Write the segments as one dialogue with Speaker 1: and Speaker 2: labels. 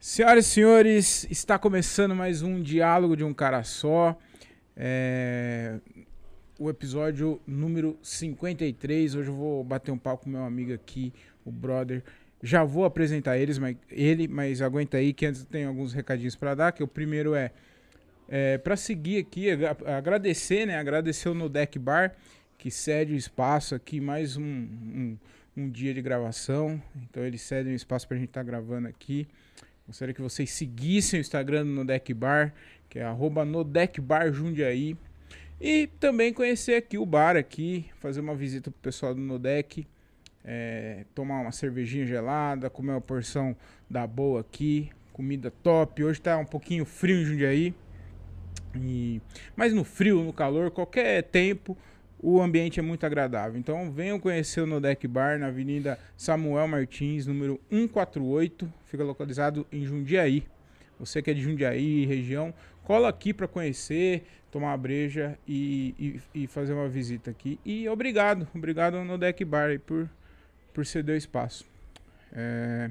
Speaker 1: Senhoras e senhores, está começando mais um Diálogo de um Cara Só. É, O episódio número 53. Hoje eu vou bater um papo com meu amigo aqui, o brother. Já vou apresentar eles, mas, ele, mas aguenta aí que antes eu tenho alguns recadinhos para dar. Que o primeiro é, é para seguir aqui, agra- agradecer, né? Agradecer o Nodec Bar, que cede o espaço aqui, mais um, um, um dia de gravação. Então eles cedem o espaço pra gente estar gravando aqui. Gostaria que vocês seguissem o Instagram do Nodec Bar, que é arroba Bar Jundiaí. E também conhecer aqui o bar aqui, fazer uma visita pro pessoal do Nodec, é, tomar uma cervejinha gelada, comer uma porção da boa aqui, comida top. Hoje tá um pouquinho frio em Jundiaí. E, mas no frio, no calor, qualquer tempo, o ambiente é muito agradável. Então venham conhecer o Nodec Bar na Avenida Samuel Martins, número 148, fica localizado em Jundiaí. Você que é de Jundiaí e região, cola aqui para conhecer, tomar uma breja e, e- e fazer uma visita aqui. E obrigado, obrigado ao Nodec Bar aí por, por ceder o espaço. É,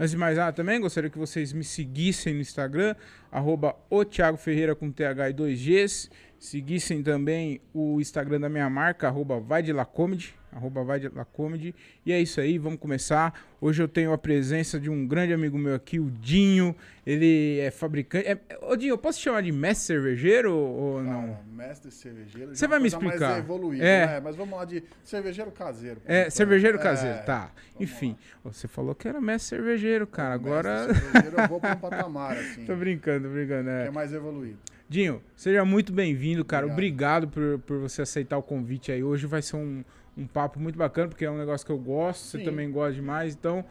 Speaker 1: Antes de mais nada, também gostaria que vocês me seguissem no Instagram, arroba o Thiago Ferreira com TH e 2Gs. Seguissem também o Instagram da minha marca, arroba vai de lá comedy, arroba vai de lá comedy. E é isso aí, vamos começar. Hoje eu tenho a presença de um grande amigo meu aqui, o Dinho. Ele é fabricante... É, ô Dinho, eu posso te chamar de mestre cervejeiro ou ou não?
Speaker 2: Cara, mestre cervejeiro.
Speaker 1: Você
Speaker 2: já é
Speaker 1: vai me
Speaker 2: uma coisa
Speaker 1: explicar.
Speaker 2: Mais evoluída,
Speaker 1: É.
Speaker 2: né? Mas vamos lá de cervejeiro caseiro. por
Speaker 1: É,
Speaker 2: enquanto.
Speaker 1: cervejeiro
Speaker 2: É,
Speaker 1: caseiro, tá.
Speaker 2: vamos
Speaker 1: Enfim, você falou que era mestre cervejeiro, cara.
Speaker 2: mestre
Speaker 1: Agora...
Speaker 2: cervejeiro, eu vou pra um patamar, assim.
Speaker 1: Tô brincando, tô brincando,
Speaker 2: que
Speaker 1: é.
Speaker 2: é mais evoluído.
Speaker 1: Dinho, seja muito bem-vindo, cara. Obrigado, por,
Speaker 2: Obrigado.
Speaker 1: por você aceitar o convite aí. Hoje vai ser um, um papo muito bacana, porque é um negócio que eu gosto, você
Speaker 2: Sim.
Speaker 1: também gosta demais, então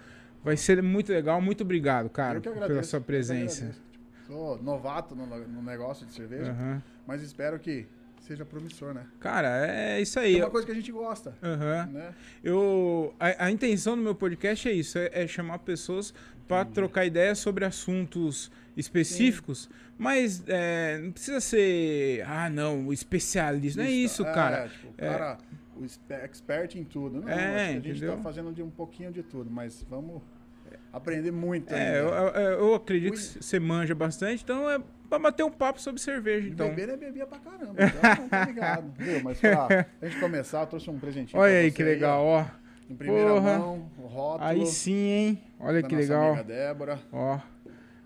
Speaker 1: vai ser muito legal. Muito obrigado, cara,
Speaker 2: eu que agradeço.
Speaker 1: pela sua
Speaker 2: eu que
Speaker 1: presença.
Speaker 2: agradeço. Tipo, Sou novato no, no negócio de cerveja,
Speaker 1: Aham.
Speaker 2: mas espero que seja promissor, né?
Speaker 1: Cara, é isso
Speaker 2: É
Speaker 1: aí.
Speaker 2: uma coisa que a gente gosta,
Speaker 1: Aham.
Speaker 2: né?
Speaker 1: Eu, a, a intenção do meu podcast é isso, é, é chamar pessoas para trocar ideias sobre assuntos específicos, mas é, não precisa ser, ah não, especialista, não é isso, cara.
Speaker 2: É, tipo, o cara, o espe- expert em tudo. Não,
Speaker 1: É,
Speaker 2: acho que a gente
Speaker 1: entendeu?
Speaker 2: tá fazendo de um pouquinho de tudo, mas vamos aprender muito
Speaker 1: É, eu,
Speaker 2: ainda.
Speaker 1: eu- eu acredito que
Speaker 2: né? Ui.
Speaker 1: você manja bastante, então é pra bater um papo sobre cerveja,
Speaker 2: E
Speaker 1: então.
Speaker 2: Beber é bebia pra caramba, então tá ligado. Viu? Mas pra gente começar, eu trouxe um presentinho.
Speaker 1: Olha
Speaker 2: pra
Speaker 1: aí
Speaker 2: você
Speaker 1: que legal, ó.
Speaker 2: Em primeira
Speaker 1: Porra.
Speaker 2: mão, o rótulo.
Speaker 1: Aí sim, hein? Olha
Speaker 2: da
Speaker 1: que
Speaker 2: nossa
Speaker 1: legal.
Speaker 2: Amiga Débora,
Speaker 1: Ó,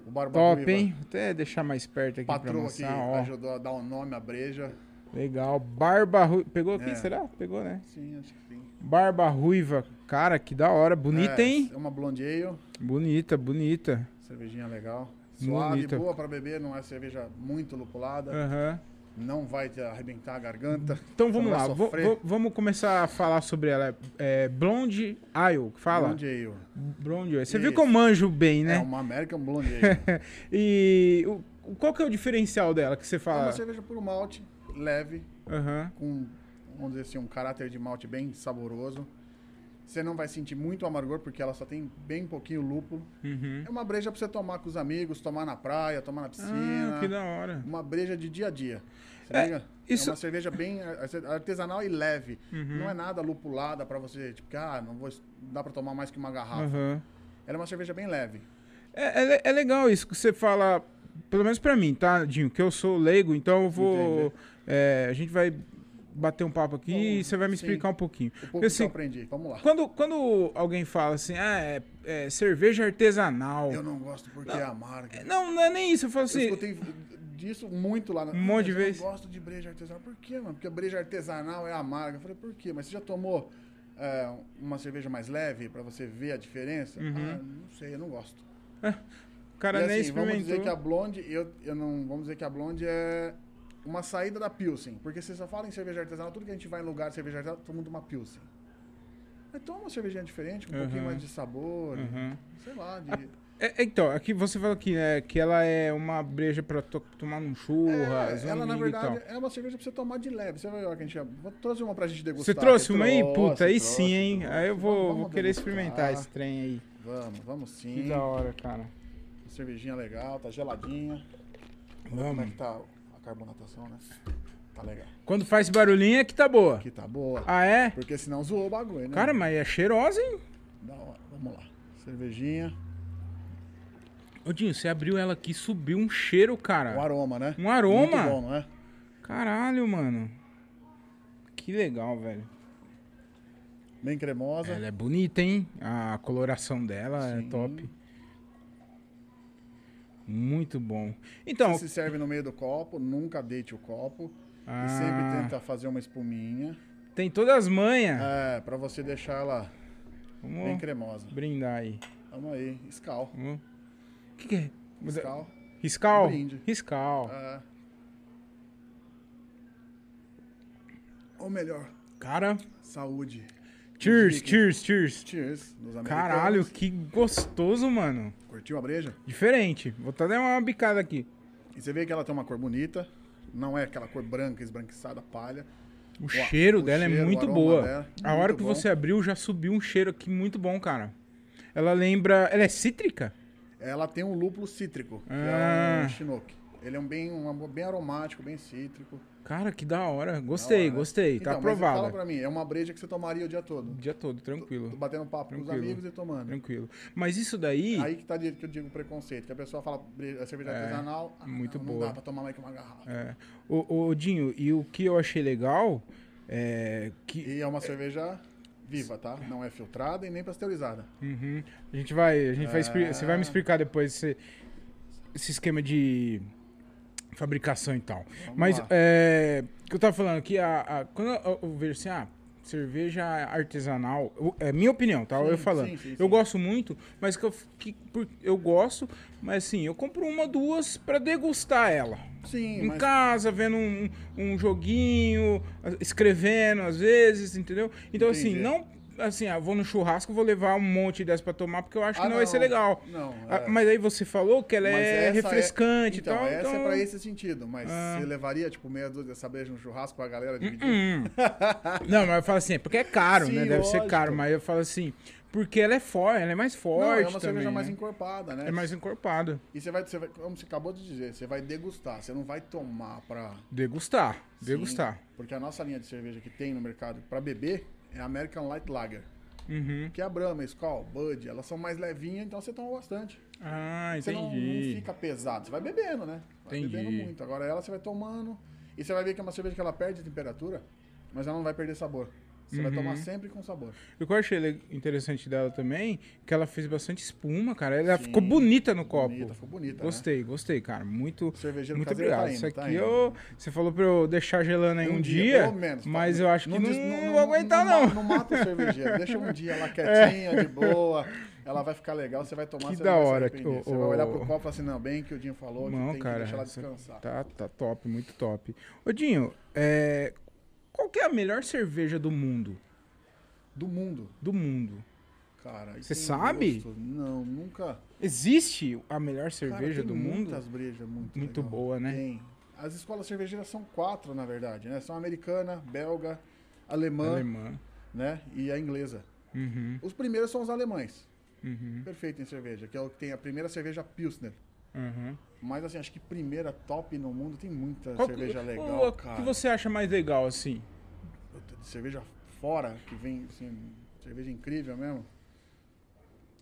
Speaker 2: o Barba
Speaker 1: top,
Speaker 2: Ruiva,
Speaker 1: hein? Vou até deixar mais perto aqui pra
Speaker 2: Patroa que
Speaker 1: mostrar, ó.
Speaker 2: ajudou a dar o nome à breja.
Speaker 1: Legal. Barba Ruiva. Pegou aqui,
Speaker 2: É.
Speaker 1: será? Pegou, né?
Speaker 2: Sim, acho que sim.
Speaker 1: Barba Ruiva. Cara, que da hora. Bonita,
Speaker 2: é,
Speaker 1: hein?
Speaker 2: É uma blonde ale,
Speaker 1: Bonita, bonita.
Speaker 2: cervejinha legal. Suave,
Speaker 1: Bonita. É.
Speaker 2: boa pra beber, não é cerveja muito lupulada.
Speaker 1: Aham.
Speaker 2: Não vai te arrebentar a garganta.
Speaker 1: Então vamos
Speaker 2: Não
Speaker 1: lá.
Speaker 2: vai
Speaker 1: vo-
Speaker 2: sofrer.
Speaker 1: vo- vamos começar a falar sobre ela. É, Blonde Isle, que fala?
Speaker 2: Blonde ale.
Speaker 1: Blonde Isle. Você viu
Speaker 2: Isso.
Speaker 1: que eu manjo bem, né?
Speaker 2: É uma American Blonde Ale.
Speaker 1: E o- qual que é o diferencial dela que você
Speaker 2: É
Speaker 1: fala?
Speaker 2: uma cerveja puro malte, leve,
Speaker 1: Aham.
Speaker 2: com, vamos dizer assim, um caráter de malte bem saboroso. Você não vai sentir muito amargor, porque ela só tem bem pouquinho lúpulo.
Speaker 1: Uhum.
Speaker 2: É uma breja pra você tomar com os amigos, tomar na praia, tomar na piscina.
Speaker 1: Ah, que da hora.
Speaker 2: Uma breja de dia a dia. Você
Speaker 1: É,
Speaker 2: liga?
Speaker 1: isso- Uhum.
Speaker 2: É uma cerveja bem ar- artesanal e leve. Não é nada lupulada pra você, tipo, ah, não vou, dá pra tomar mais que uma garrafa.
Speaker 1: Aham.
Speaker 2: Ela é uma cerveja bem leve.
Speaker 1: É, é le- é legal isso que você fala, pelo menos pra mim, tá, Dinho? Que eu sou leigo, então eu vou. é, a gente vai bater um papo aqui
Speaker 2: Bom,
Speaker 1: e você vai me
Speaker 2: sim.
Speaker 1: explicar um pouquinho.
Speaker 2: O pouco então.
Speaker 1: Porque,
Speaker 2: que eu
Speaker 1: assim,
Speaker 2: aprendi. Vamos lá.
Speaker 1: quando, quando alguém fala assim, ah, é, é cerveja artesanal.
Speaker 2: Eu não gosto porque é amarga.
Speaker 1: É, Não, não é nem isso. Eu falo
Speaker 2: Eu
Speaker 1: assim.
Speaker 2: escutei disso muito lá. na-
Speaker 1: Um monte de
Speaker 2: "Ah, mas
Speaker 1: vezes."
Speaker 2: Eu não gosto de breja artesanal. Por quê, mano? Porque a breja artesanal é amarga. Eu falei, por quê? Mas você já tomou é, uma cerveja mais leve pra você ver a diferença? Ah, não sei, eu não gosto.
Speaker 1: O Uhum. cara
Speaker 2: E
Speaker 1: nem
Speaker 2: assim, vamos dizer que a
Speaker 1: experimentou.
Speaker 2: blonde, eu, eu não, vamos dizer que a blonde é uma saída da Pilsen. Porque você só fala em cerveja artesanal, tudo que a gente vai em lugar de cerveja artesanal, todo mundo toma Pilsen. Mas toma uma cervejinha diferente, com um pouquinho
Speaker 1: Uhum.
Speaker 2: mais de sabor,
Speaker 1: Uhum.
Speaker 2: sei lá, de...
Speaker 1: É, então, aqui você falou que, né, que ela é uma breja pra to- tomar num churras,
Speaker 2: É,
Speaker 1: um
Speaker 2: ela, na
Speaker 1: domingo e tal.
Speaker 2: verdade, é uma cerveja pra você tomar de leve. Você vai olhar que a gente chama. Vou trazer uma pra gente degustar.
Speaker 1: Você
Speaker 2: aqui.
Speaker 1: trouxe uma aí?
Speaker 2: Trouxe,
Speaker 1: Puta, aí
Speaker 2: trouxe,
Speaker 1: sim, hein?
Speaker 2: trouxe.
Speaker 1: Aí eu vou,
Speaker 2: Vamos-
Speaker 1: vou
Speaker 2: vamos
Speaker 1: querer
Speaker 2: degustar.
Speaker 1: experimentar esse trem aí.
Speaker 2: Vamos, vamos
Speaker 1: Que
Speaker 2: sim.
Speaker 1: da hora, cara.
Speaker 2: Cervejinha legal, tá geladinha. Como é
Speaker 1: Vamos.
Speaker 2: que tá a carbonatação, né? Tá legal.
Speaker 1: Quando faz esse barulhinho é que tá boa.
Speaker 2: Aqui tá boa.
Speaker 1: Ah, é?
Speaker 2: Porque senão zoou o bagulho, né?
Speaker 1: Cara, mas é cheirosa, hein?
Speaker 2: Da hora. Vamos lá. Cervejinha.
Speaker 1: Ô, Dinho, você abriu ela aqui, subiu um cheiro, cara.
Speaker 2: Um aroma, né?
Speaker 1: Um aroma?
Speaker 2: Muito bom, não é?
Speaker 1: Caralho, mano. Que legal, velho.
Speaker 2: Bem cremosa.
Speaker 1: Ela é bonita, hein? A coloração dela é
Speaker 2: Sim.
Speaker 1: top. Muito bom. Então,
Speaker 2: Se serve no meio do copo, nunca deite o copo.
Speaker 1: Ah.
Speaker 2: E sempre tenta fazer uma espuminha.
Speaker 1: tem todas as manhas.
Speaker 2: É, pra você deixar ela
Speaker 1: Vamos
Speaker 2: bem cremosa.
Speaker 1: brindar aí.
Speaker 2: Vamos aí. Scal.
Speaker 1: Vamos. O que, que é?
Speaker 2: Scal.
Speaker 1: Riscal?
Speaker 2: Brinde.
Speaker 1: Riscal.
Speaker 2: É. Ou melhor,
Speaker 1: Cara,
Speaker 2: saúde.
Speaker 1: cheers,
Speaker 2: Diga.
Speaker 1: cheers, cheers.
Speaker 2: Cheers. Dos americanos.
Speaker 1: Caralho, que gostoso, mano.
Speaker 2: Curtiu a breja?
Speaker 1: Diferente. Vou até dar uma bicada aqui.
Speaker 2: E você vê que ela tem uma cor bonita. Não é aquela cor branca, esbranquiçada, palha.
Speaker 1: O, cheiro
Speaker 2: o
Speaker 1: dela
Speaker 2: cheiro,
Speaker 1: é
Speaker 2: o
Speaker 1: muito
Speaker 2: aroma
Speaker 1: boa.
Speaker 2: dela,
Speaker 1: a hora
Speaker 2: muito
Speaker 1: que
Speaker 2: bom.
Speaker 1: você abriu, já subiu um cheiro aqui muito bom, cara. Ela lembra. Ela é cítrica?
Speaker 2: Ela tem um lúpulo cítrico, que é
Speaker 1: Ah.
Speaker 2: um chinook. Ele é um bem, um, bem aromático, bem cítrico.
Speaker 1: Cara, que da hora. Gostei,
Speaker 2: hora.
Speaker 1: gostei. tá
Speaker 2: mas
Speaker 1: aprovada.
Speaker 2: Fala pra mim, é uma breja que você tomaria o dia todo.
Speaker 1: O dia todo,
Speaker 2: Tô
Speaker 1: tranquilo.
Speaker 2: batendo papo com
Speaker 1: Tranquilo.
Speaker 2: os amigos e tomando.
Speaker 1: Tranquilo. Mas isso daí.
Speaker 2: Aí que tá de- que eu digo preconceito, que a pessoa fala bre- é cerveja artesanal, ah,
Speaker 1: muito
Speaker 2: não
Speaker 1: boa.
Speaker 2: dá pra tomar mais que uma garrafa.
Speaker 1: É. Ô, ô, Dinho, e o que eu achei legal é que.
Speaker 2: E é uma cerveja viva, tá? Não é filtrada e nem pasteurizada.
Speaker 1: Uhum. A gente vai. A gente vai expli-
Speaker 2: É.
Speaker 1: Você vai me explicar depois esse, esse esquema de fabricação e tal. Mas
Speaker 2: lá.
Speaker 1: é, o que eu tava falando aqui, a, a- quando eu, eu vejo assim, ah, cerveja artesanal, eu- é minha opinião, tá? eu
Speaker 2: Sim,
Speaker 1: falando.
Speaker 2: sim, sim,
Speaker 1: eu
Speaker 2: sim.
Speaker 1: gosto muito, mas que eu, f- que, por- eu gosto, mas assim, eu compro uma, duas pra degustar ela.
Speaker 2: Sim,
Speaker 1: em
Speaker 2: mas
Speaker 1: casa, vendo um, um joguinho, a- escrevendo às vezes, entendeu? Então, assim,
Speaker 2: Entendi.
Speaker 1: não. Assim, ah, vou no churrasco, vou levar um monte dessas pra tomar, porque eu acho
Speaker 2: Ah,
Speaker 1: que não, vai ser
Speaker 2: não.
Speaker 1: legal.
Speaker 2: Não,
Speaker 1: Ah,
Speaker 2: é.
Speaker 1: Mas aí você falou que ela
Speaker 2: Mas
Speaker 1: é
Speaker 2: essa
Speaker 1: refrescante
Speaker 2: então,
Speaker 1: e tal.
Speaker 2: Essa
Speaker 1: então...
Speaker 2: é pra esse sentido, mas
Speaker 1: Ah.
Speaker 2: você levaria, tipo, meia dúzia dessa breja no churrasco pra galera dividir?
Speaker 1: Hum. Não, mas eu falo assim, é porque é caro,
Speaker 2: Sim,
Speaker 1: né? Deve ser
Speaker 2: lógico.
Speaker 1: caro, mas eu falo assim, porque ela é forte, ela é mais forte.
Speaker 2: não, é uma
Speaker 1: também,
Speaker 2: cerveja mais
Speaker 1: né?
Speaker 2: encorpada, né?
Speaker 1: É mais encorpada.
Speaker 2: E você vai, você vai, como você acabou de dizer, você vai degustar, você não vai tomar pra...
Speaker 1: Degustar,
Speaker 2: Sim,
Speaker 1: degustar.
Speaker 2: Porque a nossa linha de cerveja que tem no mercado pra beber é a American Light Lager.
Speaker 1: Uhum.
Speaker 2: Que é a Brahma, Skol, Bud, elas são mais levinhas, então você toma bastante.
Speaker 1: Ah,
Speaker 2: Você não, não
Speaker 1: entendi.
Speaker 2: fica pesado, você vai bebendo, né? Vai
Speaker 1: Entendi.
Speaker 2: bebendo muito. Agora ela você vai tomando e você vai ver que é uma cerveja que ela perde temperatura, mas ela não vai perder sabor. Você vai tomar
Speaker 1: Uhum.
Speaker 2: sempre com sabor.
Speaker 1: O que eu achei le- interessante dela também, que ela fez bastante espuma, cara. Ela
Speaker 2: Sim,
Speaker 1: ficou bonita no copo.
Speaker 2: Bonita, ficou bonita, né?
Speaker 1: Gostei, gostei, cara. Muito,
Speaker 2: Cervejeiro
Speaker 1: muito
Speaker 2: caseiro tá
Speaker 1: obrigado.
Speaker 2: indo,
Speaker 1: Isso aqui
Speaker 2: tá indo.
Speaker 1: eu, você falou pra eu deixar gelando aí um,
Speaker 2: Um
Speaker 1: dia,
Speaker 2: dia, pelo menos,
Speaker 1: mas
Speaker 2: tá?
Speaker 1: eu acho que não,
Speaker 2: diz-
Speaker 1: vou aguentar, não. É.
Speaker 2: ma- Não mata o cervejeiro. Deixa um dia ela quietinha, de boa. Ela vai ficar legal, você vai tomar,
Speaker 1: Que
Speaker 2: você
Speaker 1: da
Speaker 2: não vai
Speaker 1: hora,
Speaker 2: se arrepender.
Speaker 1: o-
Speaker 2: Você vai olhar pro
Speaker 1: o-
Speaker 2: copo e falar assim, não, bem que o Dinho falou que
Speaker 1: Não,
Speaker 2: tem
Speaker 1: cara.
Speaker 2: que deixar ela
Speaker 1: essa-
Speaker 2: descansar.
Speaker 1: Tá, tá top, muito top. Ô, Dinho, é, qual que é a melhor cerveja do mundo?
Speaker 2: Do mundo,
Speaker 1: Do mundo.
Speaker 2: cara. aí
Speaker 1: Você
Speaker 2: tem
Speaker 1: sabe?
Speaker 2: gosto. Não, nunca.
Speaker 1: Existe a melhor cerveja
Speaker 2: Cara, tem
Speaker 1: do mundo?
Speaker 2: Muitas né? brejas muito
Speaker 1: Muito
Speaker 2: legal.
Speaker 1: boa, né?
Speaker 2: Tem. As escolas cervejeiras são quatro, na verdade, né? São a americana, belga, alemã,
Speaker 1: Alemã.
Speaker 2: né? E a inglesa.
Speaker 1: Uhum,
Speaker 2: Os primeiros são os alemães.
Speaker 1: uhum,
Speaker 2: Perfeito em cerveja, que é o que tem a primeira cerveja Pilsner.
Speaker 1: uhum.
Speaker 2: Mas assim, acho que primeira top no mundo tem muita
Speaker 1: Qual que-
Speaker 2: cerveja
Speaker 1: o-
Speaker 2: legal,
Speaker 1: o
Speaker 2: cara.
Speaker 1: que você acha mais legal, assim?
Speaker 2: Puta, de cerveja fora, que vem, assim, cerveja incrível mesmo.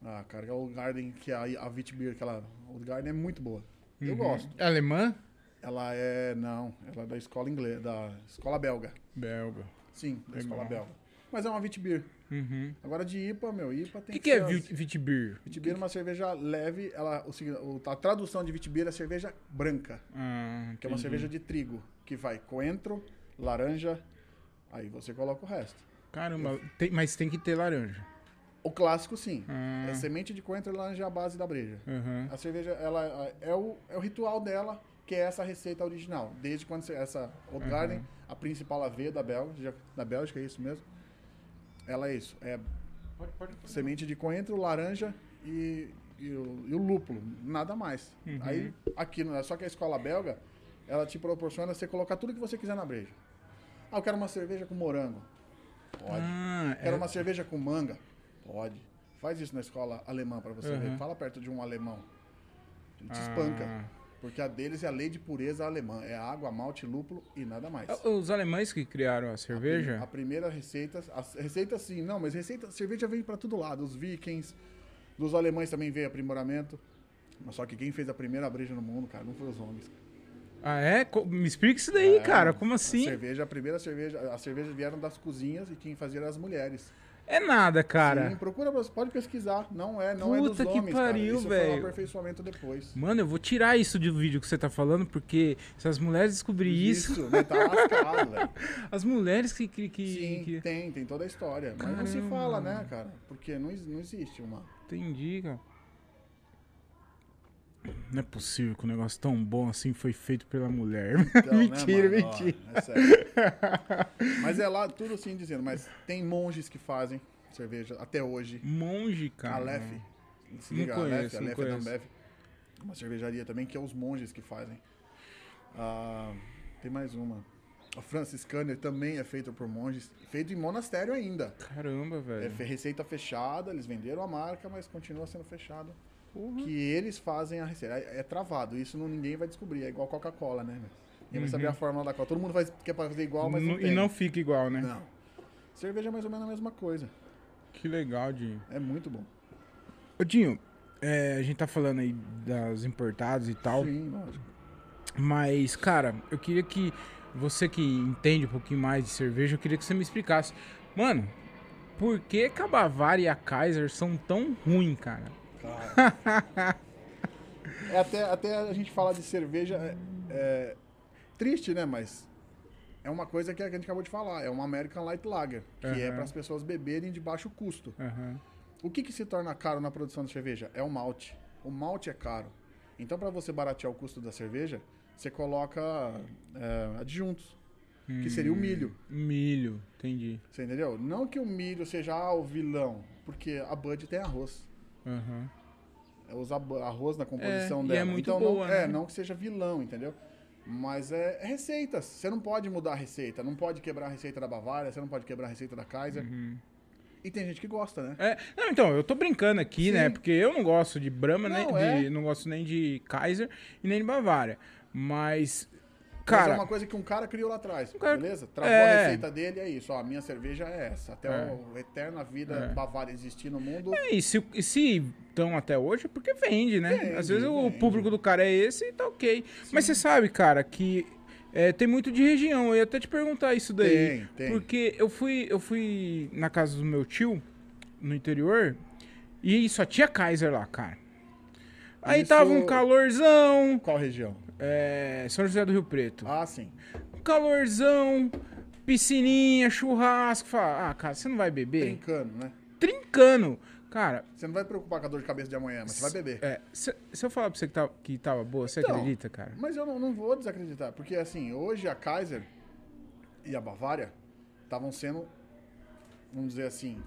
Speaker 2: Ah, cara, é o Garden, que a, a Witbier, que ela, o Garden é muito boa. Eu
Speaker 1: Uhum.
Speaker 2: gosto.
Speaker 1: Alemã?
Speaker 2: Ela é, não, ela é da escola inglesa, da escola belga.
Speaker 1: Belga.
Speaker 2: Sim, da
Speaker 1: Legal.
Speaker 2: escola belga. Mas é uma Witbier.
Speaker 1: Uhum.
Speaker 2: Agora de IPA, meu, IPA
Speaker 1: O
Speaker 2: tem
Speaker 1: que, que é
Speaker 2: ser as-
Speaker 1: Vit- Vitibir?
Speaker 2: Witbier é uma cerveja leve, ela, o signo- o- a tradução de Witbier é cerveja branca.
Speaker 1: Ah,
Speaker 2: Que é uma
Speaker 1: entendi.
Speaker 2: cerveja de trigo, que vai coentro, laranja, aí você coloca o resto.
Speaker 1: Caramba, tem- mas tem que ter laranja.
Speaker 2: O clássico, sim.
Speaker 1: Ah.
Speaker 2: É semente de coentro e laranja é a base da breja.
Speaker 1: Uhum.
Speaker 2: A cerveja, ela é o, é o ritual dela, que é essa receita original. Desde quando você- essa Old Garden, a principal aveia da Bélgica, da Bélgica, é isso mesmo? Ela é isso. É semente de coentro, laranja e, e o, e o lúpulo, nada mais. Aí, aqui, não é só que a escola belga, ela te proporciona você colocar tudo que você quiser na breja. Ah, eu quero uma cerveja com morango. Pode.
Speaker 1: Ah, é-
Speaker 2: Quero uma cerveja com manga? Pode. Faz isso na escola alemã pra você
Speaker 1: Uhum.
Speaker 2: ver. Fala perto de um alemão. Ele te
Speaker 1: Ah.
Speaker 2: espanca. Porque a deles é a lei de pureza alemã. É água, malte, lúpulo e nada mais.
Speaker 1: É Os alemães que criaram a
Speaker 2: A
Speaker 1: cerveja?
Speaker 2: primeira receita... As receitas sim, não, mas receita... Cerveja vem pra todo lado. Os vikings, dos alemães também veio aprimoramento. Mas só que quem fez a primeira breja no mundo, cara, não foi os homens.
Speaker 1: Ah, é? Co- Me explica isso daí,
Speaker 2: É,
Speaker 1: cara. Como
Speaker 2: A
Speaker 1: assim?
Speaker 2: cerveja, a primeira cerveja, as cervejas vieram das cozinhas e quem fazia eram as mulheres.
Speaker 1: É nada, cara.
Speaker 2: Sim, procura, você pode pesquisar. Não é, não é
Speaker 1: Puta
Speaker 2: dos
Speaker 1: que pariu,
Speaker 2: homens, cara. Isso foi
Speaker 1: velho.
Speaker 2: um aperfeiçoamento depois.
Speaker 1: Mano, eu vou tirar isso do vídeo que você tá falando, porque se as mulheres descobrirem isso,
Speaker 2: né? Tá lascado, velho.
Speaker 1: as mulheres que. que, que,
Speaker 2: Sim,
Speaker 1: que-
Speaker 2: tem, tem toda a história. Mas não se
Speaker 1: Caramba.
Speaker 2: fala, né, cara? Porque não, ex- não existe uma.
Speaker 1: Entendi, cara. Não é possível que um negócio tão bom assim foi feito pela mulher.
Speaker 2: Então, né,
Speaker 1: mentira,
Speaker 2: mano? Ó,
Speaker 1: mentira.
Speaker 2: é sério. mas é lá, tudo assim dizendo, mas tem monges que fazem cerveja até hoje.
Speaker 1: Monge, cara.
Speaker 2: Aleph. Se
Speaker 1: Não
Speaker 2: liga,
Speaker 1: conheço,
Speaker 2: Aleph,
Speaker 1: não
Speaker 2: Aleph é da
Speaker 1: conheço.
Speaker 2: Ambev. Uma cervejaria também que é os monges que fazem. Ah, tem mais uma. A Franciscaner também é feita por monges. Feito em monastério ainda.
Speaker 1: Caramba, velho.
Speaker 2: É fe- receita fechada, eles venderam a marca, mas continua sendo fechado.
Speaker 1: Porra.
Speaker 2: que eles fazem a receita. É é travado, isso não, ninguém vai descobrir. É igual Coca-Cola, né? meu? Ninguém vai saber a fórmula da Coca. Todo mundo faz, quer fazer igual, mas não,
Speaker 1: Nu-
Speaker 2: tem.
Speaker 1: Uhum. e não fica igual, né?
Speaker 2: Não. Cerveja é mais ou menos a mesma coisa.
Speaker 1: Que legal, Dinho.
Speaker 2: É muito bom.
Speaker 1: Ô, Dinho, é, a gente tá falando aí das importadas e tal,
Speaker 2: Sim, lógico.
Speaker 1: mas, cara, eu queria que você que entende um pouquinho mais de cerveja, eu queria que você me explicasse. Mano, por que que a Bavária e a Kaiser são tão ruins, cara?
Speaker 2: Cara. É até, até a gente falar de cerveja é, é triste, né? Mas é uma coisa que a gente acabou de falar. É uma American Light Lager, que é
Speaker 1: Aham.
Speaker 2: para as pessoas beberem de baixo custo.
Speaker 1: Aham.
Speaker 2: O que, que se torna caro na produção de cerveja? É o malte. O malte é caro. Então, para você baratear o custo da cerveja, você coloca é, adjuntos, que seria o milho.
Speaker 1: Hum, Milho, entendi.
Speaker 2: Você entendeu? Não que o milho seja ah, o vilão, porque a Bud tem arroz.
Speaker 1: Aham.
Speaker 2: É usar ba- arroz na composição
Speaker 1: É, e
Speaker 2: dela.
Speaker 1: é muito
Speaker 2: então,
Speaker 1: boa,
Speaker 2: não,
Speaker 1: né?
Speaker 2: é, não que seja vilão, entendeu? Mas é, é receitas. Você não pode mudar a receita. Não pode quebrar a receita da Bavária, você não pode quebrar a receita da Kaiser. E tem gente que gosta, né?
Speaker 1: É, não, então, eu tô brincando aqui, né? Porque eu não gosto de Brahma, nem
Speaker 2: Não,
Speaker 1: de,
Speaker 2: é.
Speaker 1: não gosto nem de Kaiser e nem de Bavária. Mas,
Speaker 2: Mas
Speaker 1: cara,
Speaker 2: é uma coisa que um cara criou lá atrás,
Speaker 1: cara-
Speaker 2: beleza? Travou
Speaker 1: É.
Speaker 2: a receita dele, é isso. Ó, a minha cerveja é essa. Até
Speaker 1: É.
Speaker 2: o a eterna vida Bavária existir no mundo.
Speaker 1: E se, e se estão até hoje é porque vende, né?
Speaker 2: Vende,
Speaker 1: Às vezes o
Speaker 2: vende.
Speaker 1: público do cara é esse e tá ok. Mas você sabe, cara, que é, tem muito de região. Eu ia até te perguntar isso daí.
Speaker 2: Tem, tem.
Speaker 1: Porque eu fui, eu fui na casa do meu tio, no interior, e só tinha Kaiser lá, cara. Aí
Speaker 2: Isso-
Speaker 1: tava um calorzão,
Speaker 2: Qual região?
Speaker 1: é, São José do Rio Preto.
Speaker 2: Ah, sim.
Speaker 1: Um calorzão, piscininha, churrasco. Fala, ah, cara, você não vai beber?
Speaker 2: Brincando, né?
Speaker 1: Trincando. Cara,
Speaker 2: Você não vai preocupar com a dor de cabeça de amanhã, mas você vai beber.
Speaker 1: É, se, se eu falar pra você que, tá- que tava boa, você
Speaker 2: Então.
Speaker 1: acredita, cara?
Speaker 2: Mas eu não, não vou desacreditar, porque assim, hoje a Kaiser e a Bavária estavam sendo, vamos dizer assim,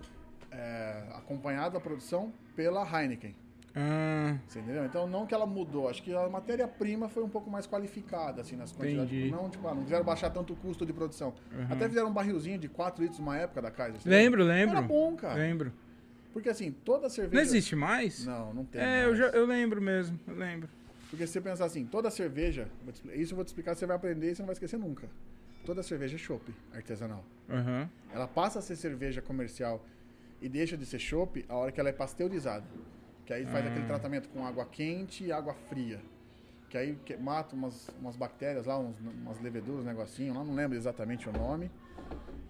Speaker 2: é, acompanhada a produção pela Heineken.
Speaker 1: Ah,
Speaker 2: Você entendeu? Então, não que ela mudou, acho que a matéria-prima foi um pouco mais qualificada, assim, nas quantidades.
Speaker 1: Entendi.
Speaker 2: Não, tipo, ah, não quiseram baixar tanto o custo de produção. Até fizeram um barrilzinho de 4 litros numa época da Kaiser. você
Speaker 1: lembro,
Speaker 2: lembra?
Speaker 1: lembro.
Speaker 2: Era bom, cara.
Speaker 1: Lembro.
Speaker 2: Porque, assim, toda cerveja...
Speaker 1: Não existe mais?
Speaker 2: Não, não tem.
Speaker 1: É, eu,
Speaker 2: mais.
Speaker 1: já, eu lembro mesmo, eu lembro.
Speaker 2: Porque se você pensar assim, toda cerveja... vou te expli- Isso eu vou te explicar, você vai aprender e você não vai esquecer nunca. Toda cerveja é chopp artesanal.
Speaker 1: Aham.
Speaker 2: Ela passa a ser cerveja comercial e deixa de ser chopp a hora que ela é pasteurizada. Que aí faz
Speaker 1: Ah.
Speaker 2: aquele tratamento com água quente e água fria. Que aí que- mata umas, umas bactérias lá, uns- umas leveduras, um negocinho lá, não lembro exatamente o nome.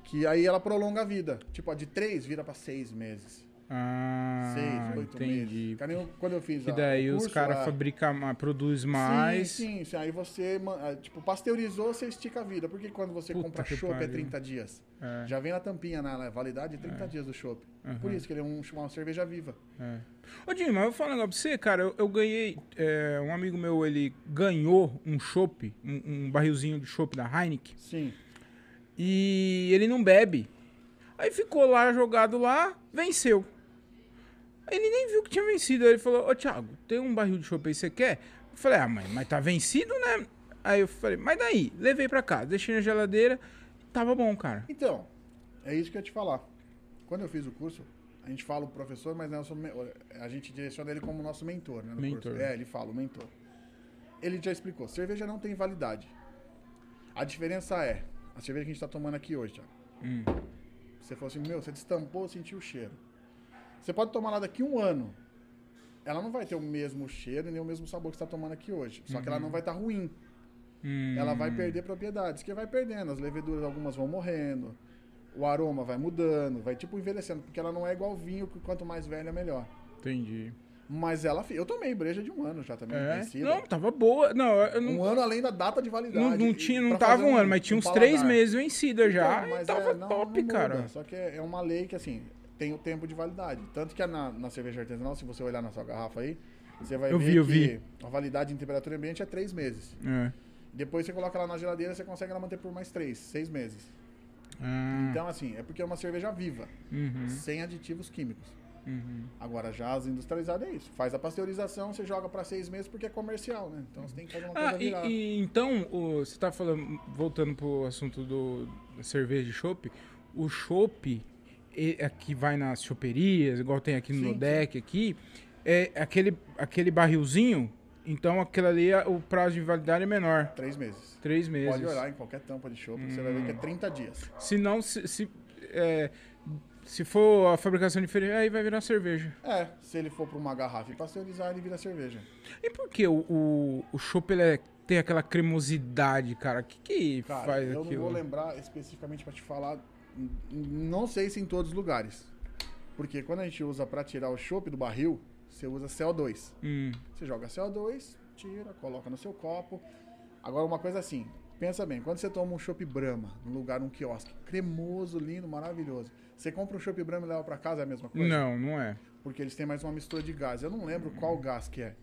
Speaker 2: Que aí ela prolonga a vida. Tipo, a de três vira pra seis meses.
Speaker 1: Ah,
Speaker 2: seis, oito
Speaker 1: entendi.
Speaker 2: meses. Cara, eu- Quando eu fiz
Speaker 1: Que
Speaker 2: a-
Speaker 1: daí
Speaker 2: o
Speaker 1: os
Speaker 2: curso,
Speaker 1: caras
Speaker 2: a-
Speaker 1: fabricam, ma- produz mais.
Speaker 2: Sim, sim, sim. Aí você, ma- ah, tipo, pasteurizou, você estica a vida. Porque quando você
Speaker 1: Puta
Speaker 2: compra
Speaker 1: que
Speaker 2: chopp é
Speaker 1: pariu.
Speaker 2: 30 dias.
Speaker 1: É,
Speaker 2: Já vem na tampinha, na na validade, 30 dias do chopp. Por isso que ele é um, uma cerveja viva.
Speaker 1: é. Ô, Dinho, mas eu vou falar um negócio pra você, cara. Eu, eu ganhei. é, um amigo meu, ele ganhou um chopp, um, um barrilzinho de chopp da Heineken.
Speaker 2: Sim.
Speaker 1: E ele não bebe. Aí ficou lá jogado lá, venceu. Ele nem viu que tinha vencido. Aí ele falou: Ô Thiago, tem um barril de chopp aí, você quer? Eu falei: Ah, mãe, mas tá vencido, né? Aí eu falei: Mas daí? Levei pra casa, deixei na geladeira. Tava bom, cara.
Speaker 2: Então, é isso que eu ia te falar. Quando eu fiz o curso, a gente fala o professor, mas né, eu sou me- a gente direciona ele como nosso mentor, né? no
Speaker 1: Mentor.
Speaker 2: curso. É, ele fala, o mentor. Ele já explicou, cerveja não tem validade. A diferença é, a cerveja que a gente tá tomando aqui hoje, Thiago. Você falou assim, meu, você destampou, sentiu o cheiro. Você pode tomar lá daqui um ano. ela não vai ter o mesmo cheiro e nem o mesmo sabor que você está tomando aqui hoje. Só que ela não vai estar ruim.
Speaker 1: Hum.
Speaker 2: Ela vai perder propriedades, que vai perdendo. As leveduras, algumas vão morrendo. O aroma vai mudando, vai tipo envelhecendo, porque ela não é igual vinho, que quanto mais velha, melhor.
Speaker 1: Entendi.
Speaker 2: Mas ela. fi- Eu tomei breja de um ano já também.
Speaker 1: É?
Speaker 2: vencida.
Speaker 1: Não, tava boa. Não, eu não,
Speaker 2: Um ano além da data de validade.
Speaker 1: não, não
Speaker 2: e
Speaker 1: tinha,
Speaker 2: pra
Speaker 1: não tava
Speaker 2: fazer
Speaker 1: um ano, mas tinha
Speaker 2: um
Speaker 1: uns três
Speaker 2: paladar.
Speaker 1: meses vencida já.
Speaker 2: Então,
Speaker 1: e
Speaker 2: mas
Speaker 1: tava
Speaker 2: é, não-
Speaker 1: top,
Speaker 2: não muda.
Speaker 1: cara.
Speaker 2: Só que é uma lei que, assim, tem o tempo de validade. Tanto que é na, na cerveja artesanal, se você olhar na sua garrafa aí, você vai
Speaker 1: Eu
Speaker 2: ver
Speaker 1: vi, eu
Speaker 2: que
Speaker 1: vi.
Speaker 2: a validade em temperatura ambiente é três meses.
Speaker 1: É.
Speaker 2: Depois você coloca ela na geladeira, você consegue ela manter por mais três, seis meses.
Speaker 1: Ah,
Speaker 2: Então, assim, é porque é uma cerveja viva,
Speaker 1: uhum,
Speaker 2: sem aditivos químicos.
Speaker 1: uhum.
Speaker 2: Agora, já as industrializadas é isso. Faz a pasteurização, você joga pra seis meses porque é comercial, né? Então você tem que fazer uma coisa
Speaker 1: Ah, e,
Speaker 2: virada.
Speaker 1: e então, o- você tá falando, voltando pro assunto do, da cerveja de chopp, o chopp e- é que vai nas choperias, igual tem aqui
Speaker 2: Sim,
Speaker 1: no
Speaker 2: sim.
Speaker 1: deck aqui, é aquele, aquele barrilzinho, então aquele ali, é- o prazo de validade é menor,
Speaker 2: Três meses.
Speaker 1: três meses. Hum.
Speaker 2: Pode olhar em qualquer tampa de chopp, você vai ver que é 30 dias.
Speaker 1: Se não, se, se, é, se for a fabricação diferente, aí vai virar cerveja.
Speaker 2: É, se ele for pra uma garrafa e pasteurizar, ele vira cerveja.
Speaker 1: E por que o, o, o chopp ele é- tem aquela cremosidade, cara? O que, que
Speaker 2: Cara,
Speaker 1: faz
Speaker 2: eu
Speaker 1: aquilo? né?
Speaker 2: não vou lembrar especificamente pra te falar, n- n- não sei se em todos os lugares. Porque quando a gente usa pra tirar o chopp do barril, você usa CO2.
Speaker 1: Hum,
Speaker 2: Você joga CO2, tira, coloca no seu copo. Agora, uma coisa assim, pensa bem, quando você toma um chopp Brahma num lugar, num quiosque, cremoso, lindo, maravilhoso, você compra um chopp Brahma e leva pra casa, é a mesma coisa?
Speaker 1: não, não é.
Speaker 2: porque eles têm mais uma mistura de gás. Eu não lembro qual gás que é.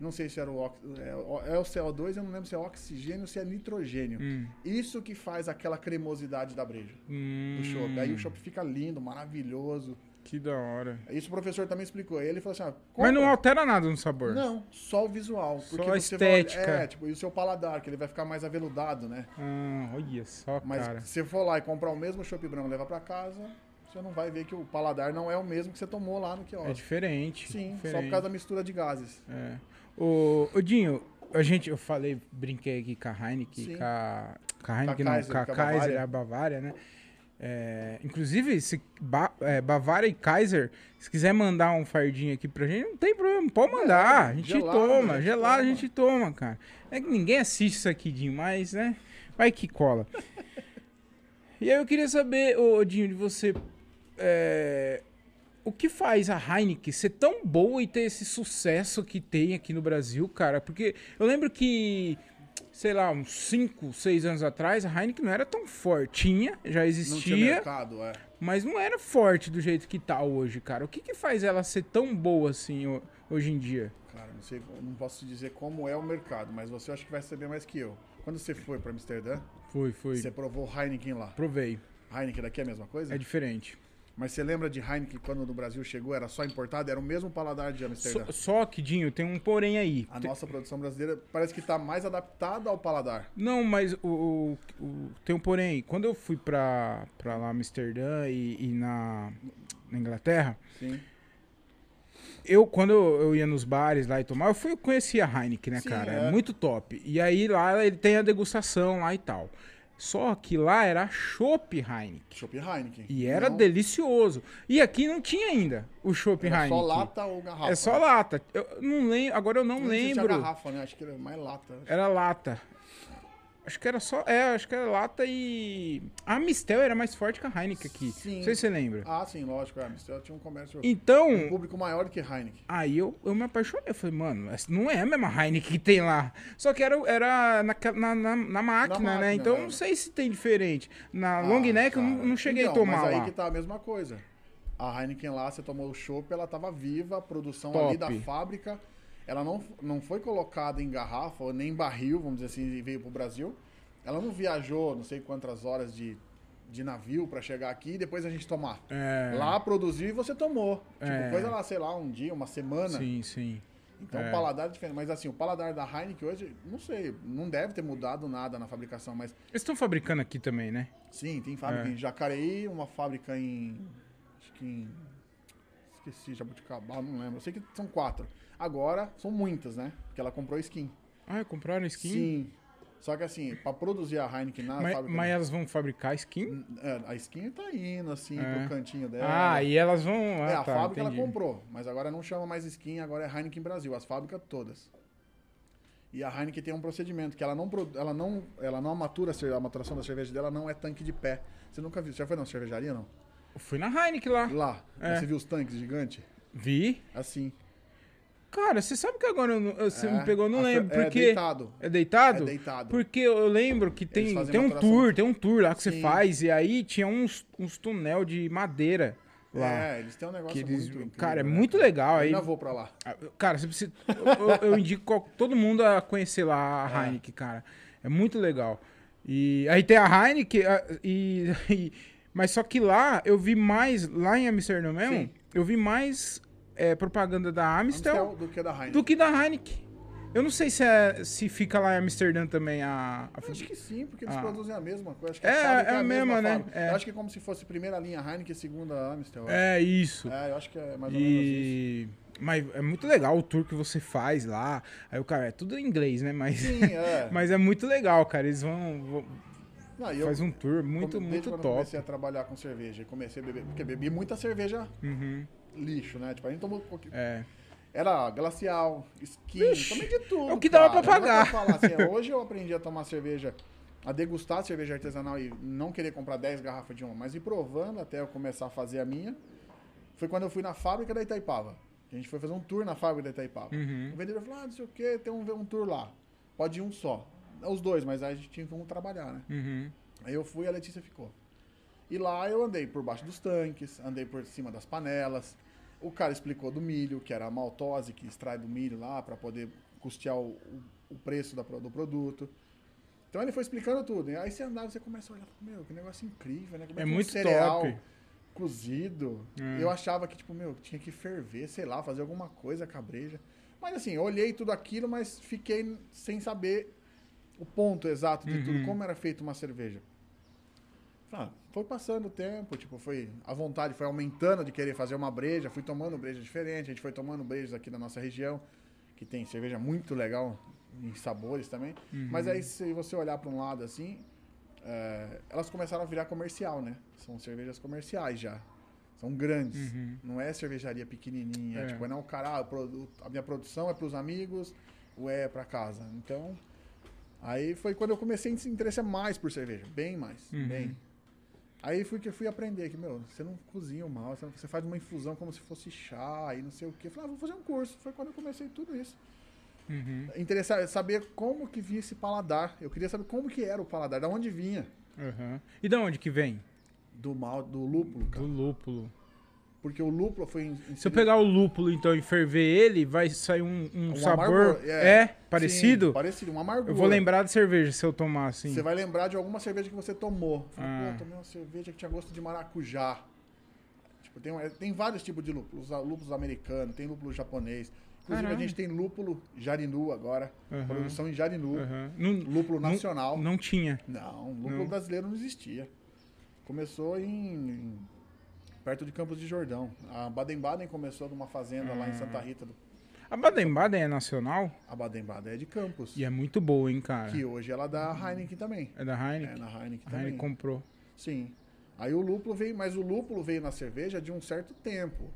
Speaker 2: Não sei se era o, ox... é, o- é o CO2, eu não lembro se é oxigênio ou se é nitrogênio.
Speaker 1: Hum.
Speaker 2: Isso que faz aquela cremosidade da breja,
Speaker 1: Hum,
Speaker 2: do chopp. Aí o chopp fica lindo, maravilhoso.
Speaker 1: Que da hora.
Speaker 2: Isso o professor também explicou. Ele falou assim, ó,
Speaker 1: Mas não
Speaker 2: compra-
Speaker 1: altera nada no sabor.
Speaker 2: Não, só o visual.
Speaker 1: Só
Speaker 2: porque
Speaker 1: a
Speaker 2: você vai olhar-
Speaker 1: estética.
Speaker 2: é, tipo, e o seu paladar, que ele vai ficar mais aveludado, né?
Speaker 1: Ah, olha só,
Speaker 2: Mas
Speaker 1: cara.
Speaker 2: se você for lá e comprar o mesmo chopp branco e levar pra casa, você não vai ver que o paladar não é o mesmo que você tomou lá no
Speaker 1: É
Speaker 2: quiosque.
Speaker 1: diferente.
Speaker 2: Sim,
Speaker 1: diferente.
Speaker 2: só por causa da mistura de gases.
Speaker 1: É. Ô, ô, Dinho, a gente, eu falei, brinquei aqui com a Heineken,
Speaker 2: Sim.
Speaker 1: com a, com a Heineken,
Speaker 2: Com a
Speaker 1: não,
Speaker 2: Kaiser,
Speaker 1: com a
Speaker 2: com a
Speaker 1: Kaiser,
Speaker 2: Bavária.
Speaker 1: a Bavária, né? É, inclusive, se Ba- é, Bavária e Kaiser, se quiser mandar um fardinho aqui pra gente, não tem problema, pode mandar. a gente
Speaker 2: gelado,
Speaker 1: toma,
Speaker 2: a gente
Speaker 1: gelado a
Speaker 2: toma.
Speaker 1: gente toma, cara. É que ninguém assiste isso aqui, Dinho, mas, né? Vai que cola. e aí eu queria saber, ô, ô, Dinho, de você. é, o que faz a Heineken ser tão boa e ter esse sucesso que tem aqui no Brasil, cara? Porque eu lembro que, sei lá, uns 5, 6 anos atrás, a Heineken não era tão fortinha, já
Speaker 2: Não tinha
Speaker 1: existia,
Speaker 2: mercado, é.
Speaker 1: mas não era forte do jeito que tá hoje, cara. O que, que faz ela ser tão boa assim ho- hoje em dia?
Speaker 2: Cara, não sei, eu não posso te dizer como é o mercado, mas você acho que vai saber mais que eu. Quando você foi pra Amsterdã,
Speaker 1: Foi, foi.
Speaker 2: você provou Heineken lá.
Speaker 1: Provei.
Speaker 2: Heineken daqui é a mesma coisa?
Speaker 1: É diferente.
Speaker 2: Mas você lembra de Heineken quando no Brasil chegou, era só importada? Era o mesmo paladar de Amsterdã.
Speaker 1: Só, só que, Dinho, tem um porém aí.
Speaker 2: A nossa produção brasileira parece que tá mais adaptada ao paladar.
Speaker 1: Não, mas o, o- o- tem um porém. Quando eu fui pra, pra lá, Amsterdã e, e na, na Inglaterra,
Speaker 2: Sim.
Speaker 1: eu, quando eu, eu ia nos bares lá e tomar, eu fui eu conheci a Heineken, né,
Speaker 2: Sim,
Speaker 1: cara? É.
Speaker 2: é.
Speaker 1: muito top. E aí lá ele tem a degustação lá e tal. Só que lá era Chopp Heineken.
Speaker 2: Chopp Heineken.
Speaker 1: E era
Speaker 2: Não,
Speaker 1: delicioso. E aqui não tinha ainda o Chopp
Speaker 2: era
Speaker 1: Heineken.
Speaker 2: só lata ou garrafa? né?
Speaker 1: É só lata. Eu não lembro, agora eu não,
Speaker 2: Não existia
Speaker 1: lembro. É.
Speaker 2: garrafa, né? Acho que era mais lata.
Speaker 1: Era lata. Acho que era só. É, acho que era lata e. A Mistel era mais forte que a Heineken aqui.
Speaker 2: Sim.
Speaker 1: Não sei se você lembra.
Speaker 2: Ah, sim, lógico, é. Amsterdã tinha um comércio um
Speaker 1: Então,
Speaker 2: público maior do que Heineken.
Speaker 1: aí eu, eu me apaixonei. Eu falei, mano, essa não é a mesma Heineken que tem lá. Só que era, era na, ca- na, na, na máquina, né?
Speaker 2: máquina,
Speaker 1: Então,
Speaker 2: é.
Speaker 1: não sei se tem diferente. Na
Speaker 2: Ah,
Speaker 1: long neck eu não,
Speaker 2: cara.
Speaker 1: não cheguei
Speaker 2: Então,
Speaker 1: a tomar
Speaker 2: Mas aí
Speaker 1: lá.
Speaker 2: que tá a mesma coisa. A Heineken lá, você tomou o chopp, ela tava viva, a produção
Speaker 1: Top.
Speaker 2: ali da fábrica. Ela não, não foi colocada em garrafa, ou nem em barril, vamos dizer assim, e veio pro Brasil. Ela não viajou não sei quantas horas de, de navio pra chegar aqui e depois a gente tomar.
Speaker 1: É.
Speaker 2: Lá produziu e você tomou.
Speaker 1: É.
Speaker 2: Tipo, coisa lá, sei lá, um dia, uma semana.
Speaker 1: Sim, sim.
Speaker 2: Então
Speaker 1: É.
Speaker 2: o paladar é diferente. Mas assim, o paladar da Heineken hoje, não sei, não deve ter mudado nada na fabricação, mas
Speaker 1: Eles estão fabricando aqui também, né?
Speaker 2: Sim, tem fábrica
Speaker 1: É.
Speaker 2: em Jacareí, uma fábrica em. Acho que em. Esqueci, Jabuticabal, não lembro. Eu sei que são quatro. Agora, são muitas, né? Porque ela comprou skin.
Speaker 1: Ah, compraram skin?
Speaker 2: Sim. ah, Só que assim, pra produzir a Heineken na
Speaker 1: Mas,
Speaker 2: fábrica.
Speaker 1: mas elas vão fabricar skin?
Speaker 2: É, a skin tá indo, assim,
Speaker 1: É.
Speaker 2: pro cantinho dela.
Speaker 1: Ah, e elas vão. Ah,
Speaker 2: é, a
Speaker 1: tá,
Speaker 2: fábrica
Speaker 1: entendi.
Speaker 2: ela comprou, mas agora não chama mais skin, agora é Heineken Brasil, as fábricas todas. E a Heineken tem um procedimento que ela não, pro- ela não, ela não matura a cerve- a maturação da cerveja dela não é tanque de pé. Você nunca viu? Você já foi na cervejaria não?
Speaker 1: Eu Fui na Heineken lá.
Speaker 2: Lá,
Speaker 1: É.
Speaker 2: você viu os tanques gigantes?
Speaker 1: Vi.
Speaker 2: Assim.
Speaker 1: Cara, você sabe que agora eu não- eu- você
Speaker 2: É,
Speaker 1: me pegou, eu não
Speaker 2: a
Speaker 1: lembro.
Speaker 2: fe- é
Speaker 1: porque
Speaker 2: deitado.
Speaker 1: É deitado?
Speaker 2: É deitado.
Speaker 1: Porque eu lembro que tem,
Speaker 2: fazem
Speaker 1: tem um
Speaker 2: maturação.
Speaker 1: tour, tem um tour lá que você
Speaker 2: Sim.
Speaker 1: faz, e aí tinha uns, uns tunel de madeira lá.
Speaker 2: É, eles têm um negócio
Speaker 1: que eles-
Speaker 2: muito incrível,
Speaker 1: cara, é
Speaker 2: né,
Speaker 1: muito legal.
Speaker 2: Eu
Speaker 1: Aí,
Speaker 2: ainda vou pra lá.
Speaker 1: Ah, Cara, você precisa. eu, eu indico qual- todo mundo a conhecer lá a Heineken, cara. É muito legal. E aí tem a Heineken a- e, e- Mas só que lá eu vi mais. Lá em Amsterdã mesmo,
Speaker 2: Sim.
Speaker 1: eu vi mais é, propaganda da Amstel,
Speaker 2: Amstel do que a da Heineken.
Speaker 1: do que da Heineken. Eu não sei se, é- se fica lá em Amsterdã também a. a-
Speaker 2: Eu Acho que sim, porque eles
Speaker 1: Ah.
Speaker 2: produzem a mesma coisa. Acho que
Speaker 1: É,
Speaker 2: a fábrica
Speaker 1: é
Speaker 2: é
Speaker 1: a
Speaker 2: a
Speaker 1: mesma,
Speaker 2: mesma,
Speaker 1: né?
Speaker 2: fábrica.
Speaker 1: É.
Speaker 2: Eu acho que é como se fosse primeira linha Heineken, segunda Amstel. eu acho.
Speaker 1: É isso.
Speaker 2: É, eu acho que é mais ou menos isso.
Speaker 1: E. Mas é muito legal o tour que você faz lá. Aí o cara, é tudo em inglês, né? Mas.
Speaker 2: Sim, é.
Speaker 1: Mas é muito legal, cara. Eles vão. vão-
Speaker 2: Não, e eu,
Speaker 1: faz um tour muito,
Speaker 2: como- desde
Speaker 1: muito
Speaker 2: quando eu
Speaker 1: top.
Speaker 2: comecei a trabalhar com cerveja, e comecei a beber, porque bebi muita cerveja
Speaker 1: Uhum,
Speaker 2: lixo, né? Tipo, a gente tomou um pouquinho.
Speaker 1: é.
Speaker 2: Era glacial, skin,
Speaker 1: Vixe,
Speaker 2: tomei de tudo.
Speaker 1: é o que dava
Speaker 2: cara.
Speaker 1: pra
Speaker 2: Não dá
Speaker 1: pagar.
Speaker 2: falar assim, é, hoje eu aprendi a tomar cerveja, a degustar cerveja artesanal e não querer comprar 10 garrafas de uma, mas ir provando até eu começar a fazer a minha. Foi quando eu fui na fábrica da Itaipava. A gente foi fazer um tour na fábrica da Itaipava.
Speaker 1: Uhum.
Speaker 2: O vendedor falou: ah, não sei o que, tem um, um tour lá. Pode ir um só. Os dois, mas aí a gente tinha como trabalhar, né?
Speaker 1: Uhum.
Speaker 2: Aí eu fui e a Letícia ficou. E lá eu andei por baixo dos tanques, andei por cima das panelas. O cara explicou do milho, que era a maltose que extrai do milho lá para poder custear o, o- o preço da pro- do produto. Então ele foi explicando tudo. E aí você andava, você começa a olhar, meu, que negócio incrível, né? Como
Speaker 1: É
Speaker 2: que um
Speaker 1: muito
Speaker 2: cereal
Speaker 1: top.
Speaker 2: cozido.
Speaker 1: Hum.
Speaker 2: Eu achava que, tipo, meu, tinha que ferver, sei lá, fazer alguma coisa, cabreja. Mas assim, eu olhei tudo aquilo, mas fiquei sem saber o ponto exato de tudo, como era feita uma cerveja. Ah, foi passando o tempo, tipo, foi a vontade foi aumentando de querer fazer uma breja, fui tomando breja diferente, a gente foi tomando brejas aqui da nossa região, que tem cerveja muito legal em sabores também.
Speaker 1: uhum,
Speaker 2: Mas aí se você olhar para um lado assim, é, elas começaram a virar comercial, né? São cervejas comerciais já. São
Speaker 1: Uhum.
Speaker 2: grandes. Não é cervejaria pequenininha,
Speaker 1: É.
Speaker 2: tipo, é não, cara, ah, o produto- a minha produção é para os amigos, ou é para casa. Então, Aí foi quando eu comecei a se interessar mais por cerveja, bem mais,
Speaker 1: Uhum.
Speaker 2: bem. Aí fui que eu fui aprender que, meu, você não cozinha mal, você, não- você faz uma infusão como se fosse chá e não sei o quê. Eu Falei, ah, vou fazer um curso. Foi quando eu comecei tudo isso.
Speaker 1: Uhum.
Speaker 2: Interessar, saber como que vinha esse paladar. Eu queria saber como que era o paladar, da onde vinha.
Speaker 1: uhum. E da onde que vem?
Speaker 2: Do mal, do lúpulo,
Speaker 1: Do
Speaker 2: cara.
Speaker 1: lúpulo.
Speaker 2: Porque o lúpulo foi... in-
Speaker 1: Se eu
Speaker 2: inserido-
Speaker 1: pegar o lúpulo então e ferver ele, vai sair um, um
Speaker 2: Um
Speaker 1: sabor.
Speaker 2: amargor,
Speaker 1: é.
Speaker 2: é.
Speaker 1: parecido?
Speaker 2: Sim, parecido, uma amargura.
Speaker 1: Eu vou lembrar de cerveja se eu tomar assim.
Speaker 2: Você vai lembrar de alguma cerveja que você tomou. Fala,
Speaker 1: Ah.
Speaker 2: pô, tomei uma cerveja que tinha gosto de maracujá. Tipo, tem, um- tem vários tipos de lúpulos. Há Lúpulos americanos, tem lúpulo japonês. Inclusive,
Speaker 1: Caralho.
Speaker 2: a gente tem lúpulo jarinu agora.
Speaker 1: Aham.
Speaker 2: Produção em jarinu.
Speaker 1: Uhum. Não,
Speaker 2: Lúpulo
Speaker 1: não-
Speaker 2: nacional.
Speaker 1: Não tinha.
Speaker 2: Não, lúpulo
Speaker 1: Não.
Speaker 2: brasileiro não existia. Começou em, em- perto de Campos de Jordão. A Baden-Baden começou numa fazenda
Speaker 1: Ah.
Speaker 2: lá em Santa Rita. Do,
Speaker 1: A Baden Baden é nacional
Speaker 2: a Baden-Baden é de Campos.
Speaker 1: e é muito boa, hein, cara.
Speaker 2: Que hoje ela dá a Heineken também.
Speaker 1: É da Heineken.
Speaker 2: É, na Heineken
Speaker 1: a
Speaker 2: também.
Speaker 1: Heineken comprou.
Speaker 2: Sim. Aí o lúpulo veio, mas o lúpulo veio na cerveja de um certo tempo.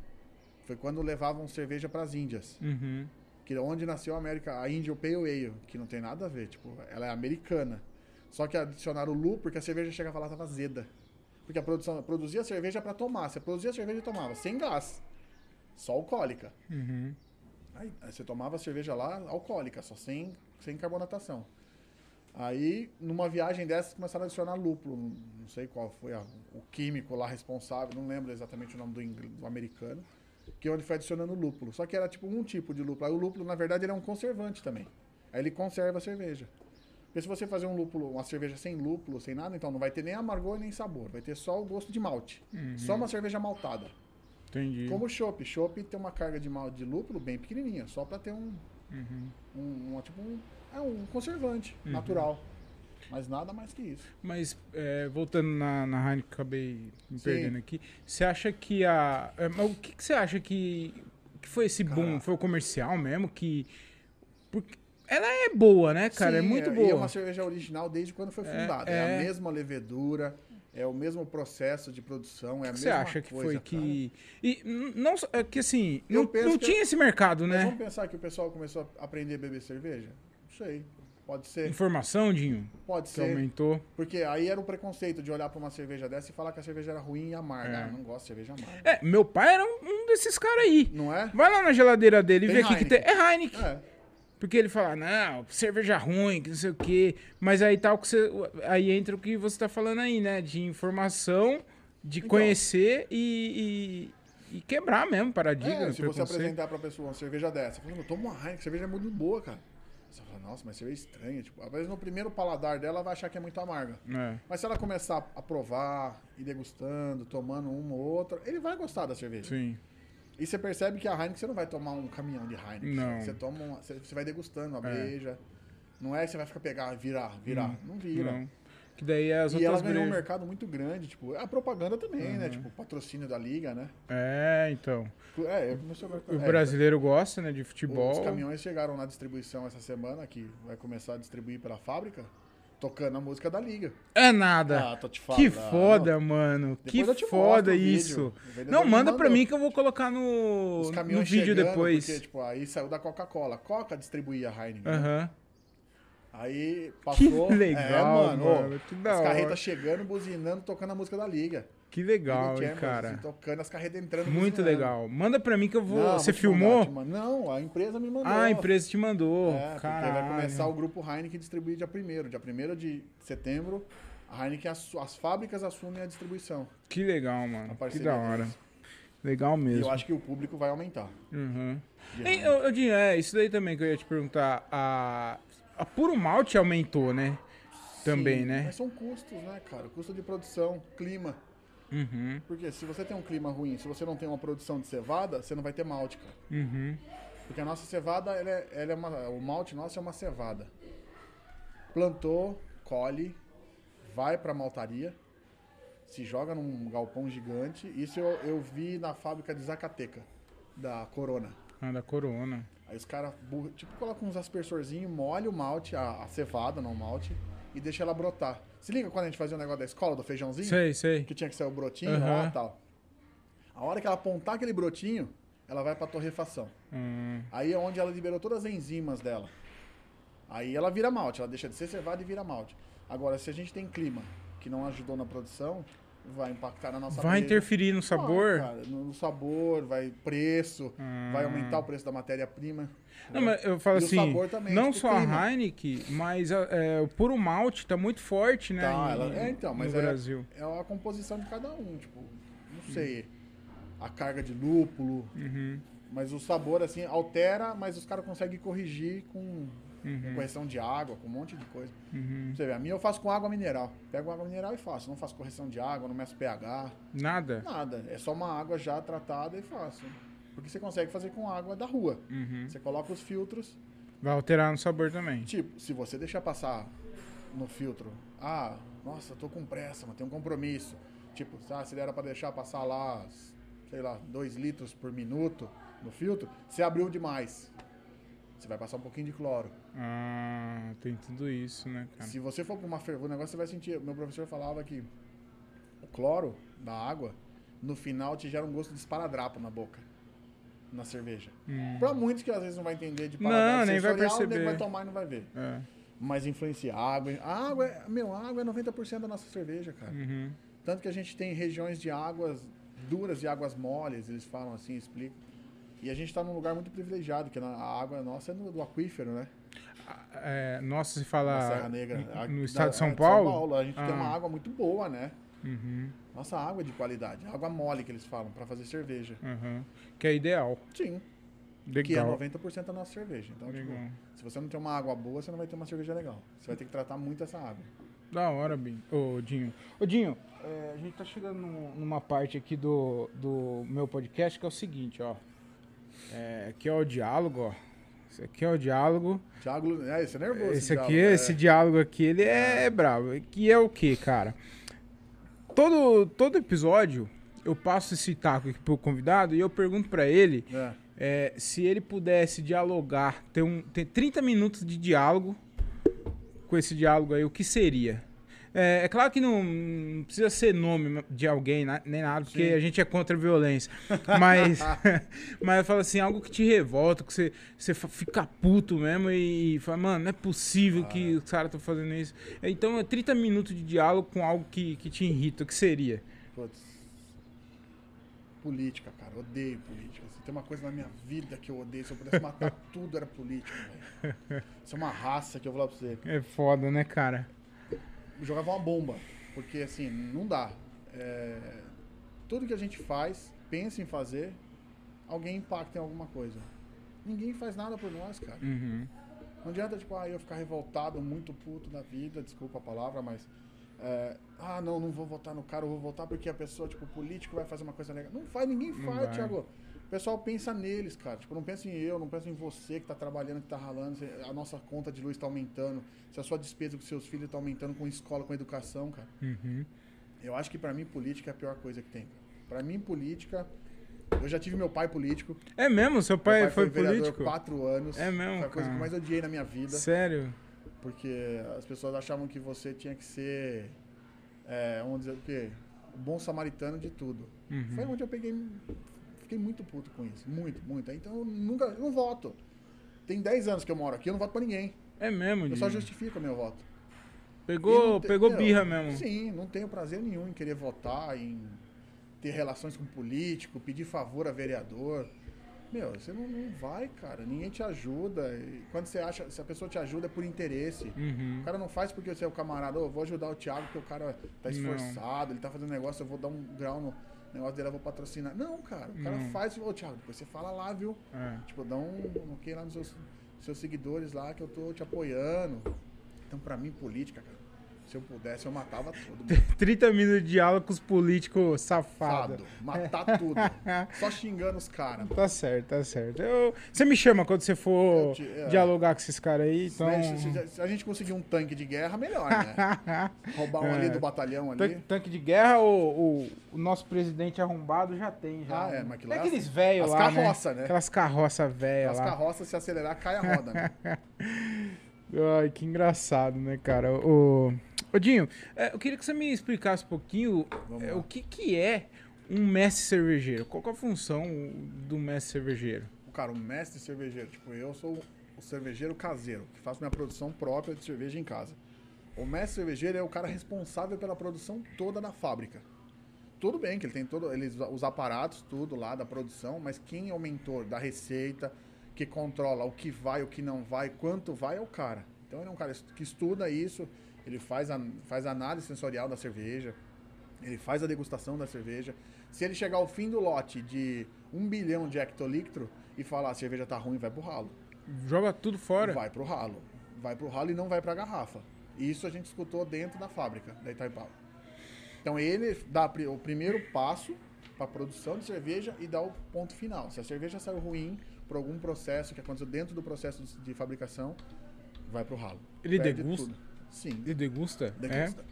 Speaker 2: Foi quando levavam cerveja para as Índias,
Speaker 1: Uhum.
Speaker 2: que é onde nasceu a América, a Índia o Pale Ale, que não tem nada a ver, tipo, ela é americana. Só que adicionaram o lúpulo porque a cerveja chegava lá tava azeda. Porque a produção produzia cerveja para tomar, você produzia cerveja e tomava sem gás. Só alcoólica.
Speaker 1: Uhum.
Speaker 2: Aí, aí você tomava cerveja lá alcoólica, só sem, sem carbonatação. Aí, numa viagem dessas, começaram a adicionar lúpulo. Não não sei qual foi a- o químico lá responsável, não lembro exatamente o nome do, ingl- do americano, que é onde foi adicionando lúpulo. Só que era tipo um tipo de lúpulo. Aí o lúpulo, na verdade, ele é um conservante também. Aí ele conserva a cerveja. Porque se você fazer um lúpulo, uma cerveja sem lúpulo, sem nada, então não vai ter nem amargor nem sabor. Vai ter só o gosto de malte. Só uma cerveja maltada.
Speaker 1: Entendi.
Speaker 2: Como o chopp. Chopp tem uma carga de mal de lúpulo bem pequenininha, só pra ter um,
Speaker 1: Uhum.
Speaker 2: um, uma- tipo um, é um conservante natural. Mas nada mais que isso.
Speaker 1: Mas é, voltando na, na Heineken, que acabei me
Speaker 2: Sim.
Speaker 1: perdendo aqui. Você acha que a. é, mas o que, que você acha que, que foi esse boom?
Speaker 2: Cara.
Speaker 1: Foi o comercial mesmo? Que. Porque Ela é boa, né, cara? é muito boa.
Speaker 2: E é uma cerveja original desde quando foi fundada. É,
Speaker 1: é.
Speaker 2: a mesma levedura, é o mesmo processo de produção, é a
Speaker 1: que você
Speaker 2: mesma
Speaker 1: acha que
Speaker 2: coisa,
Speaker 1: foi
Speaker 2: cara.
Speaker 1: que. E n- não só- é que assim,
Speaker 2: Eu
Speaker 1: não,
Speaker 2: penso
Speaker 1: não
Speaker 2: que-
Speaker 1: tinha esse mercado,
Speaker 2: Mas
Speaker 1: né?
Speaker 2: vamos pensar que o pessoal começou a aprender a beber cerveja? Não sei. Pode ser,
Speaker 1: Informação, Dinho,
Speaker 2: pode
Speaker 1: que
Speaker 2: ser.
Speaker 1: aumentou.
Speaker 2: Porque aí era um preconceito de olhar pra uma cerveja dessa e falar que a cerveja era ruim e amarga.
Speaker 1: É.
Speaker 2: Ah, eu não gosto de cerveja amarga.
Speaker 1: É, meu pai era um, um desses caras aí.
Speaker 2: Não é?
Speaker 1: Vai lá na geladeira dele e
Speaker 2: Tem
Speaker 1: vê o que, que tem.
Speaker 2: Heineken.
Speaker 1: É Heineken.
Speaker 2: É.
Speaker 1: Porque ele fala, não, cerveja ruim, que não sei o quê. Mas aí tal que você. Aí entra o que você tá falando aí, né? De informação, de
Speaker 2: Então.
Speaker 1: conhecer e, e- e quebrar mesmo paradigma.
Speaker 2: É, se você
Speaker 1: preconceito.
Speaker 2: apresentar pra pessoa uma cerveja dessa, fala, "Não, toma uma Heineken, cerveja é muito boa, cara. Você fala, nossa, mas cerveja estranha. Tipo, às vezes no primeiro paladar dela ela vai achar que é muito amarga.
Speaker 1: É.
Speaker 2: Mas se ela começar a provar, ir degustando, tomando uma ou outra, ele vai gostar da cerveja.
Speaker 1: Sim.
Speaker 2: E você percebe que a Heineken, você não vai tomar um caminhão de Heineken.
Speaker 1: Não.
Speaker 2: Você, toma uma- você, você vai degustando uma
Speaker 1: É.
Speaker 2: breja. Não é que você vai ficar pegar, virar, virar. Não vira.
Speaker 1: Não. Que daí as
Speaker 2: E ela
Speaker 1: outras
Speaker 2: ganhou um
Speaker 1: brejas- Uhum.
Speaker 2: mercado muito grande. Tipo, a propaganda também, né? Tipo, patrocínio da liga, né?
Speaker 1: É, então.
Speaker 2: É, eu comecei a...
Speaker 1: O brasileiro gosta, né, de futebol.
Speaker 2: Os caminhões chegaram na distribuição essa semana, que vai começar a distribuir pela fábrica, tocando a música da liga.
Speaker 1: É nada.
Speaker 2: tô te
Speaker 1: que
Speaker 2: falando.
Speaker 1: foda, mano.
Speaker 2: Ah, Depois
Speaker 1: Que
Speaker 2: eu te mostro
Speaker 1: foda
Speaker 2: o vídeo.
Speaker 1: isso.
Speaker 2: O vendedor
Speaker 1: Não,
Speaker 2: me
Speaker 1: manda pra
Speaker 2: mandou.
Speaker 1: mim que eu vou colocar no,
Speaker 2: Os
Speaker 1: no
Speaker 2: caminhões
Speaker 1: vídeo
Speaker 2: chegando,
Speaker 1: depois.
Speaker 2: Porque, tipo, aí saiu da Coca-Cola. Coca distribuía a Heineken. né?
Speaker 1: Aham.
Speaker 2: Aí
Speaker 1: Que
Speaker 2: passou.
Speaker 1: legal,
Speaker 2: é, mano. ó,
Speaker 1: mano, que da
Speaker 2: as
Speaker 1: hora.
Speaker 2: carretas chegando, buzinando, tocando a música da liga.
Speaker 1: Que
Speaker 2: Liga
Speaker 1: legal, hein,
Speaker 2: Champions, assim,
Speaker 1: cara.
Speaker 2: tocando, as carretas entrando.
Speaker 1: Muito
Speaker 2: buzinando.
Speaker 1: legal. Manda pra mim que eu vou.
Speaker 2: Não,
Speaker 1: Você
Speaker 2: vou te
Speaker 1: filmou?
Speaker 2: mandar, te mando. Não, a empresa me mandou.
Speaker 1: ah, a empresa te mandou.
Speaker 2: É, porque vai
Speaker 1: Caralho.
Speaker 2: começar o grupo Heineken distribuir dia 1 Dia 1 de setembro, a Heineken, assu- as fábricas assumem a distribuição.
Speaker 1: Que legal,
Speaker 2: A
Speaker 1: mano. Que
Speaker 2: parceria
Speaker 1: da hora.
Speaker 2: deles.
Speaker 1: Legal
Speaker 2: E
Speaker 1: mesmo.
Speaker 2: eu acho que o público vai aumentar.
Speaker 1: Uhum.
Speaker 2: de
Speaker 1: Ei,
Speaker 2: Heineken.
Speaker 1: ô, ô, Dinho, é, isso daí também que eu ia te perguntar. A, a Puro Malte aumentou, né? Também,
Speaker 2: Sim,
Speaker 1: né?
Speaker 2: Mas são custos, né, cara? Custo de produção, clima.
Speaker 1: Uhum,
Speaker 2: Porque se você tem um clima ruim, se você não tem uma produção de cevada, você não vai ter malte, cara.
Speaker 1: uhum.
Speaker 2: Porque a nossa cevada, ela é, ela é uma, o malte nosso é uma cevada. Plantou, colhe, vai pra maltaria, se joga num galpão gigante. Isso eu, eu vi na fábrica de Zacateca, da Corona.
Speaker 1: Ah, da Corona.
Speaker 2: Aí os caras, bu- tipo, colocam uns aspersorzinhos, molha o malte, a, a cevada, não o malte, e deixa ela brotar. Se liga quando a gente fazia o negócio da escola, do feijãozinho?
Speaker 1: Sei, sei.
Speaker 2: que tinha que sair o brotinho,
Speaker 1: Aham.
Speaker 2: ó, tal. A hora que ela apontar aquele brotinho, ela vai pra torrefação.
Speaker 1: Hum,
Speaker 2: Aí é onde ela liberou todas as enzimas dela. Aí ela vira malte, ela deixa de ser cevada e vira malte. Agora, se a gente tem clima que não ajudou na produção, vai impactar na nossa
Speaker 1: vai
Speaker 2: breja.
Speaker 1: interferir no
Speaker 2: Vai,
Speaker 1: sabor? Hum.
Speaker 2: cara, no no sabor, vai preço, vai aumentar o preço da matéria-prima.
Speaker 1: Não, mas eu falo
Speaker 2: E o
Speaker 1: assim,
Speaker 2: sabor também,
Speaker 1: não
Speaker 2: tipo,
Speaker 1: só
Speaker 2: clima.
Speaker 1: a Heineken, mas a- é, o Puro Malte tá muito forte, né?
Speaker 2: Tá,
Speaker 1: em-
Speaker 2: ela- é, então, mas
Speaker 1: no
Speaker 2: é-
Speaker 1: Brasil.
Speaker 2: É a composição de cada um, tipo, não sei. A carga de lúpulo,
Speaker 1: Uhum,
Speaker 2: Mas o sabor, assim, altera, mas os caras conseguem corrigir com, com
Speaker 1: uhum,
Speaker 2: correção de água, com um monte de coisa.
Speaker 1: uhum.
Speaker 2: Você vê, a minha eu faço com água mineral. Pego água mineral e faço. Não faço correção de água, não meço pH,
Speaker 1: Nada?
Speaker 2: nada. É só uma água já tratada e faço. Porque você consegue fazer com água da rua.
Speaker 1: Uhum.
Speaker 2: Você coloca os filtros.
Speaker 1: Vai alterar no sabor também.
Speaker 2: Tipo, se você deixar passar no filtro, ah, nossa, tô com pressa, mas tenho um compromisso. Tipo, ah, se era pra deixar passar lá, sei lá, 2 litros por minuto no filtro, você abriu demais. Você vai passar um pouquinho de cloro.
Speaker 1: Ah, tem tudo isso, né, cara?
Speaker 2: Se você for com uma fervura, o negócio você vai sentir. Meu professor falava que o cloro da água, no final, te gera um gosto de esparadrapo na boca, na cerveja.
Speaker 1: Hum,
Speaker 2: Pra muitos que às vezes não vai entender de
Speaker 1: Não,
Speaker 2: paladar
Speaker 1: nem vai
Speaker 2: sensorial, o nego
Speaker 1: perceber.
Speaker 2: vai tomar e não vai ver.
Speaker 1: é.
Speaker 2: Mas influencia a água. A água é, meu, a água é 90% da nossa cerveja, cara.
Speaker 1: Uhum.
Speaker 2: Tanto que a gente tem regiões de águas duras e águas moles, eles falam assim, explicam. E a gente tá num lugar muito privilegiado, que na- a água nossa é no, do aquífero, né?
Speaker 1: Ah, é, nossa, se
Speaker 2: Na
Speaker 1: fala.
Speaker 2: Serra Negra. A-
Speaker 1: No
Speaker 2: da-
Speaker 1: estado de São
Speaker 2: é,
Speaker 1: Paulo?
Speaker 2: A gente tem
Speaker 1: Ah.
Speaker 2: uma água muito boa, né?
Speaker 1: Uhum,
Speaker 2: Nossa água é de qualidade, água mole que eles falam, para fazer cerveja.
Speaker 1: uhum. Que é ideal.
Speaker 2: Sim, que é
Speaker 1: Legal.
Speaker 2: 90% da nossa cerveja. Então,
Speaker 1: Legal.
Speaker 2: tipo, se você não tem uma água boa, você não vai ter uma cerveja legal. Você vai ter que tratar muito essa água.
Speaker 1: Da hora, Bim. Ô, Dinho. Ô, Dinho, é, a gente tá chegando num- numa parte aqui do, do meu podcast que é o seguinte, ó. É, aqui é o diálogo, ó. Esse aqui é o diálogo.
Speaker 2: Tiago, é, esse é nervoso.
Speaker 1: Esse aqui,
Speaker 2: diálogo, é.
Speaker 1: esse diálogo aqui, ele é, brabo. Que é o que, cara? Todo, todo episódio eu passo esse taco aqui pro convidado e eu pergunto pra ele
Speaker 2: É.
Speaker 1: É, se ele pudesse dialogar, ter, um, ter 30 minutos de diálogo com esse diálogo aí, o que seria? É, é claro que não, não precisa ser nome de alguém, na- nem nada, porque
Speaker 2: Sim.
Speaker 1: a gente é contra a violência. Mas, mas eu falo assim, algo que te revolta, que você, você fa- fica puto mesmo e, fala, mano, não é possível que os caras estão fazendo isso. Então é 30 minutos de diálogo com algo que, que te irrita, o que seria?
Speaker 2: Putz. Política, cara. Odeio política. Se tem uma coisa na minha vida que eu odeio, se eu pudesse matar tudo, era política, velho. Isso é uma raça que eu vou lá pra você.
Speaker 1: É foda, né, cara?
Speaker 2: jogava uma bomba. Porque assim, não dá. É, tudo que a gente faz, pensa em fazer, alguém impacta em alguma coisa. Ninguém faz nada por nós, cara.
Speaker 1: Uhum.
Speaker 2: Não adianta, tipo, ah, eu ficar revoltado, muito puto da vida, desculpa a palavra, mas. é, ah, não, não vou votar no cara, eu vou votar porque a pessoa, tipo, o político vai fazer uma coisa legal. Não faz, ninguém
Speaker 1: Não
Speaker 2: faz,
Speaker 1: vai.
Speaker 2: Thiago. O pessoal pensa neles, cara. Tipo, não pensa em eu, não pensa em você que tá trabalhando, que tá ralando, se a nossa conta de luz tá aumentando, se a sua despesa com seus filhos tá aumentando com escola, com educação, cara.
Speaker 1: Uhum.
Speaker 2: Eu acho que pra mim política é a pior coisa que tem, cara. Pra mim, política. Eu já tive meu pai político. Meu
Speaker 1: É mesmo? Seu pai, foi,
Speaker 2: vereador
Speaker 1: político?
Speaker 2: quatro anos.
Speaker 1: É mesmo,
Speaker 2: Foi a coisa
Speaker 1: cara.
Speaker 2: que eu mais odiei na minha vida.
Speaker 1: Sério?
Speaker 2: Porque as pessoas achavam que você tinha que ser, é, vamos dizer o quê? O bom samaritano de tudo.
Speaker 1: Uhum.
Speaker 2: Foi um- onde eu peguei, fiquei muito puto com isso. Muito, muito. Então eu nunca, eu não voto. Tem 10 anos que eu moro aqui, eu não voto pra ninguém.
Speaker 1: É mesmo,
Speaker 2: Eu só
Speaker 1: Dinho.
Speaker 2: justifico meu voto. E
Speaker 1: Pegou,
Speaker 2: não te-
Speaker 1: pegou
Speaker 2: meu,
Speaker 1: birra mesmo.
Speaker 2: Sim, não tenho prazer nenhum em querer votar, em ter relações com político, pedir favor a vereador. Meu, você não, não vai, cara. Ninguém te ajuda. E quando você acha, se a pessoa te ajuda é por interesse.
Speaker 1: Uhum.
Speaker 2: O cara não faz porque você é o camarada, "Ô, vou ajudar o Thiago porque o cara
Speaker 1: Não.
Speaker 2: tá esforçado, ele tá fazendo negócio, eu vou dar um grau no negócio dele, eu vou patrocinar. Não, cara, o cara
Speaker 1: Não.
Speaker 2: faz, ô Thiago, depois você fala lá, viu?
Speaker 1: É.
Speaker 2: Tipo, dá um um ok lá nos seus, seus seguidores lá que eu tô te apoiando. Então, pra mim, política, cara, se eu pudesse, eu matava todo mundo.
Speaker 1: 30 minutos de diálogo com os políticos safados.
Speaker 2: Fado, Matar tudo. Só xingando os caras.
Speaker 1: Tá certo, tá certo. Eu- Você me chama quando você for
Speaker 2: Eu te- é.
Speaker 1: dialogar com esses caras aí, então.
Speaker 2: Né, se, se- se a gente conseguir um tanque de guerra, melhor, né? Roubar um ali
Speaker 1: É.
Speaker 2: do batalhão ali.
Speaker 1: Tan- Tanque de guerra, o, o, o nosso presidente arrombado já tem, já.
Speaker 2: Ah, é, mas que lá-
Speaker 1: aqueles velhos
Speaker 2: as
Speaker 1: lá, né?
Speaker 2: carroça, né?
Speaker 1: Aquelas carroças velhas
Speaker 2: As
Speaker 1: lá.
Speaker 2: carroças, se acelerar, cai a roda, né?
Speaker 1: Ai, que engraçado, né, cara? Ô, ô Dinho, é, eu queria que você me explicasse um pouquinho
Speaker 2: Vamos
Speaker 1: é,
Speaker 2: lá.
Speaker 1: o que, que é um mestre cervejeiro. Qual que é a função do mestre cervejeiro?
Speaker 2: Cara, o mestre cervejeiro. Tipo, eu sou o cervejeiro caseiro, que faço minha produção própria de cerveja em casa. O mestre cervejeiro é o cara responsável pela produção toda da fábrica. Tudo bem que ele tem todo, eles, os aparatos, tudo lá da produção, mas quem é o mentor da receita, que controla o que vai, o que não vai, quanto vai, é o cara. Então ele é um cara que estuda isso, ele faz a, faz a análise sensorial da cerveja, ele faz a degustação da cerveja. Se ele chegar ao fim do lote de um bilhão de hectolitro e falar a cerveja tá ruim, vai pro ralo.
Speaker 1: Joga tudo fora.
Speaker 2: Vai pro ralo. Vai pro ralo e não vai pra garrafa. E Isso a gente escutou dentro da fábrica da Itaipava. Então ele dá pri- o primeiro passo para produção de cerveja e dá o ponto final. Se a cerveja saiu ruim por algum processo que aconteceu dentro do processo de, de fabricação, vai pro ralo.
Speaker 1: Ele
Speaker 2: Perde
Speaker 1: degusta? É?
Speaker 2: tudo. Sim,
Speaker 1: E degusta?
Speaker 2: degusta.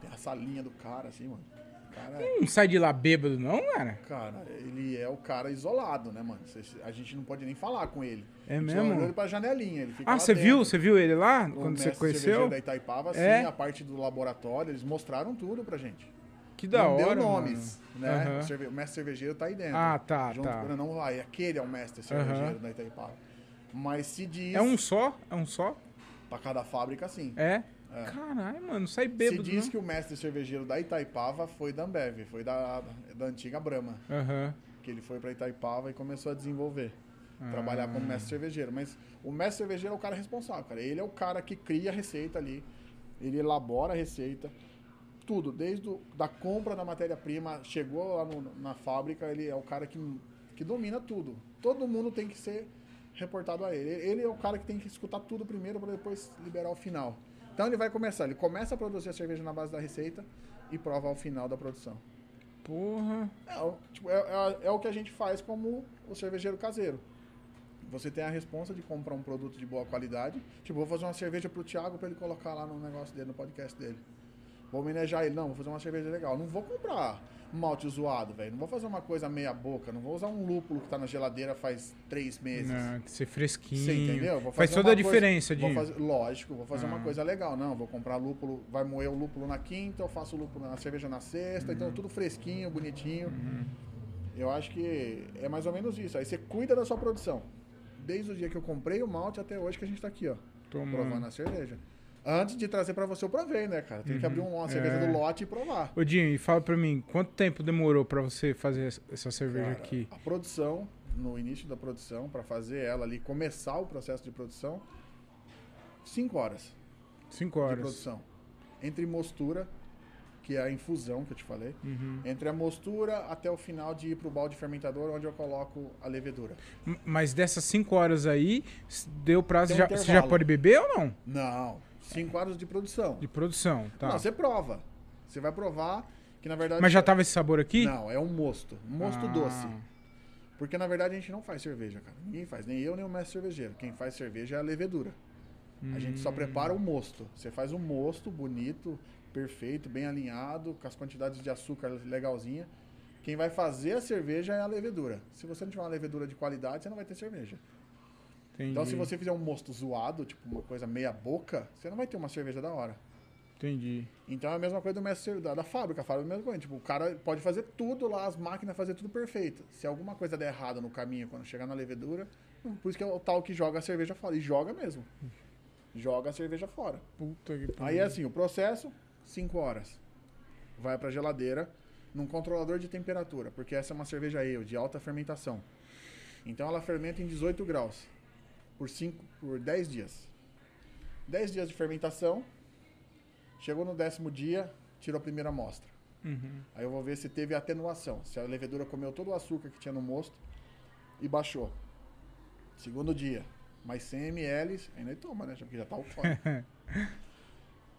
Speaker 2: Tem a salinha do cara assim, mano. O cara
Speaker 1: É. Não sai de lá bêbado, não, cara?
Speaker 2: Cara, ele é o cara isolado, né, mano? Cê- A gente não pode nem falar com ele.
Speaker 1: É
Speaker 2: a gente
Speaker 1: mesmo?
Speaker 2: olha ele pra janelinha, ele fica
Speaker 1: Ah,
Speaker 2: lá
Speaker 1: você
Speaker 2: dentro.
Speaker 1: viu? Você viu ele lá
Speaker 2: O
Speaker 1: quando você
Speaker 2: mestre cervejeiro
Speaker 1: conheceu?
Speaker 2: da Itaipava, sim,
Speaker 1: É?
Speaker 2: a parte do laboratório, eles mostraram tudo pra gente.
Speaker 1: Que da
Speaker 2: não
Speaker 1: hora.
Speaker 2: deu nomes,
Speaker 1: mano.
Speaker 2: né?
Speaker 1: Aham.
Speaker 2: O, cerve- o mestre cervejeiro tá aí dentro.
Speaker 1: Ah, tá,
Speaker 2: Junto
Speaker 1: tá.
Speaker 2: com o não vai, aquele é o mestre cervejeiro
Speaker 1: Aham.
Speaker 2: da Itaipava. Mas se diz,
Speaker 1: É um só? É um só?
Speaker 2: pra cada fábrica, sim.
Speaker 1: É? Caralho, mano, sai bêbado. né?
Speaker 2: se diz
Speaker 1: não?
Speaker 2: que o mestre cervejeiro da Itaipava foi da Ambev, foi da, da antiga Brahma.
Speaker 1: Aham.
Speaker 2: que ele foi para Itaipava e começou a desenvolver. Trabalhar como mestre cervejeiro. Mas o mestre cervejeiro é o cara responsável, cara. Ele é o cara que cria a receita ali, ele elabora a receita, tudo, desde o, da compra da matéria-prima, chegou lá no- na fábrica, ele é o cara que, que domina tudo. Todo mundo tem que ser reportado a ele. Ele é o cara que tem que escutar tudo primeiro para depois liberar o final. Então ele vai começar, ele começa a produzir a cerveja na base da receita e prova ao final da produção.
Speaker 1: Porra.
Speaker 2: É, o- tipo, é, é- é o que a gente faz como o cervejeiro caseiro. Você tem a responsa de comprar um produto de boa qualidade. Tipo, vou fazer uma cerveja pro Thiago pra ele colocar lá no negócio dele, no podcast dele. Vou homenagear ele. Não, vou fazer uma cerveja legal. Não vou comprar malte zoado, velho. Não vou fazer uma coisa meia boca, não vou usar um lúpulo que tá na geladeira faz três meses.
Speaker 1: Não, tem que ser fresquinho.
Speaker 2: Você entendeu? Vou
Speaker 1: Faz
Speaker 2: fazer
Speaker 1: toda a
Speaker 2: uma coisa-
Speaker 1: diferença, Ah.
Speaker 2: vou
Speaker 1: Dinho.
Speaker 2: fazer- Lógico, vou fazer uma coisa legal. Não, vou comprar lúpulo, vai moer o lúpulo na quinta, eu faço lúpulo na cerveja na sexta,
Speaker 1: Uhum.
Speaker 2: então tudo fresquinho, bonitinho. Eu acho que é mais ou menos isso. Aí você cuida da sua produção. Desde o dia que eu comprei o malte até hoje que a gente tá aqui, ó.
Speaker 1: Tomando.
Speaker 2: Provando a cerveja. Antes de trazer pra você, eu provei, né, cara? Tem que abrir uma cerveja
Speaker 1: É.
Speaker 2: do lote e provar.
Speaker 1: Ô, Dinho, e fala pra mim, quanto tempo demorou pra você fazer essa- essa cerveja
Speaker 2: Cara,
Speaker 1: aqui?
Speaker 2: A produção, no início da produção, pra fazer ela ali, começar o processo de produção, cinco horas.
Speaker 1: Cinco
Speaker 2: de
Speaker 1: horas.
Speaker 2: produção. Entre mostura, que é a infusão que eu te falei,
Speaker 1: Uhum.
Speaker 2: entre a mostura até o final de ir pro balde fermentador, onde eu coloco a levedura.
Speaker 1: M- Mas dessas cinco horas aí, s- deu prazo,
Speaker 2: Tem um
Speaker 1: já, você já
Speaker 2: intervalo.
Speaker 1: pode beber ou não?
Speaker 2: Não, cinco horas de produção.
Speaker 1: De produção, tá.
Speaker 2: Não, você prova. Você vai provar que, na verdade...
Speaker 1: Mas já tava esse sabor aqui?
Speaker 2: Não, é um mosto. Um mosto
Speaker 1: Ah,
Speaker 2: doce. Porque, na verdade, a gente não faz cerveja, cara. Ninguém faz, nem eu, nem o mestre cervejeiro. Quem faz cerveja é a levedura. A gente só prepara o mosto. Você faz o mosto bonito, perfeito, bem alinhado, com as quantidades de açúcar legalzinha. Quem vai fazer a cerveja é a levedura. Se você não tiver uma levedura de qualidade, você não vai ter cerveja.
Speaker 1: Entendi,
Speaker 2: Então, se você fizer um mosto zoado, tipo uma coisa meia boca, você não vai ter uma cerveja da hora.
Speaker 1: Entendi.
Speaker 2: Então é a mesma coisa do mestre da, da fábrica, a fábrica é a mesma coisa. Tipo, o cara pode fazer tudo lá, as máquinas fazer tudo perfeito. Se alguma coisa der errada no caminho, quando chegar na levedura, por isso que é o tal que joga a cerveja fora. E joga mesmo. Joga a cerveja fora.
Speaker 1: Puta que
Speaker 2: Aí é assim, o processo, 5 horas. Vai pra geladeira, num controlador de temperatura, porque essa é uma cerveja ale, de alta fermentação. Então ela fermenta em 18 graus, por, cinco, por 10 dias. 10 dias de fermentação, chegou no décimo dia, tirou a primeira amostra.
Speaker 1: Uhum.
Speaker 2: Aí eu vou ver se teve atenuação, se a levedura comeu todo o açúcar que tinha no mosto e baixou. Segundo dia, mais 100 ml, ainda toma, né? Porque já tá o fora.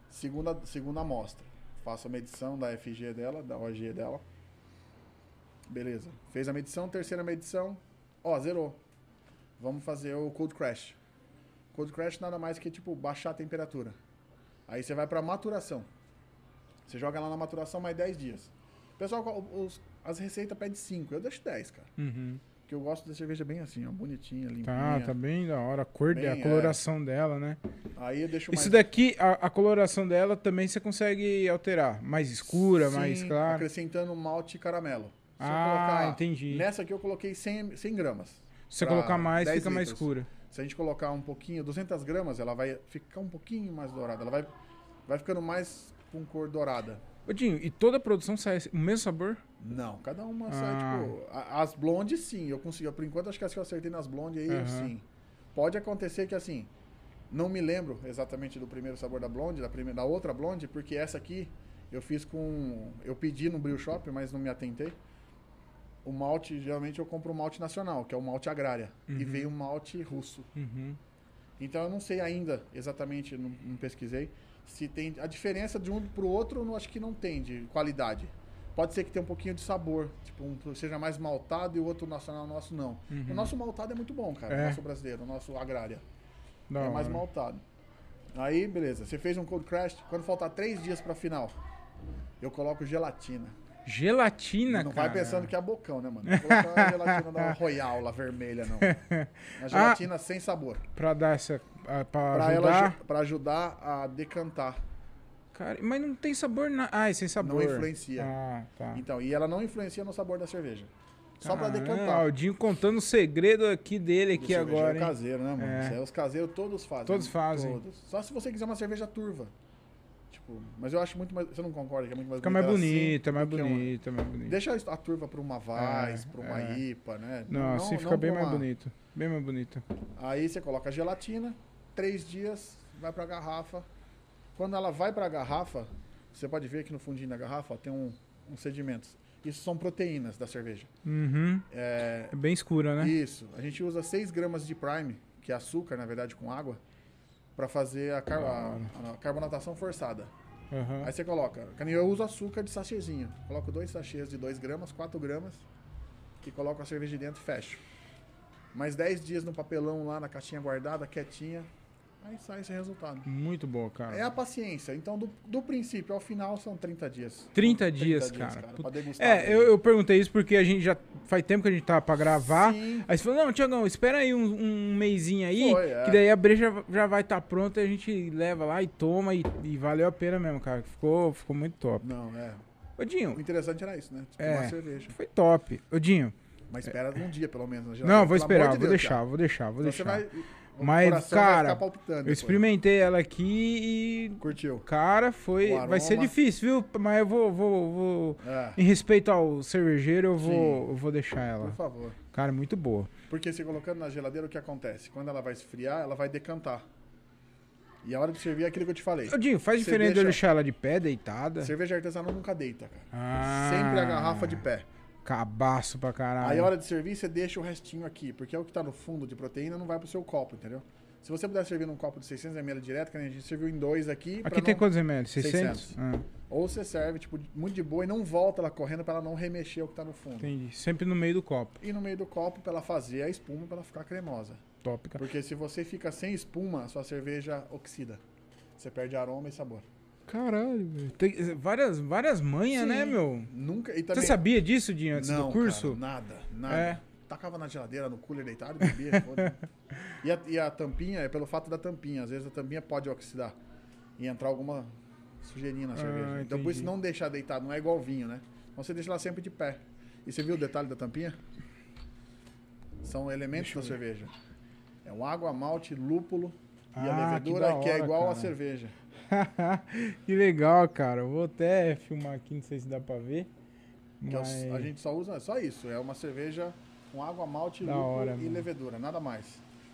Speaker 2: segunda, segunda amostra. Faço a medição da FG dela, da OG dela. Beleza. Fez a medição, terceira medição, ó, zerou. Vamos fazer o cold crash. Cold crash nada mais que tipo baixar a temperatura. Aí você vai pra maturação. Você joga lá na maturação mais 10 dias. Pessoal, qual- os- as receitas pede 5, eu deixo 10, cara.
Speaker 1: Uhum.
Speaker 2: Porque eu gosto da cerveja bem assim, ó, bonitinha, limpinha.
Speaker 1: Tá, tá bem da hora. A cor dela,
Speaker 2: Bem,
Speaker 1: a
Speaker 2: é.
Speaker 1: coloração dela, né?
Speaker 2: Aí eu deixo mais
Speaker 1: Isso daqui, a, a coloração dela também você consegue alterar. Mais é escura, mais
Speaker 2: Sim,
Speaker 1: clara.
Speaker 2: Acrescentando malte e caramelo. Se eu
Speaker 1: Ah, entendi.
Speaker 2: Nessa aqui eu coloquei 100, 100 gramas.
Speaker 1: Se você
Speaker 2: pra
Speaker 1: colocar mais,
Speaker 2: 10
Speaker 1: fica mais
Speaker 2: litros.
Speaker 1: escura.
Speaker 2: Se a gente colocar um pouquinho, 200 gramas, ela vai ficar um pouquinho mais dourada. Ela vai, vai ficando mais com cor dourada.
Speaker 1: Ô, Dinho, e toda a produção sai o mesmo sabor?
Speaker 2: Não, cada uma sai,
Speaker 1: Ah.
Speaker 2: tipo... a- As blondes, sim, eu consegui. Por enquanto, acho que as que eu acertei nas blondes aí,
Speaker 1: Aham.
Speaker 2: sim. Pode acontecer que, assim, não me lembro exatamente do primeiro sabor da blonde, da, primeira, da outra blonde, porque essa aqui eu fiz com... Eu pedi no Brew Shop, mas não me atentei. O malte, geralmente eu compro o malte nacional, que é o malte agrária. E veio um malte russo.
Speaker 1: Uhum.
Speaker 2: Então eu não sei ainda exatamente, não, não pesquisei, se tem a diferença de um pro outro, eu não- acho que não tem de qualidade. Pode ser que tenha um pouquinho de sabor, tipo, um seja mais maltado e o outro nacional nosso não. O nosso maltado é muito bom, cara,
Speaker 1: Uhum. É.
Speaker 2: o nosso brasileiro, o nosso agrária.
Speaker 1: Da
Speaker 2: é mais
Speaker 1: hora.
Speaker 2: maltado. Aí, beleza, você fez um cold crash, quando faltar três dias pra final, eu coloco gelatina.
Speaker 1: Gelatina,
Speaker 2: não
Speaker 1: Né, cara.
Speaker 2: vai pensando que é bocão, né, mano? Vou colocar a gelatina da Royal, lá vermelha, não. Uma gelatina sem sabor
Speaker 1: Pra dar essa. a- Pra
Speaker 2: para
Speaker 1: ajudar.
Speaker 2: ela para ajudar a decantar.
Speaker 1: Cara, mas não tem sabor na. Ah, é sem sabor.
Speaker 2: influencia.
Speaker 1: Ah, tá.
Speaker 2: Então, e ela não influencia no sabor da cerveja. Só para
Speaker 1: Caramba,
Speaker 2: decantar.
Speaker 1: O Dinho contando o segredo aqui dele
Speaker 2: Do
Speaker 1: aqui
Speaker 2: cervejeiro
Speaker 1: agora. hein?
Speaker 2: caseiro, né, mano?
Speaker 1: É.
Speaker 2: Isso aí Os caseiros todos fazem.
Speaker 1: Todos
Speaker 2: né?
Speaker 1: fazem.
Speaker 2: Todos. Só se você quiser uma cerveja turva. Tipo, mas eu acho muito mais. Você não concorda que é muito mais
Speaker 1: Fica mais
Speaker 2: bonita assim
Speaker 1: bonita, é mais
Speaker 2: do que uma-
Speaker 1: bonita, mais bonita.
Speaker 2: Deixa a turva pra uma Vaz,
Speaker 1: É,
Speaker 2: pra uma
Speaker 1: é.
Speaker 2: IPA, né?
Speaker 1: Não, assim fica bem
Speaker 2: pra
Speaker 1: mais
Speaker 2: uma-
Speaker 1: bonito. Bem mais bonito.
Speaker 2: Aí você coloca a gelatina, três dias, vai pra garrafa. Quando ela vai pra garrafa, você pode ver que no fundinho da garrafa ó, tem um, uns sedimentos. Isso são proteínas da cerveja.
Speaker 1: Uhum.
Speaker 2: É,
Speaker 1: É bem escura, né?
Speaker 2: Isso. A gente usa 6 gramas de prime, que é açúcar, na verdade, com água, pra fazer a, car- a- a carbonatação forçada.
Speaker 1: Aham.
Speaker 2: Aí você coloca. Eu uso açúcar de sachêzinho. Coloco dois sachês de 2 gramas, 4 gramas, que coloco a cerveja de dentro e fecho. Mais 10 dias no papelão lá na caixinha guardada, quietinha. Aí sai esse resultado.
Speaker 1: Muito bom, cara.
Speaker 2: É a paciência. Então, do, do princípio ao final, são 30 dias.
Speaker 1: 30 dias, cara. Put-
Speaker 2: pra degustar.
Speaker 1: É, eu, eu perguntei isso porque a gente já faz tempo que a gente tá pra gravar.
Speaker 2: Sim.
Speaker 1: Aí você falou, não, Tiagão, espera aí um, um meizinho aí,
Speaker 2: Foi, é.
Speaker 1: que daí a breja já vai estar pronta e a gente leva lá e toma e, e valeu a pena mesmo, cara. Ficou, ficou muito top.
Speaker 2: Não, é.
Speaker 1: Ô, Dinho,
Speaker 2: O interessante era isso, né? Tipo,
Speaker 1: É.
Speaker 2: uma cerveja.
Speaker 1: foi top. Ô, Dinho,
Speaker 2: Mas espera um dia, pelo menos. na geladeira.
Speaker 1: não, vou
Speaker 2: Pelo amor
Speaker 1: esperar,
Speaker 2: de
Speaker 1: vou
Speaker 2: Deus,
Speaker 1: deixar,
Speaker 2: cara.
Speaker 1: vou deixar, vou
Speaker 2: Então
Speaker 1: deixar.
Speaker 2: Você vai, o
Speaker 1: Mas,
Speaker 2: coração vai
Speaker 1: cara,
Speaker 2: ficar palpitando
Speaker 1: Eu
Speaker 2: depois.
Speaker 1: experimentei ela aqui e,
Speaker 2: Curtiu?
Speaker 1: cara, foi,
Speaker 2: O
Speaker 1: vai
Speaker 2: aroma.
Speaker 1: ser difícil, viu? Mas eu vou, vou, vou...
Speaker 2: É,
Speaker 1: Em respeito ao cervejeiro, eu vou,
Speaker 2: Sim.
Speaker 1: eu vou deixar
Speaker 2: por
Speaker 1: ela.
Speaker 2: favor.
Speaker 1: Cara, muito boa.
Speaker 2: Porque se colocando na geladeira, o que acontece? Quando ela vai esfriar, ela vai decantar. E a hora de servir é aquilo que eu te falei.
Speaker 1: Ô, Dinho, faz
Speaker 2: Você
Speaker 1: diferença de eu
Speaker 2: deixa-
Speaker 1: deixar ela de pé, deitada?
Speaker 2: Cerveja artesanal nunca deita, cara.
Speaker 1: Ah.
Speaker 2: Sempre a garrafa de pé.
Speaker 1: Cabaço pra caralho.
Speaker 2: Aí a hora de servir, você deixa o restinho aqui, porque é o que tá no fundo de proteína, não vai pro seu copo, entendeu? Se você puder servir num copo de 600ml direto, que nem a gente serviu em dois aqui. pra
Speaker 1: Aqui tem
Speaker 2: não-
Speaker 1: quantos ml? 600?
Speaker 2: 600.
Speaker 1: Ah,
Speaker 2: Ou você serve, tipo, muito de boa e não volta ela correndo pra ela não remexer o que tá no fundo.
Speaker 1: entendi. Sempre no meio do copo.
Speaker 2: E no meio do copo, pra ela fazer a espuma, pra ela ficar cremosa.
Speaker 1: Top, cara.
Speaker 2: Porque se você fica sem espuma, a sua cerveja oxida. Você perde aroma e sabor.
Speaker 1: Caralho, velho. Tem eh, várias, várias manhas,
Speaker 2: Sim.
Speaker 1: né, meu?
Speaker 2: Nunca. E
Speaker 1: Você
Speaker 2: também,
Speaker 1: sabia disso, Dinho, antes
Speaker 2: não,
Speaker 1: do curso?
Speaker 2: cara, nada, nada.
Speaker 1: É.
Speaker 2: Tacava na geladeira, no cooler deitado, bebia. foda. e, a, e a tampinha é pelo fato da tampinha. Às vezes a tampinha pode oxidar e entrar alguma sujeirinha na
Speaker 1: Ah,
Speaker 2: cerveja. Então
Speaker 1: entendi.
Speaker 2: por isso não deixar deitado, não é igual vinho, né? Então você deixa ela sempre de pé. E você viu o detalhe da tampinha? São elementos da cerveja. É um água, malte, lúpulo e
Speaker 1: Ah, que
Speaker 2: a levedura,
Speaker 1: da
Speaker 2: que, é
Speaker 1: hora,
Speaker 2: igual à
Speaker 1: cara.
Speaker 2: cerveja.
Speaker 1: que legal, cara. Eu vou até filmar aqui, não sei se dá pra ver.
Speaker 2: Que é o-
Speaker 1: Mas...
Speaker 2: a gente só usa só isso. É uma cerveja com água, malte,
Speaker 1: Da
Speaker 2: lúpulo
Speaker 1: hora,
Speaker 2: e
Speaker 1: mano.
Speaker 2: levedura, nada mais.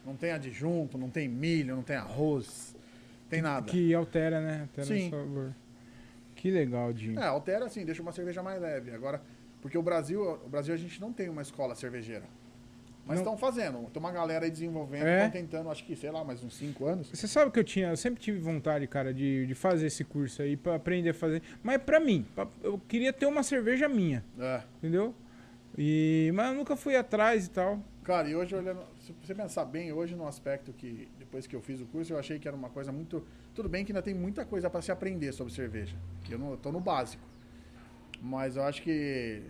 Speaker 2: Não tem adjunto, não tem milho, não tem arroz, tem nada.
Speaker 1: Que altera, né? Altera
Speaker 2: Sim.
Speaker 1: o sabor. Que legal, Dinho.
Speaker 2: É, altera assim, deixa uma cerveja mais leve. Agora, porque o Brasil, o Brasil a gente não tem uma escola cervejeira. Mas
Speaker 1: Não.
Speaker 2: estão fazendo, tem uma galera aí desenvolvendo,
Speaker 1: É?
Speaker 2: estão tentando, acho que, sei lá, mais uns 5 anos.
Speaker 1: Você sabe que eu tinha, eu sempre tive vontade, cara, de, de fazer esse curso aí pra aprender a fazer. Mas pra mim, pra- eu queria ter uma cerveja minha.
Speaker 2: É.
Speaker 1: entendeu? E, mas eu nunca fui atrás e tal.
Speaker 2: Cara, e hoje olhando, se você pensar bem hoje no aspecto que depois que eu fiz o curso, eu achei que era uma coisa muito, tudo bem que ainda tem muita coisa para se aprender sobre cerveja, que eu não eu tô no básico. Mas eu acho que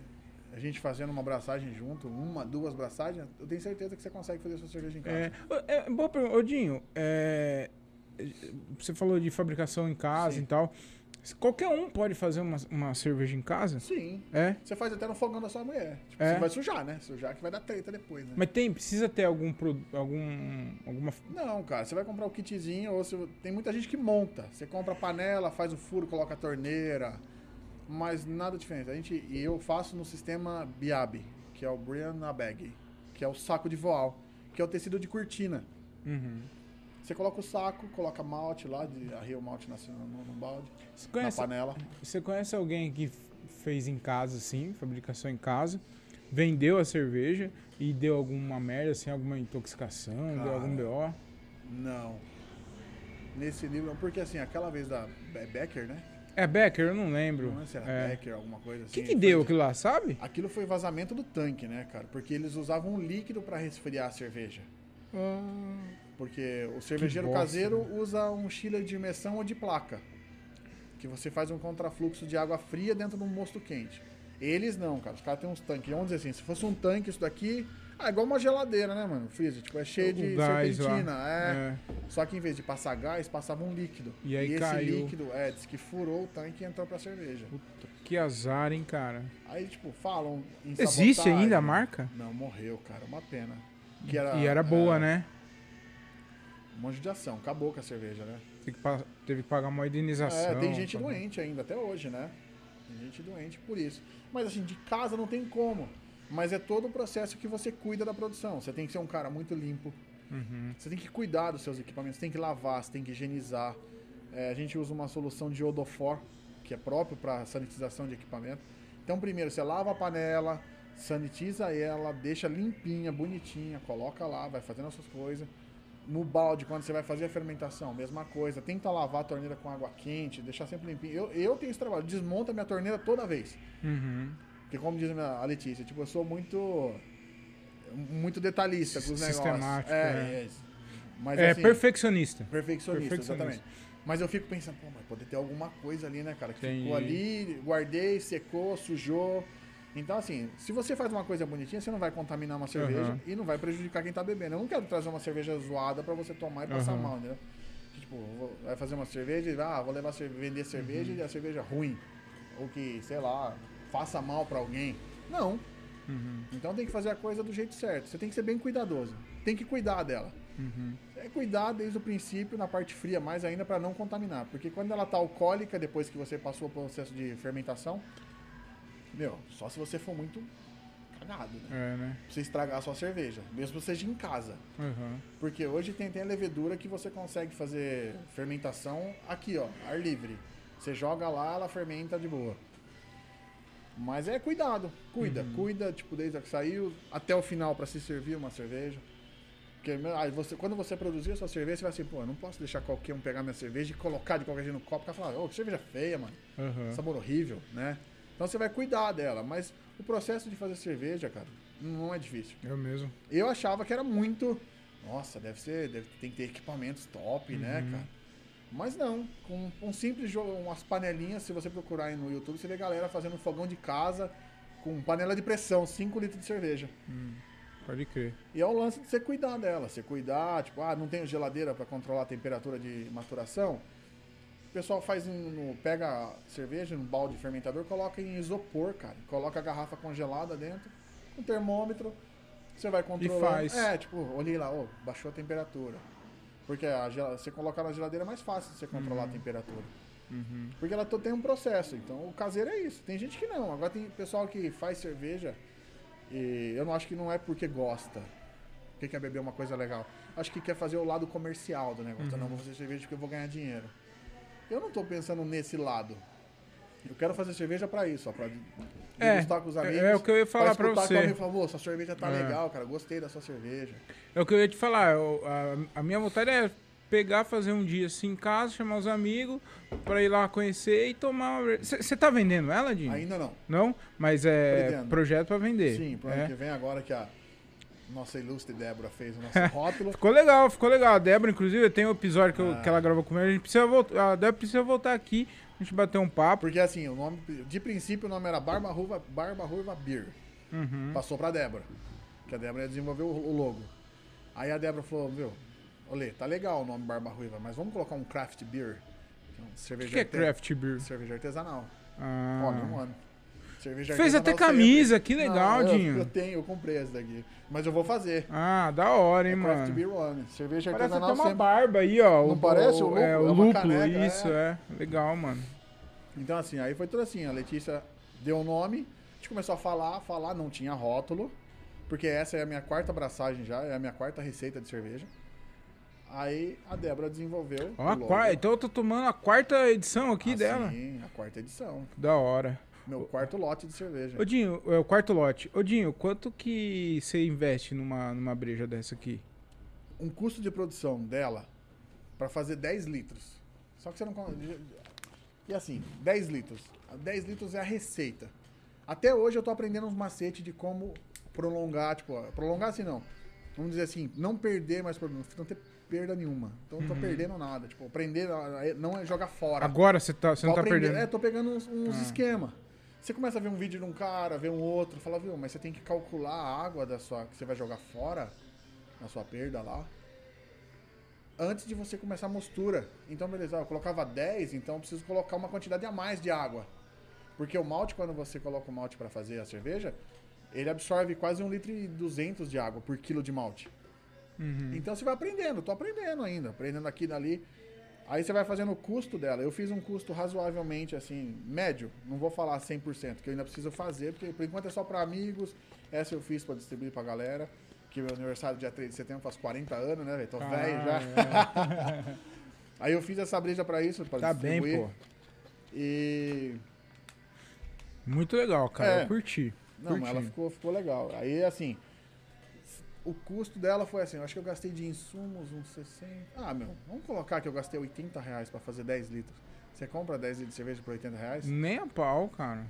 Speaker 2: a gente fazendo uma braçagem junto, uma, duas braçagens, eu tenho certeza que você consegue fazer sua cerveja em casa.
Speaker 1: É, ô, é, boa pergunta, Ô, Dinho, é, você falou de fabricação em casa
Speaker 2: Sim.
Speaker 1: e tal. Qualquer um pode fazer uma, uma cerveja em casa?
Speaker 2: Sim.
Speaker 1: É?
Speaker 2: Você faz até no fogão da sua mulher. Tipo,
Speaker 1: É.
Speaker 2: Você vai sujar, né? Sujar que vai dar treta depois, né?
Speaker 1: Mas tem, precisa ter algum produto, algum, alguma...
Speaker 2: Não, cara, você vai comprar o kitzinho ou se... tem muita gente que monta. Você compra a panela, faz o furo, coloca a torneira, mas nada diferente. A gente e eu faço no sistema Biab, que é o Brian Bag, que é o saco de voal, que é o tecido de cortina.
Speaker 1: Uhum.
Speaker 2: Você coloca o saco, coloca malte lá, de arreia o malte na, no, no balde,
Speaker 1: Você,
Speaker 2: na
Speaker 1: conhece,
Speaker 2: panela.
Speaker 1: você conhece alguém que f- fez em casa, assim, fabricação em casa, vendeu a cerveja e deu alguma merda, assim, alguma intoxicação, deu
Speaker 2: Cara.
Speaker 1: algum B.O.?
Speaker 2: Não. Nesse livro, porque assim, aquela vez da Be- Becker, né?
Speaker 1: É Becker? Eu não lembro.
Speaker 2: Não sei se era
Speaker 1: É.
Speaker 2: Becker, alguma coisa
Speaker 1: O
Speaker 2: assim.
Speaker 1: que, que deu
Speaker 2: Foi-
Speaker 1: aquilo lá, sabe?
Speaker 2: Aquilo foi vazamento do tanque, né, cara? Porque eles usavam um líquido pra resfriar a cerveja. Porque o cervejeiro
Speaker 1: Ah. bosta, né?
Speaker 2: caseiro usa um chiller de imersão ou de placa. Que você faz um contrafluxo de água fria dentro de um mosto quente. Eles não, cara. Os caras têm uns tanques. Vamos dizer assim, se fosse um tanque isso daqui... Ah, igual uma geladeira, né, mano? Freezer. Tipo, é cheio
Speaker 1: O
Speaker 2: de
Speaker 1: gás lá.
Speaker 2: serpentina. É.
Speaker 1: É.
Speaker 2: Só que em vez de passar gás, passava um líquido.
Speaker 1: E aí
Speaker 2: esse
Speaker 1: caiu.
Speaker 2: líquido, é, diz que furou o tanque e entrou pra cerveja.
Speaker 1: Puta, que azar, hein, cara.
Speaker 2: Aí, tipo, falam em
Speaker 1: Existe
Speaker 2: sabotagem.
Speaker 1: ainda a marca?
Speaker 2: Não, morreu, cara. Uma pena.
Speaker 1: e era boa,
Speaker 2: é,
Speaker 1: né?
Speaker 2: Um monte de ação. Acabou com a cerveja, né?
Speaker 1: Tem que pa- Teve que pagar uma indenização.
Speaker 2: É, tem gente
Speaker 1: pagou.
Speaker 2: doente ainda, até hoje, né? Tem gente doente por isso. Mas assim, de casa não tem como. Mas é todo o processo que você cuida da produção. Você tem que ser um cara muito limpo.
Speaker 1: Uhum.
Speaker 2: Você tem que cuidar dos seus equipamentos. Você tem que lavar, você tem que higienizar. É, a gente usa uma solução de odofor, que é próprio para sanitização de equipamento. Então, primeiro, você lava a panela, sanitiza ela, deixa limpinha, bonitinha, coloca lá, vai fazendo as suas coisas. No balde, quando você vai fazer a fermentação, mesma coisa. Tenta lavar a torneira com água quente, deixar sempre limpinha. Eu, eu tenho esse trabalho, desmonta minha torneira toda vez.
Speaker 1: Uhum.
Speaker 2: Porque, como diz a, minha- a Letícia, tipo, eu sou muito. muito detalhista com os negócios.
Speaker 1: Sistemático,
Speaker 2: É,
Speaker 1: né?
Speaker 2: é. Mas,
Speaker 1: É
Speaker 2: assim,
Speaker 1: perfeccionista.
Speaker 2: Perfeccionista,
Speaker 1: Perfeccionista.
Speaker 2: exatamente. Mas eu fico pensando, pô, mas poder ter alguma coisa ali, né, cara? Que
Speaker 1: Tem.
Speaker 2: ficou ali, guardei, secou, sujou. Então, assim, se você faz uma coisa bonitinha, você não vai contaminar uma cerveja
Speaker 1: Aham.
Speaker 2: e não vai prejudicar quem tá bebendo. Eu não quero trazer uma cerveja zoada pra você tomar e passar
Speaker 1: Aham.
Speaker 2: mal, né? Que, Tipo, eu vou- vai fazer uma cerveja e ah, vou levar cerve- vender cerveja
Speaker 1: Uhum.
Speaker 2: e a cerveja ruim. Ou que, sei lá, faça mal pra alguém. Não.
Speaker 1: Uhum,
Speaker 2: Então tem que fazer a coisa do jeito certo. Você tem que ser bem cuidadoso. Tem que cuidar dela
Speaker 1: uhum.
Speaker 2: é cuidar desde o princípio, na parte fria mais ainda, para não contaminar. Porque quando ela tá alcoólica, depois que você passou o processo de fermentação, meu, só se você for muito cagado, né?
Speaker 1: É, né?
Speaker 2: Pra você estragar a sua cerveja, mesmo que seja em casa.
Speaker 1: Aham.
Speaker 2: Porque hoje tem, tem a levedura que você consegue fazer fermentação aqui, ó, ar livre. Você joga lá, ela fermenta de boa. Mas é cuidado, cuida, cuida, tipo, desde que saiu até o final para se servir uma cerveja. Porque meu, aí você, quando você produzir a sua cerveja, você vai assim, pô, eu não posso deixar qualquer um pegar minha cerveja e colocar de qualquer jeito no copo, porque vai falar, ô, que cerveja feia, mano
Speaker 1: Aham.
Speaker 2: sabor horrível, né? Então você vai cuidar dela, mas o processo de fazer cerveja, cara, não é difícil.
Speaker 1: Eu mesmo.
Speaker 2: Eu achava que era muito. Nossa, deve ser. Deve, tem que ter equipamentos top, né, cara? Mas não, com um simples jogo, umas panelinhas, se você procurar aí no YouTube, você vê galera fazendo um fogão de casa com panela de pressão, 5 litros de cerveja.
Speaker 1: Pode crer.
Speaker 2: E é o lance de você cuidar dela, você cuidar, tipo, ah, não tenho geladeira para controlar a temperatura de maturação. O pessoal faz um, no- pega a cerveja num balde fermentador, coloca em isopor, cara. Coloca a garrafa congelada dentro, um termômetro, você vai controlando.
Speaker 1: faz.
Speaker 2: É, tipo, olhei lá, ó, baixou a temperatura. Porque a gel- você colocar na geladeira é mais fácil de você controlar a temperatura.
Speaker 1: Uhum.
Speaker 2: Porque ela to- tem um processo. Então o caseiro é isso. Tem gente que não. Agora tem pessoal que faz cerveja e eu não acho que não é porque gosta. Porque quer beber uma coisa legal. Acho que quer fazer o lado comercial do negócio. Então, Não, vou fazer cerveja porque eu vou ganhar dinheiro. Eu não tô pensando nesse lado. Eu quero fazer cerveja pra isso, ó, pra
Speaker 1: É,
Speaker 2: degustar com os
Speaker 1: é-
Speaker 2: amigos.
Speaker 1: é o que eu ia falar pra
Speaker 2: escutar
Speaker 1: você.
Speaker 2: Com o amigo e falar, "Pô, sua cerveja tá
Speaker 1: É.
Speaker 2: legal, cara. Gostei da sua cerveja.
Speaker 1: É o que eu ia te falar. eu- a, a minha vontade é pegar, fazer um dia assim em casa, chamar os amigos pra ir lá conhecer e tomar uma. Você tá vendendo ela, Dinho?
Speaker 2: Ainda não.
Speaker 1: Não? Mas é
Speaker 2: Pretendo.
Speaker 1: projeto pra vender.
Speaker 2: Sim, pro ano
Speaker 1: é.
Speaker 2: que vem agora que a nossa ilustre Débora fez o nosso rótulo.
Speaker 1: Ficou legal, ficou legal. A Débora, inclusive, tem um episódio que, eu-
Speaker 2: Ah.
Speaker 1: que ela gravou comigo. A gente precisa voltar. A Débora precisa voltar aqui, a gente bater um papo.
Speaker 2: Porque assim, o nome, de princípio o nome era Barba Ruiva, Barba Ruiva Beer.
Speaker 1: Uhum.
Speaker 2: Passou pra Débora. Que a Débora ia desenvolver o, o logo. Aí a Débora falou, meu, olê, tá legal o nome Barba Ruiva, mas vamos colocar um craft beer. que é um
Speaker 1: O
Speaker 2: cerveja
Speaker 1: que, que é
Speaker 2: arte-
Speaker 1: craft beer?
Speaker 2: Cerveja artesanal.
Speaker 1: Ah.
Speaker 2: Olha, um ano. Cerveja
Speaker 1: Fez até
Speaker 2: artesanal sempre.
Speaker 1: camisa, que legal,
Speaker 2: Não, eu-
Speaker 1: Dinho.
Speaker 2: Eu, tenho, eu comprei essa daqui. Mas eu vou fazer.
Speaker 1: Ah, da hora, hein,
Speaker 2: É craft
Speaker 1: mano.
Speaker 2: beer one. Cerveja
Speaker 1: Parece até
Speaker 2: artesanal
Speaker 1: uma
Speaker 2: sempre.
Speaker 1: barba aí, ó.
Speaker 2: Não parece
Speaker 1: É, o
Speaker 2: o lúpulo? É uma
Speaker 1: lúpulo,
Speaker 2: caneca,
Speaker 1: isso, é. Legal, mano.
Speaker 2: Então, assim, aí foi tudo assim. A Letícia deu o nome, a gente começou a falar, falar, não tinha rótulo, porque essa é a minha quarta abraçagem já, é a minha quarta receita de cerveja. Aí a Débora desenvolveu.
Speaker 1: Ó, a
Speaker 2: logo.
Speaker 1: qua- Então eu tô tomando a quarta edição aqui
Speaker 2: Ah,
Speaker 1: dela.
Speaker 2: Sim, a quarta edição.
Speaker 1: Da hora.
Speaker 2: Meu quarto lote de cerveja.
Speaker 1: Odinho, é o quarto lote. Odinho, quanto que você investe numa, numa breja dessa aqui?
Speaker 2: Um custo de produção dela pra fazer 10 litros. Só que você não. con- E assim, 10 litros. 10 litros é a receita. Até hoje eu tô aprendendo uns macetes de como prolongar, tipo, ó, prolongar assim não. Vamos dizer assim, não perder mais produto, não ter perda nenhuma. Então não tô perdendo nada. Tipo, aprender a- a- não é jogar fora.
Speaker 1: Agora você tá, você não
Speaker 2: Tô
Speaker 1: tá
Speaker 2: aprendendo-
Speaker 1: perdendo. Ah.
Speaker 2: É, tô pegando uns, uns esquema. Você começa a ver um vídeo de um cara, ver um outro, fala, viu, mas você tem que calcular a água da sua, que você vai jogar fora, na sua perda lá, antes de você começar a mostura. Então, beleza, eu colocava 10, então eu preciso colocar uma quantidade a mais de água. Porque o malte, quando você coloca o malte para fazer a cerveja, ele absorve quase 1,2 litro e 200 de água por quilo de malte.
Speaker 1: Uhum.
Speaker 2: Então você vai aprendendo, tô aprendendo ainda, aprendendo aqui e dali. Aí você vai fazendo o custo dela. Eu fiz um custo razoavelmente assim, médio, não vou falar 100%, que eu ainda preciso fazer, porque por enquanto é só para amigos. Essa eu fiz para distribuir pra galera, que meu aniversário é dia 3 de setembro faz 40 anos, né, velho? Tô velho já.
Speaker 1: Caralho,
Speaker 2: Aí eu fiz essa breja para isso, para
Speaker 1: Tá bem,
Speaker 2: distribuir.
Speaker 1: pô.
Speaker 2: E
Speaker 1: Muito legal, cara.
Speaker 2: É.
Speaker 1: Eu curti.
Speaker 2: Não, mas ela
Speaker 1: Curtinho.
Speaker 2: ficou, ficou legal. Aí, assim, o custo dela foi assim, eu acho que eu gastei de insumos uns 60... Ah, meu, vamos colocar que eu gastei 80 reais pra fazer 10 litros. Você compra 10 litros de cerveja por 80 reais?
Speaker 1: Nem a pau, cara.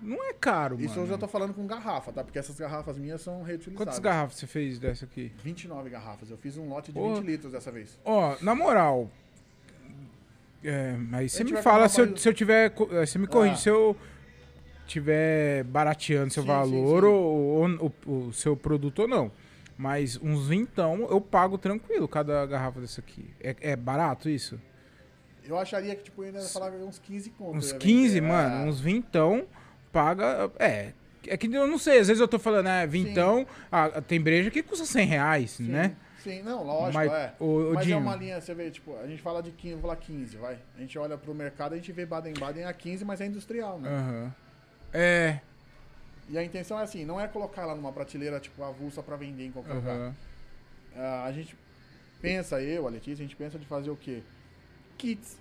Speaker 1: Não é caro,
Speaker 2: Isso
Speaker 1: mano.
Speaker 2: eu já tô falando com garrafa, tá? Porque essas garrafas minhas são reutilizadas.
Speaker 1: Quantas garrafas você fez dessa aqui?
Speaker 2: 29 garrafas. Eu fiz um lote de
Speaker 1: Porra.
Speaker 2: 20 litros dessa vez.
Speaker 1: Ó, na moral. É, mas você
Speaker 2: gente
Speaker 1: me
Speaker 2: vai
Speaker 1: fala
Speaker 2: comprar
Speaker 1: se eu,
Speaker 2: mais-
Speaker 1: se eu tiver. co- eh, Você me corrige
Speaker 2: Ah.
Speaker 1: se eu tiver barateando seu
Speaker 2: Sim, sim,
Speaker 1: valor
Speaker 2: sim.
Speaker 1: Ou, ou- ou o seu produto ou não. Mas uns vintão eu pago tranquilo cada garrafa dessa aqui. É, é barato isso?
Speaker 2: Eu acharia que, tipo, ainda ia falar uns 15 conto. eu
Speaker 1: Uns
Speaker 2: ia
Speaker 1: 15,
Speaker 2: vender.
Speaker 1: mano,
Speaker 2: Ah,
Speaker 1: uns vintão paga. É. É que eu não sei, às vezes eu tô falando, é, vintão, ah, tem breja que custa 100 reais,
Speaker 2: sim,
Speaker 1: né?
Speaker 2: Sim, não, lógico,
Speaker 1: Mas-
Speaker 2: é.
Speaker 1: ô, ô,
Speaker 2: Mas
Speaker 1: Dinho.
Speaker 2: é uma linha, você vê, tipo, a gente fala de 15, vou lá 15, vai. A gente olha pro mercado, a gente vê Baden-Baden a 15, mas é industrial, né?
Speaker 1: Aham. É.
Speaker 2: E a intenção é assim, não é colocar ela numa prateleira, tipo, avulsa pra vender em qualquer lugar.
Speaker 1: Aham.
Speaker 2: Ah, a gente pensa, eu, a Letícia, a gente pensa de fazer o quê? Kits.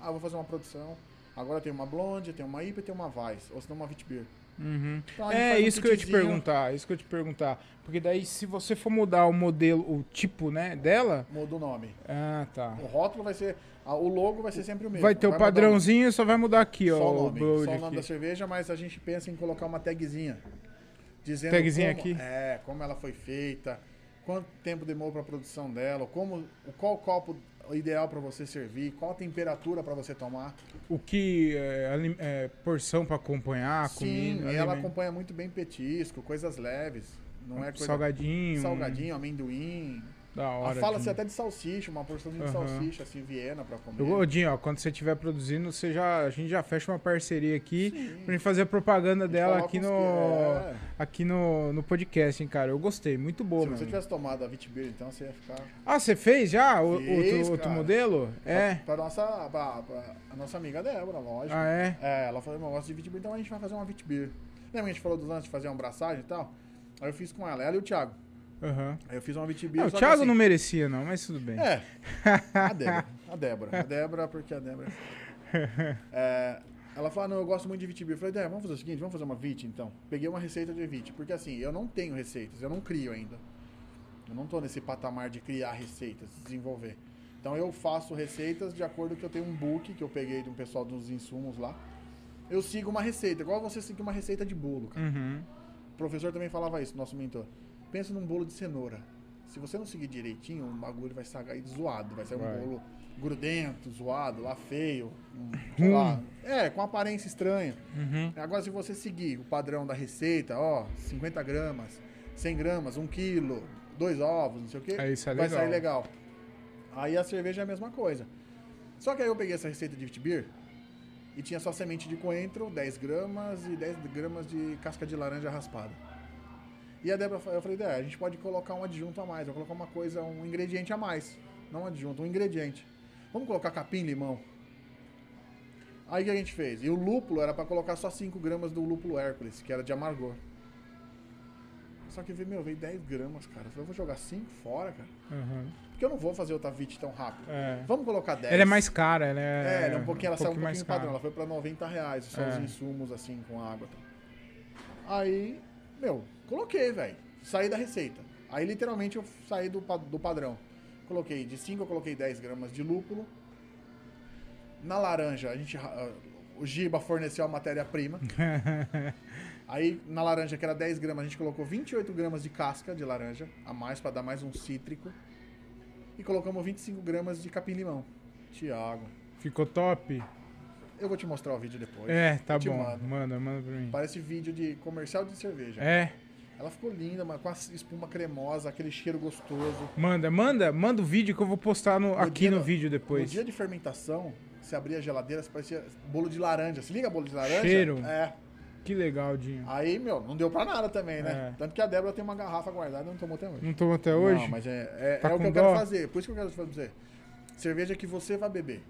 Speaker 2: Ah, vou fazer uma produção. Agora tem uma blonde, tem uma IPA e tem uma Vice, ou se não uma Vitbeer.
Speaker 1: Uhum.
Speaker 2: Então, a gente
Speaker 1: É
Speaker 2: faz um
Speaker 1: isso que eu ia te
Speaker 2: kitzinho.
Speaker 1: perguntar, isso que eu ia te perguntar. Porque daí, se você for mudar o modelo, o tipo, né, dela.
Speaker 2: Muda o nome.
Speaker 1: Ah, tá.
Speaker 2: O rótulo vai ser. ah, O logo vai ser sempre o mesmo.
Speaker 1: Vai ter o
Speaker 2: mudar nome.
Speaker 1: padrãozinho, só vai mudar aqui, ó.
Speaker 2: Só o
Speaker 1: o
Speaker 2: nome,
Speaker 1: Blood
Speaker 2: só o nome da
Speaker 1: aqui.
Speaker 2: cerveja, mas a gente pensa em colocar uma tagzinha. Dizendo
Speaker 1: Tagzinha
Speaker 2: como,
Speaker 1: aqui?
Speaker 2: É, como ela foi feita, quanto tempo demorou para a produção dela, como, qual copo ideal para você servir, qual a temperatura para você tomar.
Speaker 1: O que é, ali- é, porção pra acompanhar,
Speaker 2: Sim,
Speaker 1: comida,
Speaker 2: e ela
Speaker 1: alimento,
Speaker 2: acompanha muito bem petisco, coisas leves, não é coisa
Speaker 1: salgadinho,
Speaker 2: salgadinho, amendoim.
Speaker 1: da
Speaker 2: Ah,
Speaker 1: hora.
Speaker 2: Fala-se
Speaker 1: Dinho.
Speaker 2: até de salsicha, uma porçãozinha de
Speaker 1: Aham.
Speaker 2: salsicha, assim, Viena para comer.
Speaker 1: Eu, ô, Dinho, ó, quando você estiver produzindo, você já, a gente já fecha uma parceria aqui pra gente fazer a propaganda
Speaker 2: gente
Speaker 1: dela
Speaker 2: coloca
Speaker 1: aqui
Speaker 2: uns
Speaker 1: no,
Speaker 2: que- é.
Speaker 1: aqui no, no podcast, hein, cara. Eu gostei, muito boa,
Speaker 2: Se
Speaker 1: mano.
Speaker 2: você tivesse tomado a Vitbeer, então você ia ficar
Speaker 1: Ah, você fez já o,
Speaker 2: Fiz,
Speaker 1: outro, outro
Speaker 2: cara. Tá.
Speaker 1: modelo? É.
Speaker 2: Pra nossa, pra, pra- a nossa amiga Débora, lógico.
Speaker 1: Ah, é?
Speaker 2: É, ela falou, eu gosto de Vitbeer, então a gente vai fazer uma Vitbeer. Lembra que a gente falou dos lances de fazer uma abraçagem e tal? Aí eu fiz com ela, ela e o Thiago.
Speaker 1: Aham.
Speaker 2: Aí eu fiz uma Vitbeer.
Speaker 1: Não, É, o
Speaker 2: só que
Speaker 1: Thiago
Speaker 2: assim-
Speaker 1: não merecia, não, mas tudo bem.
Speaker 2: É, a Débora. A Débora, a Débora porque a Débora... É, ela falou, ah, não, eu gosto muito de Vitbeer. Eu falei, Débora, vamos fazer o seguinte, vamos fazer uma Vit, então. Peguei uma receita de Vit, porque assim, eu não tenho receitas, eu não crio ainda. Eu não tô nesse patamar de criar receitas, desenvolver. Então eu faço receitas de acordo que eu tenho um book que eu peguei de um pessoal dos insumos lá. Eu sigo uma receita, igual você seguir uma receita de bolo, cara.
Speaker 1: Uhum.
Speaker 2: O professor também falava isso, nosso mentor. Pensa num bolo de cenoura. Se você não seguir direitinho, o bagulho vai sair zoado. Vai ser
Speaker 1: Vai.
Speaker 2: um bolo grudento, zoado, lá feio. um- sei lá. É, com aparência estranha.
Speaker 1: Uhum.
Speaker 2: Agora, se você seguir o padrão da receita, ó, 50 gramas, 100 gramas, 1 quilo, dois ovos, não sei o quê,
Speaker 1: Aí sai
Speaker 2: vai
Speaker 1: legal.
Speaker 2: sair legal. Aí a cerveja é a mesma coisa. Só que aí eu peguei essa receita de Witbier e tinha só semente de coentro, 10 gramas e 10 gramas de casca de laranja raspada. E a Débora, fa- eu falei, Débora, a gente pode colocar um adjunto a mais, eu vou colocar uma coisa, um ingrediente a mais. Não um adjunto, um ingrediente. Vamos colocar capim-limão. Aí o que a gente fez? E o lúpulo era pra colocar só 5 gramas do lúpulo Hércules, que era de amargor. Só que, meu, veio 10 gramas, cara. Eu falei, eu vou jogar 5 fora, cara.
Speaker 1: Uhum.
Speaker 2: Porque eu não vou fazer outra VIT tão rápido.
Speaker 1: É.
Speaker 2: Vamos colocar 10.
Speaker 1: Ela é mais cara, ela é.
Speaker 2: É, ela, é um pouquinho, ela saiu um pouquinho
Speaker 1: mais
Speaker 2: do padrão.
Speaker 1: cara.
Speaker 2: Ela foi pra 90 reais, só os
Speaker 1: É.
Speaker 2: insumos, assim, com água. e tal. Aí, meu, coloquei, velho. Saí da receita. Aí, literalmente, eu saí do, pa- do padrão. Coloquei de 5, eu coloquei 10 gramas de lúpulo. Na laranja, a gente... ra- ah, O Giba forneceu a matéria-prima. Aí, na laranja, que era 10 gramas, a gente colocou 28 gramas de casca de laranja a mais, pra dar mais um cítrico. E colocamos 25 gramas de capim-limão. Tiago,
Speaker 1: Ficou top?
Speaker 2: eu vou te mostrar o vídeo depois.
Speaker 1: É, tá
Speaker 2: Eu te
Speaker 1: bom.
Speaker 2: mando.
Speaker 1: Manda, manda pra mim.
Speaker 2: Parece vídeo de comercial de cerveja.
Speaker 1: É,
Speaker 2: Ela ficou linda, mas com a espuma cremosa, aquele cheiro gostoso.
Speaker 1: manda, manda, manda o vídeo que eu vou postar no- aqui
Speaker 2: dia
Speaker 1: no
Speaker 2: da-
Speaker 1: vídeo
Speaker 2: No
Speaker 1: depois.
Speaker 2: dia de fermentação, você abria a geladeira, você parecia bolo de laranja. Se liga bolo de laranja?
Speaker 1: Cheiro.
Speaker 2: É.
Speaker 1: Que legal, Dinho.
Speaker 2: Aí, meu, não deu pra nada também, né?
Speaker 1: É.
Speaker 2: Tanto que a Débora tem uma garrafa guardada e não tomou até hoje.
Speaker 1: Não tomou até hoje?
Speaker 2: Não, mas é, é-
Speaker 1: Tá
Speaker 2: é o que
Speaker 1: com
Speaker 2: eu quero
Speaker 1: dó?
Speaker 2: fazer. Por isso que eu quero fazer. Cerveja que você vai beber.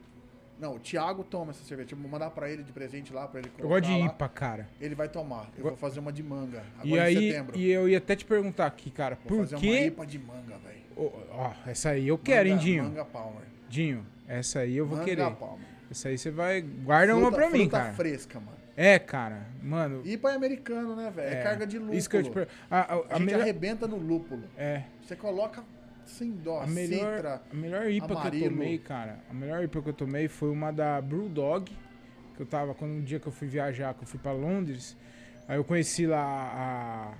Speaker 2: Não, o Thiago toma essa cerveja. Eu vou mandar pra ele de presente lá, pra ele colocar
Speaker 1: Eu gosto de
Speaker 2: tá lá.
Speaker 1: IPA, cara.
Speaker 2: Ele vai tomar. Eu vou fazer uma de manga. Agora
Speaker 1: E
Speaker 2: em
Speaker 1: aí,
Speaker 2: setembro.
Speaker 1: e eu ia até te perguntar aqui, cara, por
Speaker 2: Vou fazer uma
Speaker 1: que.
Speaker 2: IPA de manga, velho.
Speaker 1: Ó, ó, essa aí eu quero, hein,
Speaker 2: Manga-
Speaker 1: Dinho?
Speaker 2: Manga Palmer.
Speaker 1: Dinho, essa aí eu vou
Speaker 2: manga
Speaker 1: querer.
Speaker 2: Palmer.
Speaker 1: Essa aí você vai. Guarda uma
Speaker 2: Fruta-
Speaker 1: pra mim,
Speaker 2: fruta
Speaker 1: cara.
Speaker 2: fresca, mano.
Speaker 1: É, cara. Mano.
Speaker 2: IPA é americano, né, velho? É, carga de lúpulo.
Speaker 1: Isso que eu te per... a, a, a
Speaker 2: A gente
Speaker 1: melhor...
Speaker 2: arrebenta no lúpulo.
Speaker 1: É.
Speaker 2: Você coloca sem dó,
Speaker 1: A melhor,
Speaker 2: citra.
Speaker 1: a melhor IPA que eu
Speaker 2: amarelo.
Speaker 1: tomei, cara. A melhor IPA que eu tomei foi uma da Brewdog. que eu tava, quando um dia que eu fui viajar, que eu fui pra Londres, aí eu conheci lá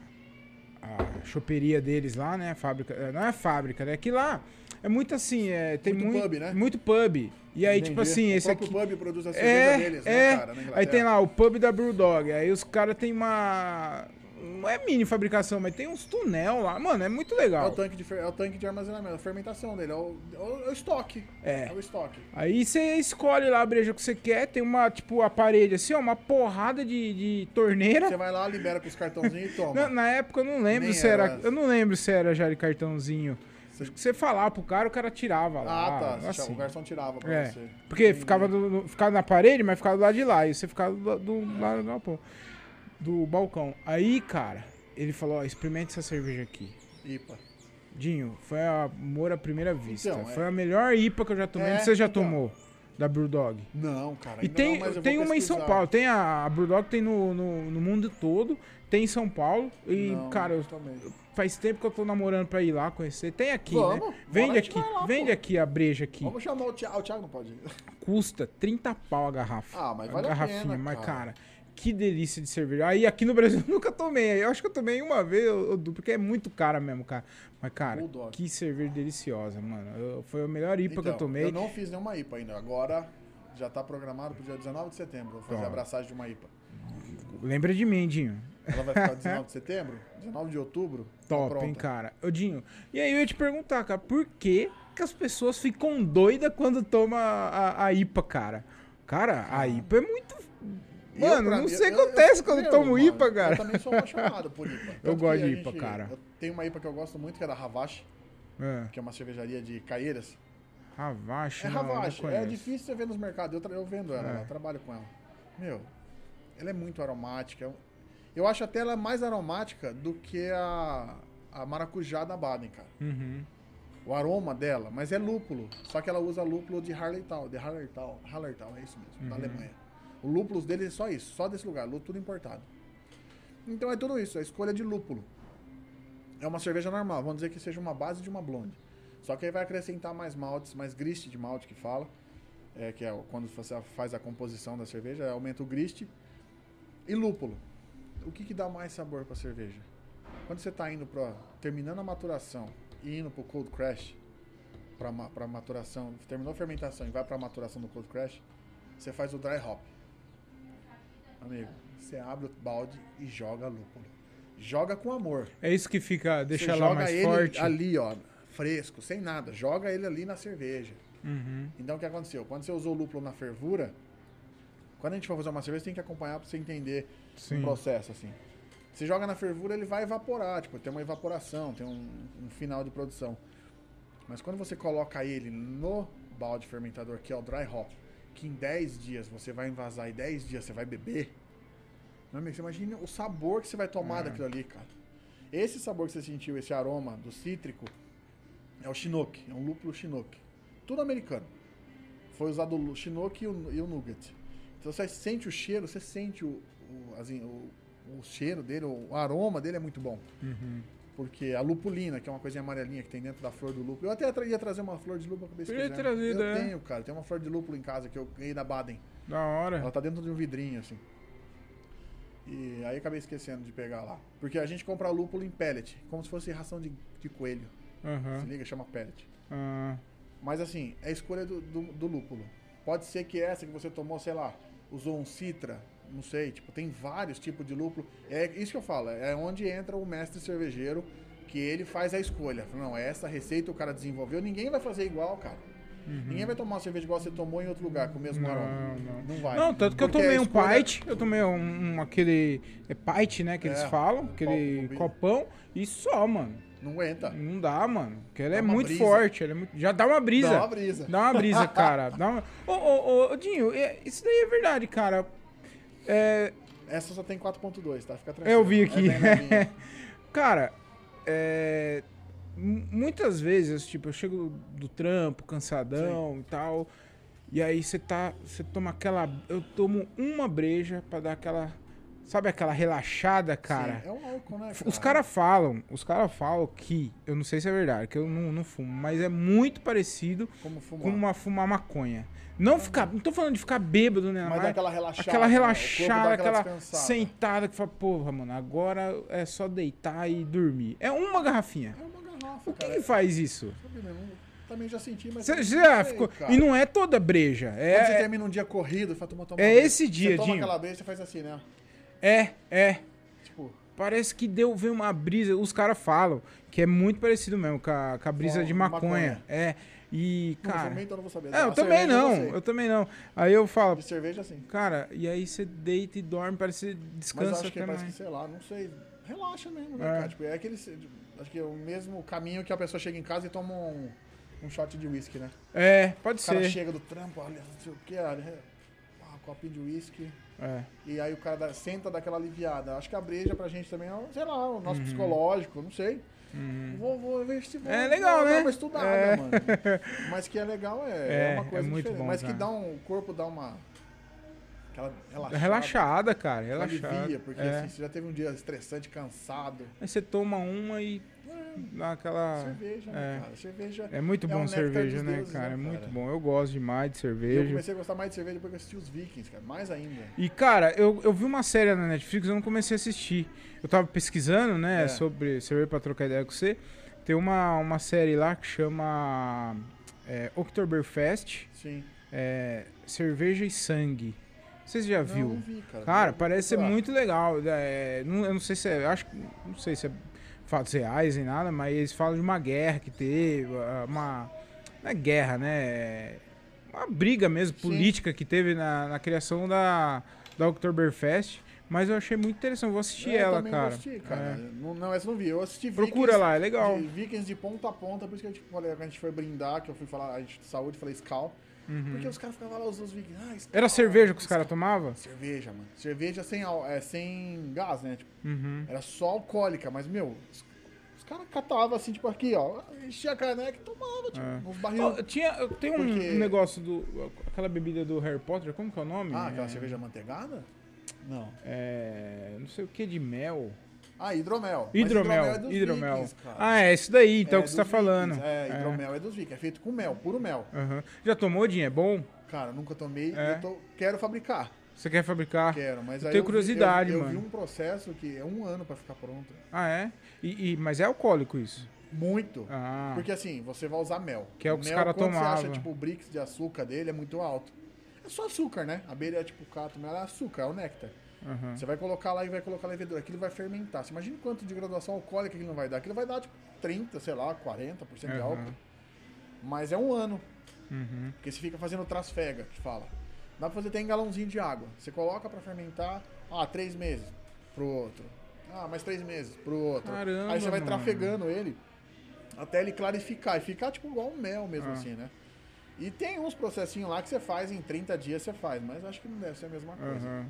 Speaker 1: a, a choperia deles lá, né? A fábrica, é, não é a fábrica, né? Que lá é muito assim, é, tem
Speaker 2: Muito
Speaker 1: muito,
Speaker 2: pub, né?
Speaker 1: muito pub. E aí,
Speaker 2: Entendi. É
Speaker 1: tipo assim, esse
Speaker 2: o próprio
Speaker 1: aqui...
Speaker 2: pub produz a cerveja
Speaker 1: É,
Speaker 2: deles,
Speaker 1: é.
Speaker 2: né, cara? na
Speaker 1: aí tem
Speaker 2: Inglaterra.
Speaker 1: lá o pub da Brewdog. Aí os caras tem uma. Não é mini fabricação, mas tem uns tunel lá. Mano, é muito
Speaker 2: É o,
Speaker 1: legal.
Speaker 2: tanque de, fer- é o tanque de armazenamento, a fermentação dele, é o, é o- é o estoque.
Speaker 1: É.
Speaker 2: o estoque.
Speaker 1: Aí você escolhe lá a breja que você quer. Tem uma, tipo, a parede assim, ó, uma porrada de, de torneira.
Speaker 2: Você vai lá, libera com os cartãozinhos e toma.
Speaker 1: Na, na época eu não lembro
Speaker 2: Nem
Speaker 1: se era.
Speaker 2: era.
Speaker 1: Eu não lembro se era já de cartãozinho.
Speaker 2: Você-
Speaker 1: Você falava pro cara, o cara tirava lá.
Speaker 2: Ah, tá. você
Speaker 1: assim.
Speaker 2: tira- O garçom tirava pra
Speaker 1: É,
Speaker 2: você.
Speaker 1: porque ficava, do, do- ficava na parede, mas ficava do lado de lá. E você ficava do, do lado do galpão. Do balcão. Aí, cara, ele falou, ó, experimente essa cerveja aqui.
Speaker 2: Ipa.
Speaker 1: Dinho, foi amor à primeira vista.
Speaker 2: Então, é-
Speaker 1: Foi a melhor IPA que eu já tomei.
Speaker 2: É,
Speaker 1: que você já
Speaker 2: então.
Speaker 1: tomou? Da Brewdog.
Speaker 2: Não, cara.
Speaker 1: E
Speaker 2: ainda
Speaker 1: tem,
Speaker 2: não, mas eu
Speaker 1: tem
Speaker 2: vou
Speaker 1: uma em São
Speaker 2: pesquisar.
Speaker 1: Paulo. Tem a, a Brewdog tem no, no, no mundo todo. Tem em São Paulo. E,
Speaker 2: Não,
Speaker 1: cara, eu-
Speaker 2: tomei.
Speaker 1: faz tempo que eu tô namorando pra ir lá conhecer. Tem aqui,
Speaker 2: Vamos,
Speaker 1: né?
Speaker 2: bora,
Speaker 1: Vende
Speaker 2: a gente
Speaker 1: aqui.
Speaker 2: vai lá,
Speaker 1: vende
Speaker 2: pô.
Speaker 1: aqui a breja aqui.
Speaker 2: Vamos chamar o Thiago. Ah, o Thiago não pode ir.
Speaker 1: Custa 30 pau a garrafa.
Speaker 2: Ah, mas vale a
Speaker 1: garrafinha,
Speaker 2: pena,
Speaker 1: mas, cara.
Speaker 2: cara.
Speaker 1: que delícia de cerveja. Aí aqui no Brasil eu nunca tomei. Eu acho que eu tomei uma vez, eu, eu- porque é muito cara mesmo, cara. Mas, cara,
Speaker 2: Bulldog.
Speaker 1: que cerveja deliciosa, mano. Eu- foi a melhor IPA que eu
Speaker 2: Então,
Speaker 1: tomei.
Speaker 2: Eu não fiz nenhuma IPA ainda. Agora já tá programado pro dia 19 de setembro. Vou fazer
Speaker 1: Toma.
Speaker 2: a abraçagem de uma IPA.
Speaker 1: Lembra de mim, Dinho.
Speaker 2: Ela vai ficar 19 de setembro? 19 de outubro? tá
Speaker 1: Top,
Speaker 2: pronta.
Speaker 1: hein, cara. Ô, Dinho, e aí eu ia te perguntar, cara, por que, que as pessoas ficam doidas quando toma a, a IPA, cara? Cara, a IPA é muito.
Speaker 2: Ah. Eu,
Speaker 1: Mano,
Speaker 2: pra
Speaker 1: não
Speaker 2: mim,
Speaker 1: sei o
Speaker 2: eu-
Speaker 1: que
Speaker 2: eu-
Speaker 1: acontece
Speaker 2: eu-
Speaker 1: quando
Speaker 2: meu,
Speaker 1: eu tomo
Speaker 2: mano,
Speaker 1: IPA,
Speaker 2: Eu
Speaker 1: cara.
Speaker 2: também sou apaixonado por IPA. Tanto
Speaker 1: gosto
Speaker 2: que a
Speaker 1: de IPA, cara.
Speaker 2: Eu tenho uma IPA que eu gosto muito, que é da Ravache,
Speaker 1: É.
Speaker 2: que é uma cervejaria de Caieiras.
Speaker 1: Ravache,
Speaker 2: É
Speaker 1: não, não
Speaker 2: Ravache. É
Speaker 1: conheço.
Speaker 2: difícil você ver nos mercados. Eu, tra- eu vendo ela,
Speaker 1: É.
Speaker 2: lá, eu trabalho com ela. Meu, ela é muito aromática. Eu- Eu acho até ela mais aromática do que a, a maracujá da Baden, cara.
Speaker 1: Uhum.
Speaker 2: O aroma dela, mas é lúpulo. Só que ela usa lúpulo de Harlertal. De Harlertal. Harlertal, é isso mesmo, da Alemanha. O lúpulo dele é só isso, só desse lugar. Lúpulo tudo importado. Então é tudo isso, a escolha de lúpulo. É uma cerveja normal, vamos dizer que seja uma base de uma blonde. Só que aí vai acrescentar mais maltes, mais grist de malte que fala. É, que é o- quando você faz a composição da cerveja, aumenta o grist. E lúpulo. O que, que dá mais sabor pra cerveja? Quando você tá indo pra. terminando a maturação e indo pro cold crash, pra, ma- pra maturação, terminou a fermentação e vai pra maturação do cold crash, você faz o dry hop. Amigo, você abre o balde e joga lúpulo. Joga com amor.
Speaker 1: É isso que fica, deixa
Speaker 2: Você
Speaker 1: ela
Speaker 2: joga
Speaker 1: mais
Speaker 2: ele
Speaker 1: forte.
Speaker 2: ali, ó, fresco, sem nada. Joga ele ali na cerveja.
Speaker 1: Uhum.
Speaker 2: Então o que aconteceu? Quando você usou o lúpulo na fervura, quando a gente for fazer uma cerveja, você tem que acompanhar pra você entender
Speaker 1: Sim.
Speaker 2: o processo, assim. Você joga na fervura, ele vai evaporar, tipo, tem uma evaporação, tem um, um final de produção. Mas quando você coloca ele no balde fermentador, que é o dry hop, que em 10 dias você vai envasar e 10 dias você vai beber, meu amigo, você é imagina o sabor que você vai tomar daquilo ali, cara. Esse sabor que você sentiu, esse aroma do cítrico, é o chinook, é um lúpulo chinook. Tudo americano. Foi usado o chinook e o, e o nougat. Então você sente o cheiro, você sente o, o- assim, o- o cheiro dele, o aroma dele é muito bom.
Speaker 1: Uhum.
Speaker 2: Porque a lupulina, que é uma coisinha amarelinha que tem dentro da flor do lúpulo. Eu até tra- ia trazer uma flor de lúpulo pra
Speaker 1: Podia
Speaker 2: pesquisar.
Speaker 1: ter trazido,
Speaker 2: né? eu
Speaker 1: é.
Speaker 2: tenho, cara. Tem uma flor de lúpulo em casa que eu ganhei da Baden.
Speaker 1: Da hora.
Speaker 2: Ela tá dentro de um vidrinho, assim. E aí eu acabei esquecendo de pegar lá. Porque a gente compra lúpulo em pellet, como se fosse ração de, de coelho. Se
Speaker 1: Aham.
Speaker 2: liga, chama pellet.
Speaker 1: Ah,
Speaker 2: Mas assim, é a escolha do, do- do lúpulo. Pode ser que essa que você tomou, sei lá, usou um citra, não sei, tipo, tem vários tipos de lúpulo. É isso que eu falo, é onde entra o mestre cervejeiro, que ele faz a escolha. Fala, Não, essa receita o cara desenvolveu, ninguém vai fazer igual, cara. Ninguém vai tomar uma cerveja igual você tomou em outro lugar, com o mesmo
Speaker 1: Uhum. Não,
Speaker 2: aroma.
Speaker 1: não.
Speaker 2: vai.
Speaker 1: Não, tanto que eu
Speaker 2: Porque a
Speaker 1: tomei um
Speaker 2: escolha- é
Speaker 1: pint, eu tomei um, um- aquele é pint, né, que eles
Speaker 2: É,
Speaker 1: falam,
Speaker 2: um
Speaker 1: aquele
Speaker 2: copo, um
Speaker 1: copão, e só, mano.
Speaker 2: Não aguenta.
Speaker 1: Não dá, mano, porque ela
Speaker 2: Dá
Speaker 1: é
Speaker 2: uma
Speaker 1: muito
Speaker 2: brisa.
Speaker 1: forte, ela é muito- já dá uma brisa.
Speaker 2: Dá uma brisa.
Speaker 1: Dá uma brisa, cara. Dá uma... Ô, ô, ô, ô, Dinho, é- isso daí é verdade, cara. É,
Speaker 2: Essa só tem 4.2, tá? Fica
Speaker 1: É,
Speaker 2: tranquilo.
Speaker 1: eu vi aqui.
Speaker 2: É bem levinha.
Speaker 1: Cara, é, mu- muitas vezes, tipo, eu chego do trampo, cansadão e tal, e aí você tá, você toma aquela, eu tomo uma breja pra dar aquela Sabe aquela relaxada, cara?
Speaker 2: Sim, é um álcool, né?
Speaker 1: Os caras falam, os caras falam que, eu não sei se é verdade, que eu não, não fumo, mas é muito parecido
Speaker 2: Como fumar.
Speaker 1: com uma fumar maconha. Não ficar, não tô falando de ficar bêbado, né?
Speaker 2: Mas dá aquela relaxada,
Speaker 1: Aquela
Speaker 2: né? O corpo dá
Speaker 1: relaxada,
Speaker 2: aquela
Speaker 1: aquela
Speaker 2: descansada.
Speaker 1: sentada que fala, porra, mano, agora é só deitar e dormir. É uma garrafinha.
Speaker 2: É uma garrafa,
Speaker 1: O que
Speaker 2: cara.
Speaker 1: que faz isso?
Speaker 2: Sabe, meu, eu Também já senti, mas.
Speaker 1: Você
Speaker 2: eu
Speaker 1: já
Speaker 2: não sei,
Speaker 1: ficou.
Speaker 2: cara.
Speaker 1: E não é toda breja.
Speaker 2: Quando você
Speaker 1: É,
Speaker 2: termina um dia corrido, fala, toma, toma.
Speaker 1: é
Speaker 2: uma breja.
Speaker 1: esse dia,
Speaker 2: Você toma
Speaker 1: Dinho.
Speaker 2: aquela breja, você faz assim, né?
Speaker 1: é, é.
Speaker 2: Tipo,
Speaker 1: Parece que deu, veio uma brisa. Os caras falam que é muito parecido mesmo com a, com a brisa
Speaker 2: Com
Speaker 1: de maconha.
Speaker 2: maconha.
Speaker 1: É. E,
Speaker 2: não, eu
Speaker 1: cara.
Speaker 2: fumei, então eu não vou saber.
Speaker 1: é, eu
Speaker 2: A
Speaker 1: também
Speaker 2: cerveja,
Speaker 1: não.
Speaker 2: sei.
Speaker 1: Eu também não. Aí eu falo,
Speaker 2: De cerveja, assim.
Speaker 1: cara, e aí você deita e dorme, parece que você
Speaker 2: Mas eu
Speaker 1: descansa
Speaker 2: acho que é
Speaker 1: até
Speaker 2: parece que,
Speaker 1: mais.
Speaker 2: sei lá, não sei. Relaxa mesmo, né,
Speaker 1: É.
Speaker 2: cara? Tipo, é aquele. Acho que é o mesmo caminho que a pessoa chega em casa e toma um, um shot de uísque, né?
Speaker 1: É, pode
Speaker 2: O cara
Speaker 1: ser.
Speaker 2: chega do trampo, olha, não sei o que, olha. ah, Um copinho de uísque.
Speaker 1: É.
Speaker 2: E aí o cara dá- senta daquela aliviada. Acho que a breja pra gente também é, um, sei lá, o
Speaker 1: Uhum.
Speaker 2: nosso psicológico, não sei. Vou, vou ver se vou,
Speaker 1: É legal,
Speaker 2: vou
Speaker 1: né?
Speaker 2: dar uma estudada,
Speaker 1: É.
Speaker 2: mano. Mas que é legal
Speaker 1: É,
Speaker 2: é, é, uma
Speaker 1: é
Speaker 2: coisa
Speaker 1: muito
Speaker 2: diferente.
Speaker 1: bom,
Speaker 2: Mas
Speaker 1: cara.
Speaker 2: que dá um, o corpo dá uma. Aquela relaxada.
Speaker 1: Relaxada, cara.
Speaker 2: Alivia,
Speaker 1: Relaxada.
Speaker 2: porque
Speaker 1: É.
Speaker 2: assim, você já teve um dia estressante, cansado.
Speaker 1: Aí você toma uma e dá aquela.
Speaker 2: cerveja,
Speaker 1: é.
Speaker 2: né, cara? Cerveja.
Speaker 1: É muito
Speaker 2: É
Speaker 1: bom
Speaker 2: um néctar
Speaker 1: cerveja,
Speaker 2: dos
Speaker 1: né,
Speaker 2: deuses,
Speaker 1: cara? É
Speaker 2: né,
Speaker 1: muito
Speaker 2: cara?
Speaker 1: bom. Eu gosto demais de
Speaker 2: E eu
Speaker 1: cerveja.
Speaker 2: comecei a gostar mais de cerveja depois que eu assisti os Vikings, cara. Mais ainda.
Speaker 1: E, cara, eu, eu vi uma série na Netflix, eu não comecei a assistir. Eu tava pesquisando, né,
Speaker 2: É.
Speaker 1: sobre cerveja pra trocar ideia com você. Tem uma, uma série lá que chama é, Oktoberfest,
Speaker 2: Sim.
Speaker 1: é, Cerveja e Sangue. Vocês já
Speaker 2: Não, Ah.
Speaker 1: viu?
Speaker 2: não vi, cara.
Speaker 1: Cara,
Speaker 2: Vou
Speaker 1: parece ser
Speaker 2: procurar.
Speaker 1: muito legal. É, não, eu não sei se é. Acho, que- não sei se é fatos reais nem nada, mas eles falam de uma guerra que teve, ah, uma. Não é guerra, né? Uma briga mesmo,
Speaker 2: Sim.
Speaker 1: política que teve na, na criação da, da Oktoberfest. Mas eu achei muito interessante, vou assistir
Speaker 2: É, eu
Speaker 1: ela,
Speaker 2: também
Speaker 1: cara.
Speaker 2: assisti, cara.
Speaker 1: É.
Speaker 2: Não, não, essa eu não vi. Eu assisti
Speaker 1: Procura lá, é legal.
Speaker 2: De, Vikings de ponta a ponta, por isso que eu te falei, quando a gente foi brindar, que eu fui falar, a gente saúde, falei Scal. Porque os caras ficavam lá, os, os Vikings. Ah, Skol,
Speaker 1: Uhum. Era cerveja que os caras
Speaker 2: Skol.
Speaker 1: tomavam?
Speaker 2: Cerveja, mano. Cerveja sem, al- é, sem gás, né? Tipo,
Speaker 1: Uhum.
Speaker 2: era só alcoólica, mas, meu, os, os caras catavam assim, tipo aqui, ó. Enchia a caneca e tomava, tipo,
Speaker 1: É.
Speaker 2: uns
Speaker 1: Oh,
Speaker 2: barril.
Speaker 1: eu tinha, eu- tem um,
Speaker 2: Porque-
Speaker 1: um negócio do. Aquela bebida do Harry Potter, como que é o nome?
Speaker 2: ah, aquela
Speaker 1: é,
Speaker 2: cerveja manteigada? Não.
Speaker 1: é, Não sei o que de mel.
Speaker 2: Ah, hidromel. Mas
Speaker 1: Hidromel,
Speaker 2: é
Speaker 1: hidromel.
Speaker 2: dos Vikings, cara.
Speaker 1: ah, é isso daí, então,
Speaker 2: É
Speaker 1: que você
Speaker 2: dos
Speaker 1: tá falando.
Speaker 2: Vikings, É, hidromel é. dos Vikings. É feito com mel, puro mel.
Speaker 1: Aham. Já tomou, Dinho? É bom?
Speaker 2: Cara, nunca tomei.
Speaker 1: É.
Speaker 2: Eu tô- quero fabricar.
Speaker 1: Você quer fabricar?
Speaker 2: Quero, mas
Speaker 1: eu
Speaker 2: aí.
Speaker 1: tenho
Speaker 2: vi-
Speaker 1: curiosidade,
Speaker 2: eu, eu
Speaker 1: mano.
Speaker 2: vi um processo que é um ano pra ficar pronto.
Speaker 1: Ah, é? E, e- mas é alcoólico isso?
Speaker 2: Muito.
Speaker 1: Ah,
Speaker 2: Porque assim, você vai usar mel.
Speaker 1: Que é o que os
Speaker 2: Mel,
Speaker 1: cara
Speaker 2: quando
Speaker 1: tomava.
Speaker 2: Você acha, tipo, o brix de açúcar dele é muito alto. É só açúcar, né? A abelha é tipo cato, mas é açúcar, é o néctar.
Speaker 1: aham.
Speaker 2: Você vai colocar lá e vai colocar levedura. Aquilo vai fermentar. Você imagina quanto de graduação alcoólica que não vai dar. Aquilo vai dar, tipo, 30, sei lá, 40% de
Speaker 1: Aham.
Speaker 2: álcool. Mas é um ano.
Speaker 1: Uhum.
Speaker 2: Porque você fica fazendo trasfega, que fala. Dá pra fazer até em galãozinho de água. Você coloca pra fermentar, ah, três meses pro outro. Ah, mais três meses pro outro.
Speaker 1: Caramba,
Speaker 2: Aí você vai
Speaker 1: mano.
Speaker 2: trafegando ele até ele clarificar. E ficar tipo igual um mel mesmo
Speaker 1: Ah.
Speaker 2: assim, né? E tem uns processinhos lá que você faz em 30 dias, você faz. Mas acho que não deve ser a mesma coisa.
Speaker 1: aham.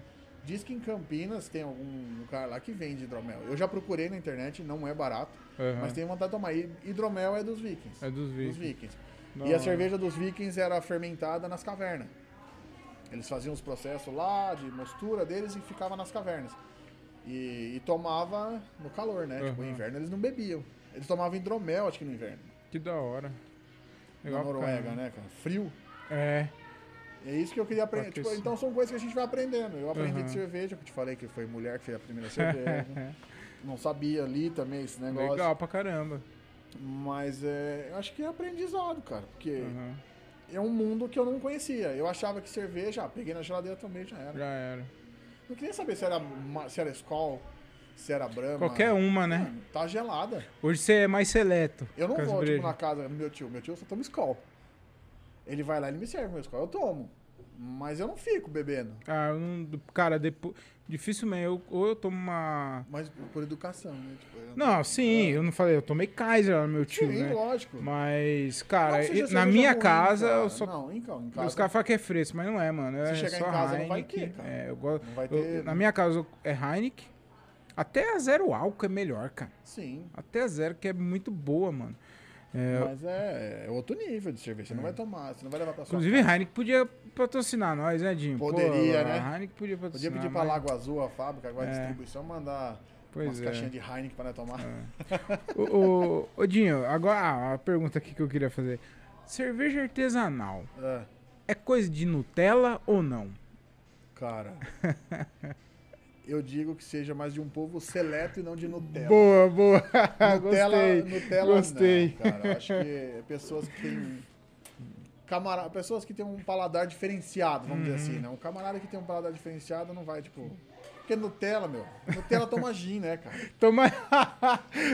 Speaker 2: Diz que em Campinas tem algum lugar lá que vende hidromel. Eu já procurei na internet, não é barato.
Speaker 1: Aham.
Speaker 2: Mas tenho vontade de tomar. E Hidromel é dos vikings.
Speaker 1: É dos
Speaker 2: Dos
Speaker 1: Vikings.
Speaker 2: vikings.
Speaker 1: Da
Speaker 2: E a
Speaker 1: hora.
Speaker 2: cerveja dos vikings era fermentada nas cavernas. Eles faziam os processos lá de mostura deles e ficava nas cavernas. E, e tomava no calor, né? Tipo, no
Speaker 1: Aham.
Speaker 2: inverno eles não bebiam. Eles tomavam hidromel, acho que no inverno.
Speaker 1: Que da hora.
Speaker 2: na
Speaker 1: pra
Speaker 2: Noruega,
Speaker 1: caramba.
Speaker 2: né, cara? Frio.
Speaker 1: É.
Speaker 2: É isso que eu queria aprender.
Speaker 1: Porque
Speaker 2: Tipo,
Speaker 1: sim.
Speaker 2: então são coisas que a gente vai aprendendo. Eu aprendi
Speaker 1: Aham.
Speaker 2: de cerveja, que eu te falei que foi mulher que fez a primeira cerveja. não sabia ali também esse negócio.
Speaker 1: É. Legal pra caramba.
Speaker 2: Mas é, eu acho que é aprendizado, cara. Porque
Speaker 1: Aham.
Speaker 2: é um mundo que eu não conhecia. Eu achava que cerveja, ah, peguei na geladeira também, já era.
Speaker 1: Já era.
Speaker 2: Não queria saber se era, ma- se era Skol, se era Brahma.
Speaker 1: Qualquer uma, né?
Speaker 2: Mano, Tá gelada.
Speaker 1: Hoje você é mais seleto.
Speaker 2: Eu não
Speaker 1: com as
Speaker 2: vou, tipo,
Speaker 1: brejas.
Speaker 2: na casa do meu tio. Meu tio só toma Skol. Ele vai lá, ele me serve meu Skol. Eu tomo. Mas eu não fico bebendo.
Speaker 1: Ah, eu não- cara, depois. Dificilmente. Eu, ou eu tomo uma.
Speaker 2: Mas por educação, né? Tipo, eu-
Speaker 1: Não, sim, eu não falei, eu tomei Kaiser lá no meu tio,
Speaker 2: Sim,
Speaker 1: né?
Speaker 2: lógico.
Speaker 1: Mas,
Speaker 2: Não
Speaker 1: cara,
Speaker 2: que seja
Speaker 1: e- na
Speaker 2: cerveja
Speaker 1: minha
Speaker 2: ruim,
Speaker 1: casa,
Speaker 2: cara.
Speaker 1: eu só.
Speaker 2: Não, então, em casa.
Speaker 1: Os caras falam que é fresco, mas não é, mano. É
Speaker 2: chegar em
Speaker 1: só
Speaker 2: casa,
Speaker 1: Heineken.
Speaker 2: não vai ter, cara.
Speaker 1: É, eu gosto.
Speaker 2: Não vai
Speaker 1: eu-
Speaker 2: ter- né?
Speaker 1: na minha casa eu- é Heineken. Até a zero álcool é melhor, cara.
Speaker 2: Sim.
Speaker 1: Até a zero, que é muito boa, mano.
Speaker 2: Mas é, é outro nível de cerveja. Você não vai tomar, você não vai levar pra sua
Speaker 1: Inclusive,
Speaker 2: casa.
Speaker 1: Heineken podia patrocinar nós, né, Dinho?
Speaker 2: Poderia, né?
Speaker 1: A Heineken podia patrocinar.
Speaker 2: Podia pedir pra
Speaker 1: mas-
Speaker 2: Lago Azul, a fábrica, agora a
Speaker 1: É.
Speaker 2: distribuição, mandar
Speaker 1: Pois
Speaker 2: umas
Speaker 1: é.
Speaker 2: caixinhas de Heineken pra nós tomar.
Speaker 1: Ô, ô, ô, Dinho, agora ah, a pergunta aqui que eu queria fazer. Cerveja artesanal
Speaker 2: É,
Speaker 1: é coisa de Nutella ou não?
Speaker 2: cara. Eu digo que seja mais de um povo seleto e não de Nutella.
Speaker 1: Boa, boa.
Speaker 2: Nutella,
Speaker 1: Gostei.
Speaker 2: Nutella
Speaker 1: Gostei.
Speaker 2: não, cara. Eu acho que pessoas que têm... Camara... Pessoas que têm um paladar diferenciado, vamos dizer
Speaker 1: Uhum.
Speaker 2: assim, né? Um camarada que tem um paladar diferenciado não vai, tipo... Porque Nutella, meu. Nutella toma gin, né, cara?
Speaker 1: Toma...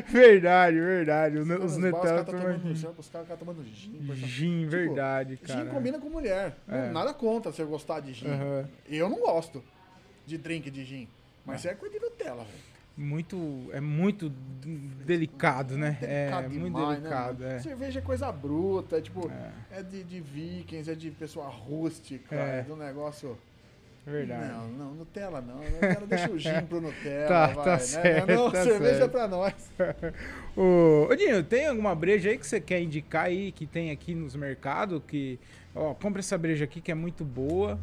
Speaker 1: verdade, verdade. Os, os
Speaker 2: Os
Speaker 1: Nutella
Speaker 2: caras tá
Speaker 1: tomam
Speaker 2: tomando,
Speaker 1: gin.
Speaker 2: gin, os caras tá tomando gin. por exemplo.
Speaker 1: Gin,
Speaker 2: Tipo,
Speaker 1: verdade, cara.
Speaker 2: Gin combina com mulher. Não-
Speaker 1: É.
Speaker 2: Nada contra você gostar de gin.
Speaker 1: Aham.
Speaker 2: Eu não gosto de drink de gin. Mas é coisa de Nutella, velho.
Speaker 1: Muito, é muito delicado, né? é,
Speaker 2: Delicado
Speaker 1: muito
Speaker 2: demais, né,
Speaker 1: delicado,
Speaker 2: mano?
Speaker 1: é.
Speaker 2: Cerveja é coisa bruta, é tipo, é, de, de vikings, é de pessoa rústica,
Speaker 1: É.
Speaker 2: é, de um negócio...
Speaker 1: Verdade.
Speaker 2: Não, não, Nutella não. né? Nutella deixa o gin pro Nutella,
Speaker 1: Tá,
Speaker 2: vai.
Speaker 1: tá
Speaker 2: né?
Speaker 1: certo,
Speaker 2: Não,
Speaker 1: tá
Speaker 2: cerveja é
Speaker 1: certo.
Speaker 2: pra nós.
Speaker 1: Ô, ô Dinho, tem alguma breja aí que você quer indicar aí que tem aqui nos mercados? Que, ó, compra essa breja aqui que é muito boa.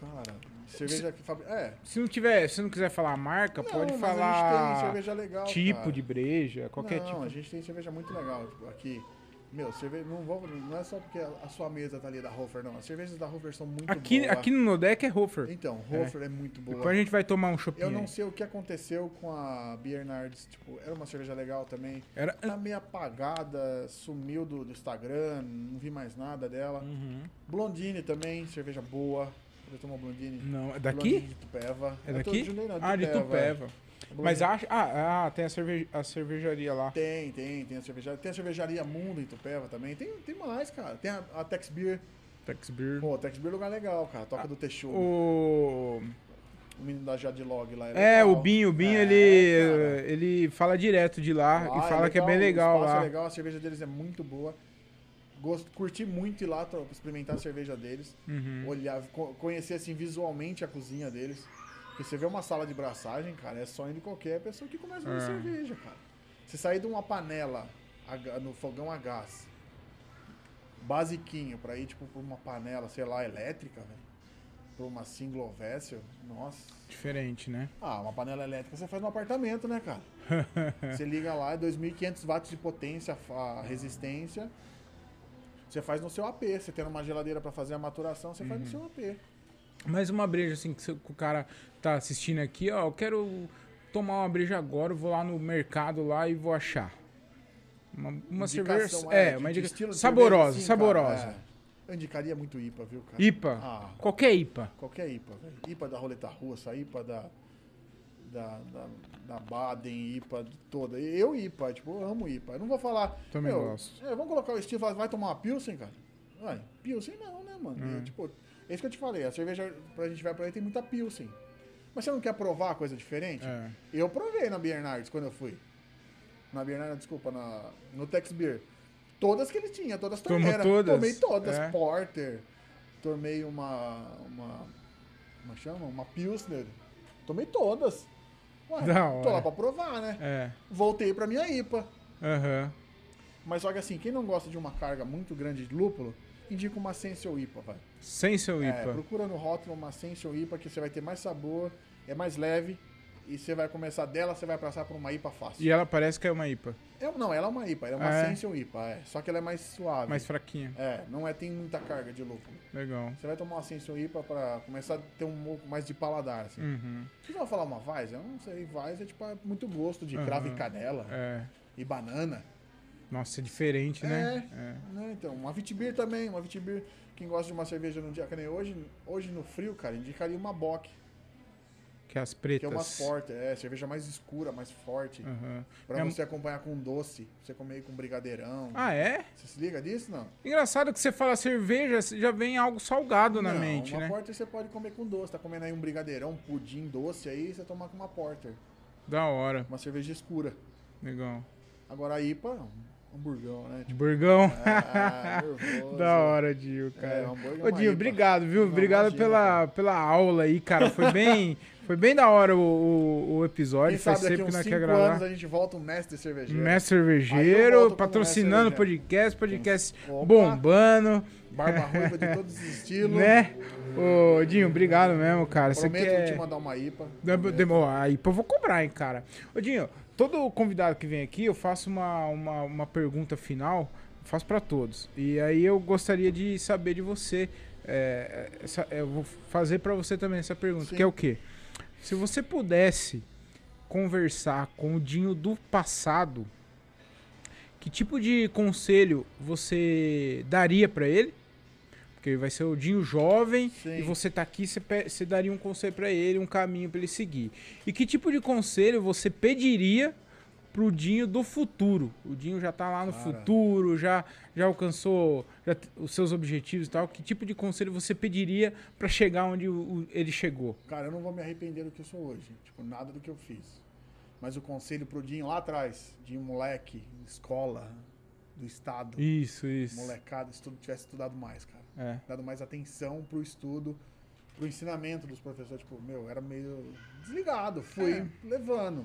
Speaker 2: Cara, cerveja que... fabri- É,
Speaker 1: Se não tiver, se não quiser falar a marca,
Speaker 2: Não,
Speaker 1: pode
Speaker 2: mas A gente tem um
Speaker 1: falar
Speaker 2: cerveja legal,
Speaker 1: tipo
Speaker 2: cara.
Speaker 1: de breja, qualquer
Speaker 2: não,
Speaker 1: tipo.
Speaker 2: a gente tem cerveja muito legal tipo, aqui. Meu, cerveja, não, vou, não é só porque a, a sua mesa tá ali da Hofer, não. As cervejas da Hofer são é muito
Speaker 1: Aqui,
Speaker 2: boas.
Speaker 1: aqui no Nodec é Hofer.
Speaker 2: Então, Hofer é, muito boa.
Speaker 1: Depois a gente vai tomar um chopinho.
Speaker 2: Eu não
Speaker 1: aí.
Speaker 2: sei o que aconteceu com a Biernards. Tipo, era uma cerveja legal também.
Speaker 1: Era...
Speaker 2: Tá meio apagada, sumiu do, do Instagram, não vi mais nada dela.
Speaker 1: Uhum.
Speaker 2: Blondine também, cerveja boa. Você tomou Blondine?
Speaker 1: Não, é
Speaker 2: Blondine
Speaker 1: daqui?
Speaker 2: de Tupéva.
Speaker 1: É
Speaker 2: Eu tô
Speaker 1: daqui?
Speaker 2: de- é. não,
Speaker 1: ah, de Tupéva. Mas
Speaker 2: Blondine-
Speaker 1: acho. Ah, ah, tem a, cerveja... a cervejaria lá.
Speaker 2: Tem, tem, tem a cervejaria. Tem a cervejaria Mundo em Tupéva também. Tem, tem mais, cara. Tem a, a Tex Beer.
Speaker 1: Tex Beer.
Speaker 2: Pô, a Tex Beer é lugar legal, cara. Toca do Teixeira. O...
Speaker 1: Ah, O...
Speaker 2: menino da Jadlog lá.
Speaker 1: É,
Speaker 2: legal.
Speaker 1: o Binho, o Binho,
Speaker 2: É,
Speaker 1: ele,
Speaker 2: cara.
Speaker 1: ele fala direto de lá
Speaker 2: Lá
Speaker 1: e fala que é bem
Speaker 2: o
Speaker 1: legal
Speaker 2: espaço
Speaker 1: lá.
Speaker 2: é legal, a cerveja deles é muito boa. Gosto, curti muito ir lá pra experimentar a cerveja deles.
Speaker 1: Uhum.
Speaker 2: Olhar, co- conhecer assim visualmente a cozinha deles. Porque você vê uma sala de braçagem, cara, é sonho de qualquer pessoa que começa a
Speaker 1: É.
Speaker 2: beber cerveja, cara. Você sair de uma panela a ga- no fogão a gás, basiquinho, pra ir tipo pra uma panela, sei lá, elétrica, velho. Pra uma single vessel, nossa.
Speaker 1: Diferente, né?
Speaker 2: Ah, uma panela elétrica você faz no apartamento, né, cara? você liga lá, é 2.500 watts de potência, a resistência. Você faz no seu AP. Você tendo uma geladeira pra fazer a maturação, você faz no seu AP.
Speaker 1: Mas uma breja assim que, você- que o cara tá assistindo aqui, ó, eu quero tomar uma breja agora, eu vou lá no mercado lá e vou achar. Uma, uma cerveja,
Speaker 2: Indicação,
Speaker 1: é,
Speaker 2: de-
Speaker 1: uma
Speaker 2: de
Speaker 1: indica-
Speaker 2: estilo de
Speaker 1: saborosa,
Speaker 2: cerveja, assim,
Speaker 1: saborosa.
Speaker 2: cara, é. Eu indicaria muito IPA, viu, cara?
Speaker 1: IPA,
Speaker 2: Ah.
Speaker 1: qualquer IPA.
Speaker 2: Qualquer IPA, velho. IPA da Roleta Russa, IPA da, da, da, da Baden, IPA de toda. Eu IPA, tipo, eu amo IPA. Eu não vou falar...
Speaker 1: Também
Speaker 2: meu,
Speaker 1: gosto.
Speaker 2: é, vamos colocar o estilo, fala, vai tomar uma Pilsen, cara? Vai, Pilsen não, né, mano?
Speaker 1: Hum.
Speaker 2: É, tipo, é isso que eu te falei, a cerveja pra gente vai pra aí tem muita Pilsen. Mas você não quer provar coisa diferente?
Speaker 1: É.
Speaker 2: Eu provei na Bernardes quando eu fui. Na Bernardes, desculpa, na, no Tex Beer. Todas que ele tinha, todas
Speaker 1: Tomou
Speaker 2: torneiras.
Speaker 1: todas?
Speaker 2: Tomei todas.
Speaker 1: É.
Speaker 2: Porter. Tomei uma. uma. Como é chama? Uma Pilsner. Tomei todas. Ué,
Speaker 1: Da
Speaker 2: tô
Speaker 1: hora.
Speaker 2: lá pra provar, né?
Speaker 1: É.
Speaker 2: Voltei pra minha IPA.
Speaker 1: Aham.
Speaker 2: Mas só que assim, quem não gosta de uma carga muito grande de lúpulo, indica uma Sensual IPA, vai.
Speaker 1: Sem seu
Speaker 2: É,
Speaker 1: IPA.
Speaker 2: procura no rótulo uma Sensual IPA que você vai ter mais sabor, é mais leve. E você vai começar dela, você vai passar por uma IPA fácil.
Speaker 1: E ela parece que é uma IPA,
Speaker 2: É, não, ela é uma IPA, ela é uma
Speaker 1: É.
Speaker 2: Ascension IPA, é. Só que ela é mais suave.
Speaker 1: mais fraquinha.
Speaker 2: É, não é, tem muita carga de lúpulo.
Speaker 1: Legal.
Speaker 2: Você vai tomar uma Ascension IPA pra começar a ter um pouco mais de paladar, assim.
Speaker 1: Uhum.
Speaker 2: Vocês vão falar uma Weiss? Eu não sei, Weiss é tipo é muito gosto de
Speaker 1: Uhum.
Speaker 2: cravo e canela
Speaker 1: É.
Speaker 2: e banana.
Speaker 1: Nossa, é diferente, né? É.
Speaker 2: Né, então, uma Vitibir também, uma Vitibir. Quem gosta de uma cerveja num dia que nem hoje, hoje no frio, cara, indicaria uma Bock,
Speaker 1: Que as
Speaker 2: que é uma
Speaker 1: pretas.
Speaker 2: forte, é, cerveja mais escura, mais forte.
Speaker 1: Aham.
Speaker 2: Pra
Speaker 1: Minha-
Speaker 2: você acompanhar com doce, você comer com brigadeirão.
Speaker 1: É um Ah, é?
Speaker 2: Você se liga disso, não?
Speaker 1: Engraçado que você fala cerveja, já vem algo salgado na
Speaker 2: Não, é
Speaker 1: mente,
Speaker 2: uma
Speaker 1: né?
Speaker 2: porter você pode comer com doce. Tá comendo aí um brigadeirão, um pudim doce aí, você toma com uma porter.
Speaker 1: Da hora.
Speaker 2: Uma cerveja escura.
Speaker 1: Legal.
Speaker 2: Agora a IPA, um hamburgão, né? Tipo,
Speaker 1: Burgão.
Speaker 2: ah, nervoso.
Speaker 1: da hora, Dio,
Speaker 2: É,
Speaker 1: cara.
Speaker 2: hambúrguer é
Speaker 1: Ô,
Speaker 2: uma
Speaker 1: Dio,
Speaker 2: IPA.
Speaker 1: obrigado, viu?
Speaker 2: Não,
Speaker 1: obrigado
Speaker 2: imagina,
Speaker 1: pela, pela aula aí, cara. Foi bem, Foi bem da hora o, o, o episódio.
Speaker 2: Quem
Speaker 1: Faz
Speaker 2: sabe daqui
Speaker 1: sempre que
Speaker 2: uns
Speaker 1: nós
Speaker 2: 5
Speaker 1: quer
Speaker 2: anos
Speaker 1: gravar.
Speaker 2: a gente volta um mestre cervejeiro.
Speaker 1: Mestre
Speaker 2: Aí eu volto
Speaker 1: Cervejeiro,
Speaker 2: como
Speaker 1: patrocinando o
Speaker 2: mestre
Speaker 1: podcast, podcast
Speaker 2: Opa.
Speaker 1: bombando.
Speaker 2: Barba ruiva de todos os estilos.
Speaker 1: Né? Ô, Dinho, obrigado mesmo, cara. Você é
Speaker 2: Prometo
Speaker 1: quer...
Speaker 2: te mandar uma IPA.
Speaker 1: Dem- Né, Demo, aí pô, eu vou cobrar, hein, cara. Ô, Dinho, todo convidado que vem aqui, eu faço uma, uma, uma pergunta final, faço pra todos. E aí eu gostaria de saber de você. é, essa- eu vou fazer pra você também essa pergunta,
Speaker 2: Sim.
Speaker 1: que é o quê? Se você pudesse conversar com o Dinho do passado, que tipo de conselho você daria pra ele? Porque vai ser o Dinho jovem
Speaker 2: Sim.
Speaker 1: e você tá aqui, você, pe- você daria um conselho pra ele, um caminho pra ele seguir. E que tipo de conselho você pediria pro Dinho do futuro? O Dinho já tá lá no
Speaker 2: Cara.
Speaker 1: futuro, já, já alcançou já t- os seus objetivos e tal. Que tipo de conselho você pediria pra chegar onde o- o- ele chegou?
Speaker 2: Cara, eu não vou me arrepender do que eu sou hoje. Tipo, nada do que eu fiz. Mas o conselho pro Dinho lá atrás, de um moleque, escola, do estado,
Speaker 1: Isso, isso.
Speaker 2: molecada, estudo, tivesse estudado mais, cara.
Speaker 1: É.
Speaker 2: Dado mais atenção pro estudo, pro ensinamento dos professores. Tipo, meu, era meio desligado. Fui
Speaker 1: É.
Speaker 2: levando.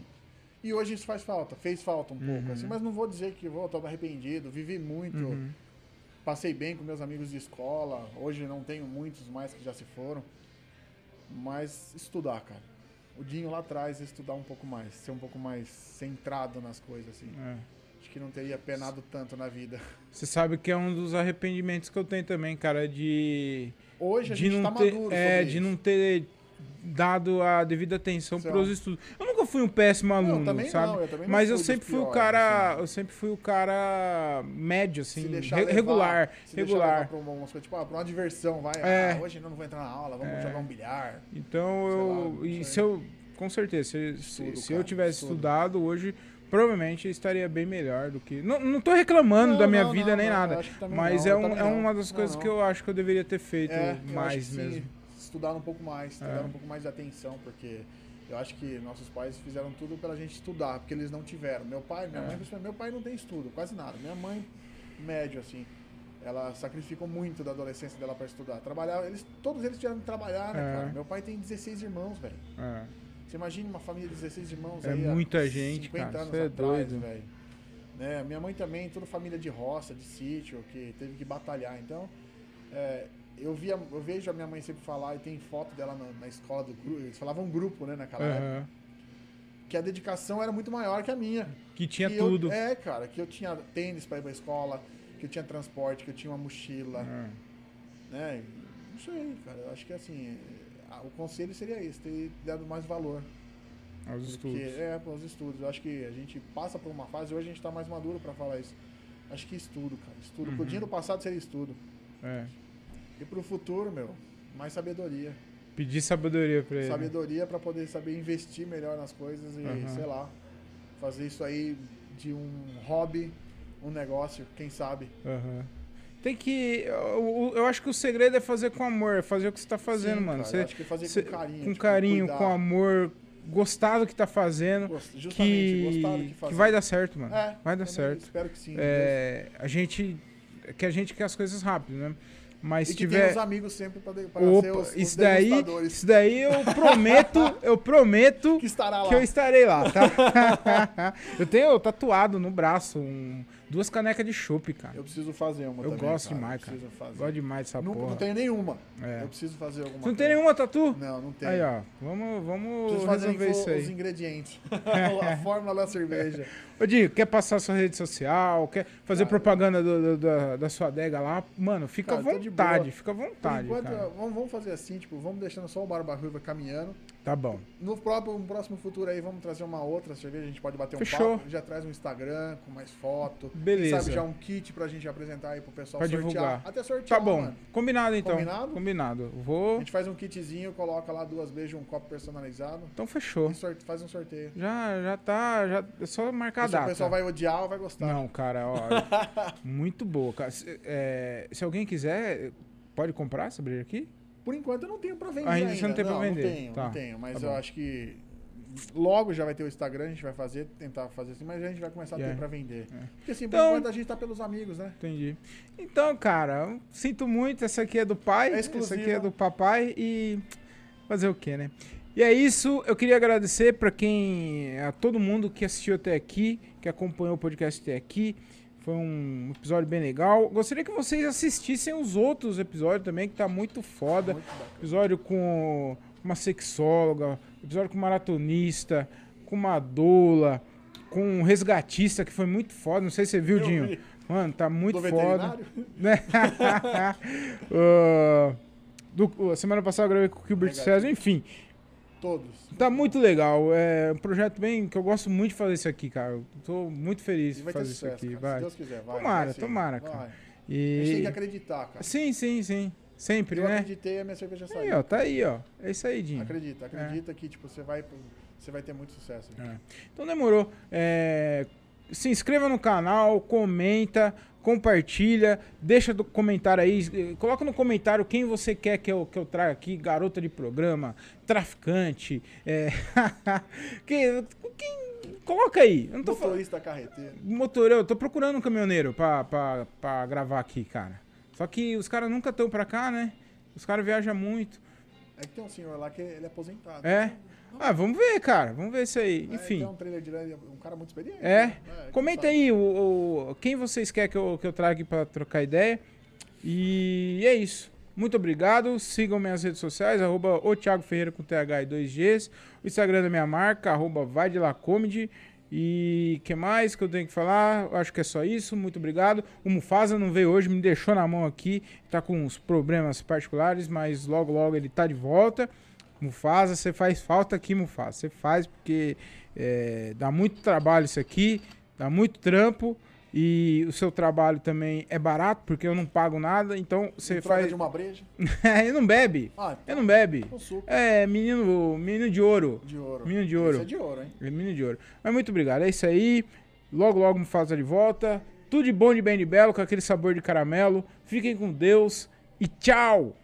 Speaker 2: E hoje isso faz falta. Fez falta um pouco, assim. Mas não vou dizer que vou, tava arrependido. Vivi muito.
Speaker 1: Uhum.
Speaker 2: Passei bem com meus amigos de escola. Hoje não tenho muitos mais que já se foram. Mas estudar, cara. O Dinho lá atrás estudar um pouco mais, ser um pouco mais centrado nas coisas, assim.
Speaker 1: É.
Speaker 2: Acho que não teria penado tanto na vida.
Speaker 1: Você sabe que é um dos arrependimentos que eu tenho também, cara, de
Speaker 2: Hoje a
Speaker 1: de
Speaker 2: gente tá
Speaker 1: não ter,
Speaker 2: maduro.
Speaker 1: é,
Speaker 2: sobre
Speaker 1: de
Speaker 2: isso.
Speaker 1: não ter dado a devida atenção
Speaker 2: Então.
Speaker 1: para os estudos. Eu nunca fui um péssimo aluno,
Speaker 2: também não,
Speaker 1: sabe?
Speaker 2: eu também não
Speaker 1: Mas eu
Speaker 2: fui dos
Speaker 1: sempre fui o
Speaker 2: piores,
Speaker 1: cara,
Speaker 2: assim.
Speaker 1: eu sempre fui o cara médio assim,
Speaker 2: se
Speaker 1: re-
Speaker 2: deixar levar,
Speaker 1: regular,
Speaker 2: se deixar levar
Speaker 1: regular.
Speaker 2: pra umas coisas, tipo, ah, pra uma diversão, vai,
Speaker 1: É.
Speaker 2: ah, hoje eu não vou entrar na aula, vamos jogar um bilhar.
Speaker 1: Então
Speaker 2: sei lá,
Speaker 1: eu
Speaker 2: não
Speaker 1: e
Speaker 2: sei.
Speaker 1: se eu com certeza, se, se-
Speaker 2: Estudo,
Speaker 1: se
Speaker 2: cara,
Speaker 1: eu tivesse
Speaker 2: estudo.
Speaker 1: estudado hoje, provavelmente eu estaria bem melhor do que. Não, não tô reclamando
Speaker 2: Não,
Speaker 1: da minha
Speaker 2: não,
Speaker 1: vida
Speaker 2: não,
Speaker 1: nem
Speaker 2: não, eu
Speaker 1: nada,
Speaker 2: acho que também
Speaker 1: mas
Speaker 2: não,
Speaker 1: é,
Speaker 2: eu
Speaker 1: um-
Speaker 2: também
Speaker 1: é
Speaker 2: não.
Speaker 1: uma das
Speaker 2: Não,
Speaker 1: coisas
Speaker 2: não.
Speaker 1: que eu acho que eu deveria ter feito
Speaker 2: É, eu
Speaker 1: mais
Speaker 2: acho que sim,
Speaker 1: mesmo. É.
Speaker 2: estudar um pouco mais, ter dado um pouco mais de atenção, porque eu acho que nossos pais fizeram tudo pela gente estudar, porque eles não tiveram. Meu pai,
Speaker 1: É.
Speaker 2: minha mãe, principalmente, meu pai não tem estudo, quase nada. Minha mãe, médio, assim, ela sacrificou muito da adolescência dela pra estudar. Trabalhar, eles, todos eles tiveram que trabalhar, né,
Speaker 1: É.
Speaker 2: cara? Meu pai tem 16 irmãos, velho.
Speaker 1: É.
Speaker 2: Você imagina uma família de 16 irmãos
Speaker 1: É
Speaker 2: aí, há
Speaker 1: muita gente,
Speaker 2: 50
Speaker 1: cara,
Speaker 2: anos
Speaker 1: cê é
Speaker 2: atrás,
Speaker 1: doido.
Speaker 2: velho. Né, Minha mãe também, toda família de roça, de sítio, que teve que batalhar. Então, é, eu, via, eu vejo a minha mãe sempre falar, e tem foto dela na, na escola do grupo, eles falavam grupo, né, naquela época,
Speaker 1: Aham.
Speaker 2: que a dedicação era muito maior que a minha.
Speaker 1: Que tinha
Speaker 2: Que eu-
Speaker 1: tudo.
Speaker 2: é, cara, que eu tinha tênis pra ir pra escola, que eu tinha transporte, que eu tinha uma mochila,
Speaker 1: É.
Speaker 2: né? Não sei, cara, eu acho que assim, a- o conselho seria esse, ter dado mais valor.
Speaker 1: Aos
Speaker 2: Porque,
Speaker 1: estudos.
Speaker 2: é, pô, os estudos. Eu acho que a gente passa por uma fase, hoje a gente tá mais maduro pra falar isso. Acho que estudo, cara. Estudo.
Speaker 1: Uhum.
Speaker 2: Pro dia do passado seria estudo.
Speaker 1: É.
Speaker 2: E pro futuro, meu, mais sabedoria.
Speaker 1: Pedir sabedoria pra ele.
Speaker 2: Sabedoria pra poder saber investir melhor nas coisas e,
Speaker 1: Aham.
Speaker 2: sei lá, fazer isso aí de um hobby, um negócio, quem sabe.
Speaker 1: Aham. Tem que. Eu, eu- eu acho que o segredo é fazer com amor, é fazer o que você tá fazendo,
Speaker 2: Sim,
Speaker 1: mano.
Speaker 2: cara,
Speaker 1: Você-
Speaker 2: acho que fazer
Speaker 1: você-
Speaker 2: com carinho.
Speaker 1: com
Speaker 2: tipo,
Speaker 1: carinho,
Speaker 2: cuidar.
Speaker 1: com amor, gostar do que tá fazendo.
Speaker 2: Gost- Justamente,
Speaker 1: que,
Speaker 2: gostar do que
Speaker 1: que
Speaker 2: fazer.
Speaker 1: vai dar certo, mano.
Speaker 2: É,
Speaker 1: vai dar
Speaker 2: também
Speaker 1: certo.
Speaker 2: Espero que sim.
Speaker 1: É, a gente. é Que a gente quer as coisas rápido, né? Mas
Speaker 2: Deus. E
Speaker 1: se
Speaker 2: que tenha
Speaker 1: tiver.
Speaker 2: os amigos sempre pra, de, pra ser
Speaker 1: Opa,
Speaker 2: os, os
Speaker 1: isso daí.
Speaker 2: degustadores.
Speaker 1: Isso daí eu prometo, eu prometo
Speaker 2: que estará lá.
Speaker 1: que eu estarei lá, tá? eu tenho tatuado no braço um- duas canecas de chopp, cara.
Speaker 2: Eu preciso fazer uma
Speaker 1: Eu
Speaker 2: também,
Speaker 1: gosto
Speaker 2: cara.
Speaker 1: demais,
Speaker 2: eu
Speaker 1: cara.
Speaker 2: Preciso fazer.
Speaker 1: Gosto demais dessa
Speaker 2: não,
Speaker 1: porra.
Speaker 2: não tenho nenhuma.
Speaker 1: É.
Speaker 2: Eu preciso fazer alguma
Speaker 1: Você não tem
Speaker 2: coisa.
Speaker 1: nenhuma tatu?
Speaker 2: Não, não tenho.
Speaker 1: Aí, ó. Vamos, vamos
Speaker 2: Preciso fazer
Speaker 1: resolver
Speaker 2: info-
Speaker 1: isso
Speaker 2: os
Speaker 1: aí.
Speaker 2: ingredientes. a fórmula da cerveja.
Speaker 1: Ô, Dinho, quer passar sua rede social? Quer fazer
Speaker 2: Cara,
Speaker 1: propaganda do- do- da- da sua adega lá? Mano, fica à
Speaker 2: Cara, tô de
Speaker 1: vontade.
Speaker 2: boa.
Speaker 1: Fica à
Speaker 2: Por
Speaker 1: vontade,
Speaker 2: enquanto,
Speaker 1: cara.
Speaker 2: vamos, vamos fazer assim, tipo, vamos deixando só o Barba Ruiva caminhando.
Speaker 1: Tá bom.
Speaker 2: No próprio, no próximo futuro aí, vamos trazer uma outra cerveja, a gente pode bater um
Speaker 1: Fechou.
Speaker 2: papo. Já traz um Instagram com mais foto. Quem
Speaker 1: Beleza.
Speaker 2: sabe já um kit pra gente apresentar aí pro pessoal
Speaker 1: Pra
Speaker 2: sortear.
Speaker 1: divulgar.
Speaker 2: Até sortear,
Speaker 1: Tá bom.
Speaker 2: mano.
Speaker 1: Combinado, então.
Speaker 2: Combinado?
Speaker 1: Combinado.
Speaker 2: A
Speaker 1: Vou...
Speaker 2: gente faz um kitzinho, coloca lá duas beijas, um copo personalizado.
Speaker 1: Então, fechou.
Speaker 2: E sorte- faz um sorteio.
Speaker 1: Já, já tá... Já... É só marcar a
Speaker 2: Isso o
Speaker 1: data.
Speaker 2: pessoal vai odiar ou vai gostar.
Speaker 1: Não, cara, ó... muito boa, cara. Se, é, se alguém quiser, pode comprar essa breja aqui?
Speaker 2: Por enquanto eu não tenho pra vender ainda.
Speaker 1: Ainda você não tem pra vender.
Speaker 2: Não tenho,
Speaker 1: Tá.
Speaker 2: não tenho. Mas
Speaker 1: Tá
Speaker 2: eu
Speaker 1: bom.
Speaker 2: acho que logo já vai ter o Instagram, a gente vai fazer, tentar fazer assim, mas a gente vai começar a
Speaker 1: Yeah.
Speaker 2: ter pra vender. Porque assim,
Speaker 1: É. Então-
Speaker 2: por enquanto a gente tá pelos amigos, né?
Speaker 1: Entendi. Então, cara, eu sinto muito. Essa aqui é do pai,
Speaker 2: É
Speaker 1: essa aqui
Speaker 2: exclusiva.
Speaker 1: é do papai e fazer o quê, né? E é isso. Eu queria agradecer para quem, a todo mundo que assistiu até aqui, que acompanhou o podcast até aqui. Foi um episódio bem legal. Gostaria que vocês assistissem os outros episódios também, que tá muito foda.
Speaker 2: Muito bacana.
Speaker 1: Episódio com uma sexóloga, episódio com maratonista, com uma doula, com um resgatista, que foi muito foda. Não sei se você viu,
Speaker 2: Eu
Speaker 1: Dinho.
Speaker 2: vi.
Speaker 1: Mano, tá muito
Speaker 2: Do
Speaker 1: foda.
Speaker 2: veterinário?
Speaker 1: Né? Ah, do- a semana passada eu gravei com o Gilbert
Speaker 2: Resgatista.
Speaker 1: César, enfim.
Speaker 2: Todos.
Speaker 1: Tá muito legal. É um projeto bem que eu gosto muito de fazer isso aqui, cara. Eu tô muito feliz
Speaker 2: E
Speaker 1: de
Speaker 2: vai ter
Speaker 1: fazer isso
Speaker 2: sucesso,
Speaker 1: aqui.
Speaker 2: cara, se
Speaker 1: Vai.
Speaker 2: Deus quiser, vai.
Speaker 1: Tomara,
Speaker 2: vai sim,
Speaker 1: tomara,
Speaker 2: vai.
Speaker 1: cara.
Speaker 2: A gente tem
Speaker 1: E...
Speaker 2: que acreditar, cara.
Speaker 1: Sim, sim, sim. Sempre,
Speaker 2: eu
Speaker 1: né?
Speaker 2: acreditei, a minha cerveja
Speaker 1: Aí,
Speaker 2: saiu.
Speaker 1: ó, tá aí, ó. É isso aí, Dinho.
Speaker 2: Acredita, acredita que tipo, você vai, você vai ter muito sucesso.
Speaker 1: É. Então demorou. É, Se inscreva no canal, comenta, compartilha, deixa do comentário aí, eh, coloca no comentário quem você quer que eu, que eu traga aqui, garota de programa, traficante, é, quem, quem- coloca aí. Eu não tô falando
Speaker 2: Motorista carreteiro.
Speaker 1: motor, eu tô procurando um caminhoneiro pra, pra, pra gravar aqui, cara. Só que os caras nunca estão pra cá, né? Os caras viajam muito.
Speaker 2: É que tem um senhor lá que ele é aposentado.
Speaker 1: É. Ah, vamos ver, cara. Vamos ver isso aí.
Speaker 2: É,
Speaker 1: Enfim.
Speaker 2: tem um trailer de grande, um cara muito experiente.
Speaker 1: É.
Speaker 2: né? É,
Speaker 1: Comenta
Speaker 2: quem
Speaker 1: aí o, o- quem vocês querem que eu, que eu traga aqui pra trocar ideia. E é isso. Muito obrigado. Sigam minhas redes sociais, arroba o Thiago Ferreira com TH e 2Gs. O Instagram da minha marca, arroba vai de lá comedy. E que mais que eu tenho que falar? Eu Acho que é só isso. Muito obrigado. O Mufasa não veio hoje, me deixou na mão aqui. Tá com uns problemas particulares, mas logo, logo ele tá de volta. Mufasa, você faz falta aqui, Mufasa. Você faz porque é, dá muito trabalho isso aqui, dá muito trampo e o seu trabalho também é barato porque eu não pago nada. Então você
Speaker 2: troca
Speaker 1: faz. É,
Speaker 2: de um uma breja.
Speaker 1: ele não bebe,
Speaker 2: Ah,
Speaker 1: ele não bebe.
Speaker 2: um suco
Speaker 1: É menino, menino de ouro,
Speaker 2: de ouro.
Speaker 1: menino de ouro.
Speaker 2: Isso é de ouro, hein?
Speaker 1: É menino de ouro. Mas muito obrigado, é isso aí. Logo, logo Mufasa de volta. Tudo de bom, de bem, de belo, com aquele sabor de caramelo. Fiquem com Deus e tchau!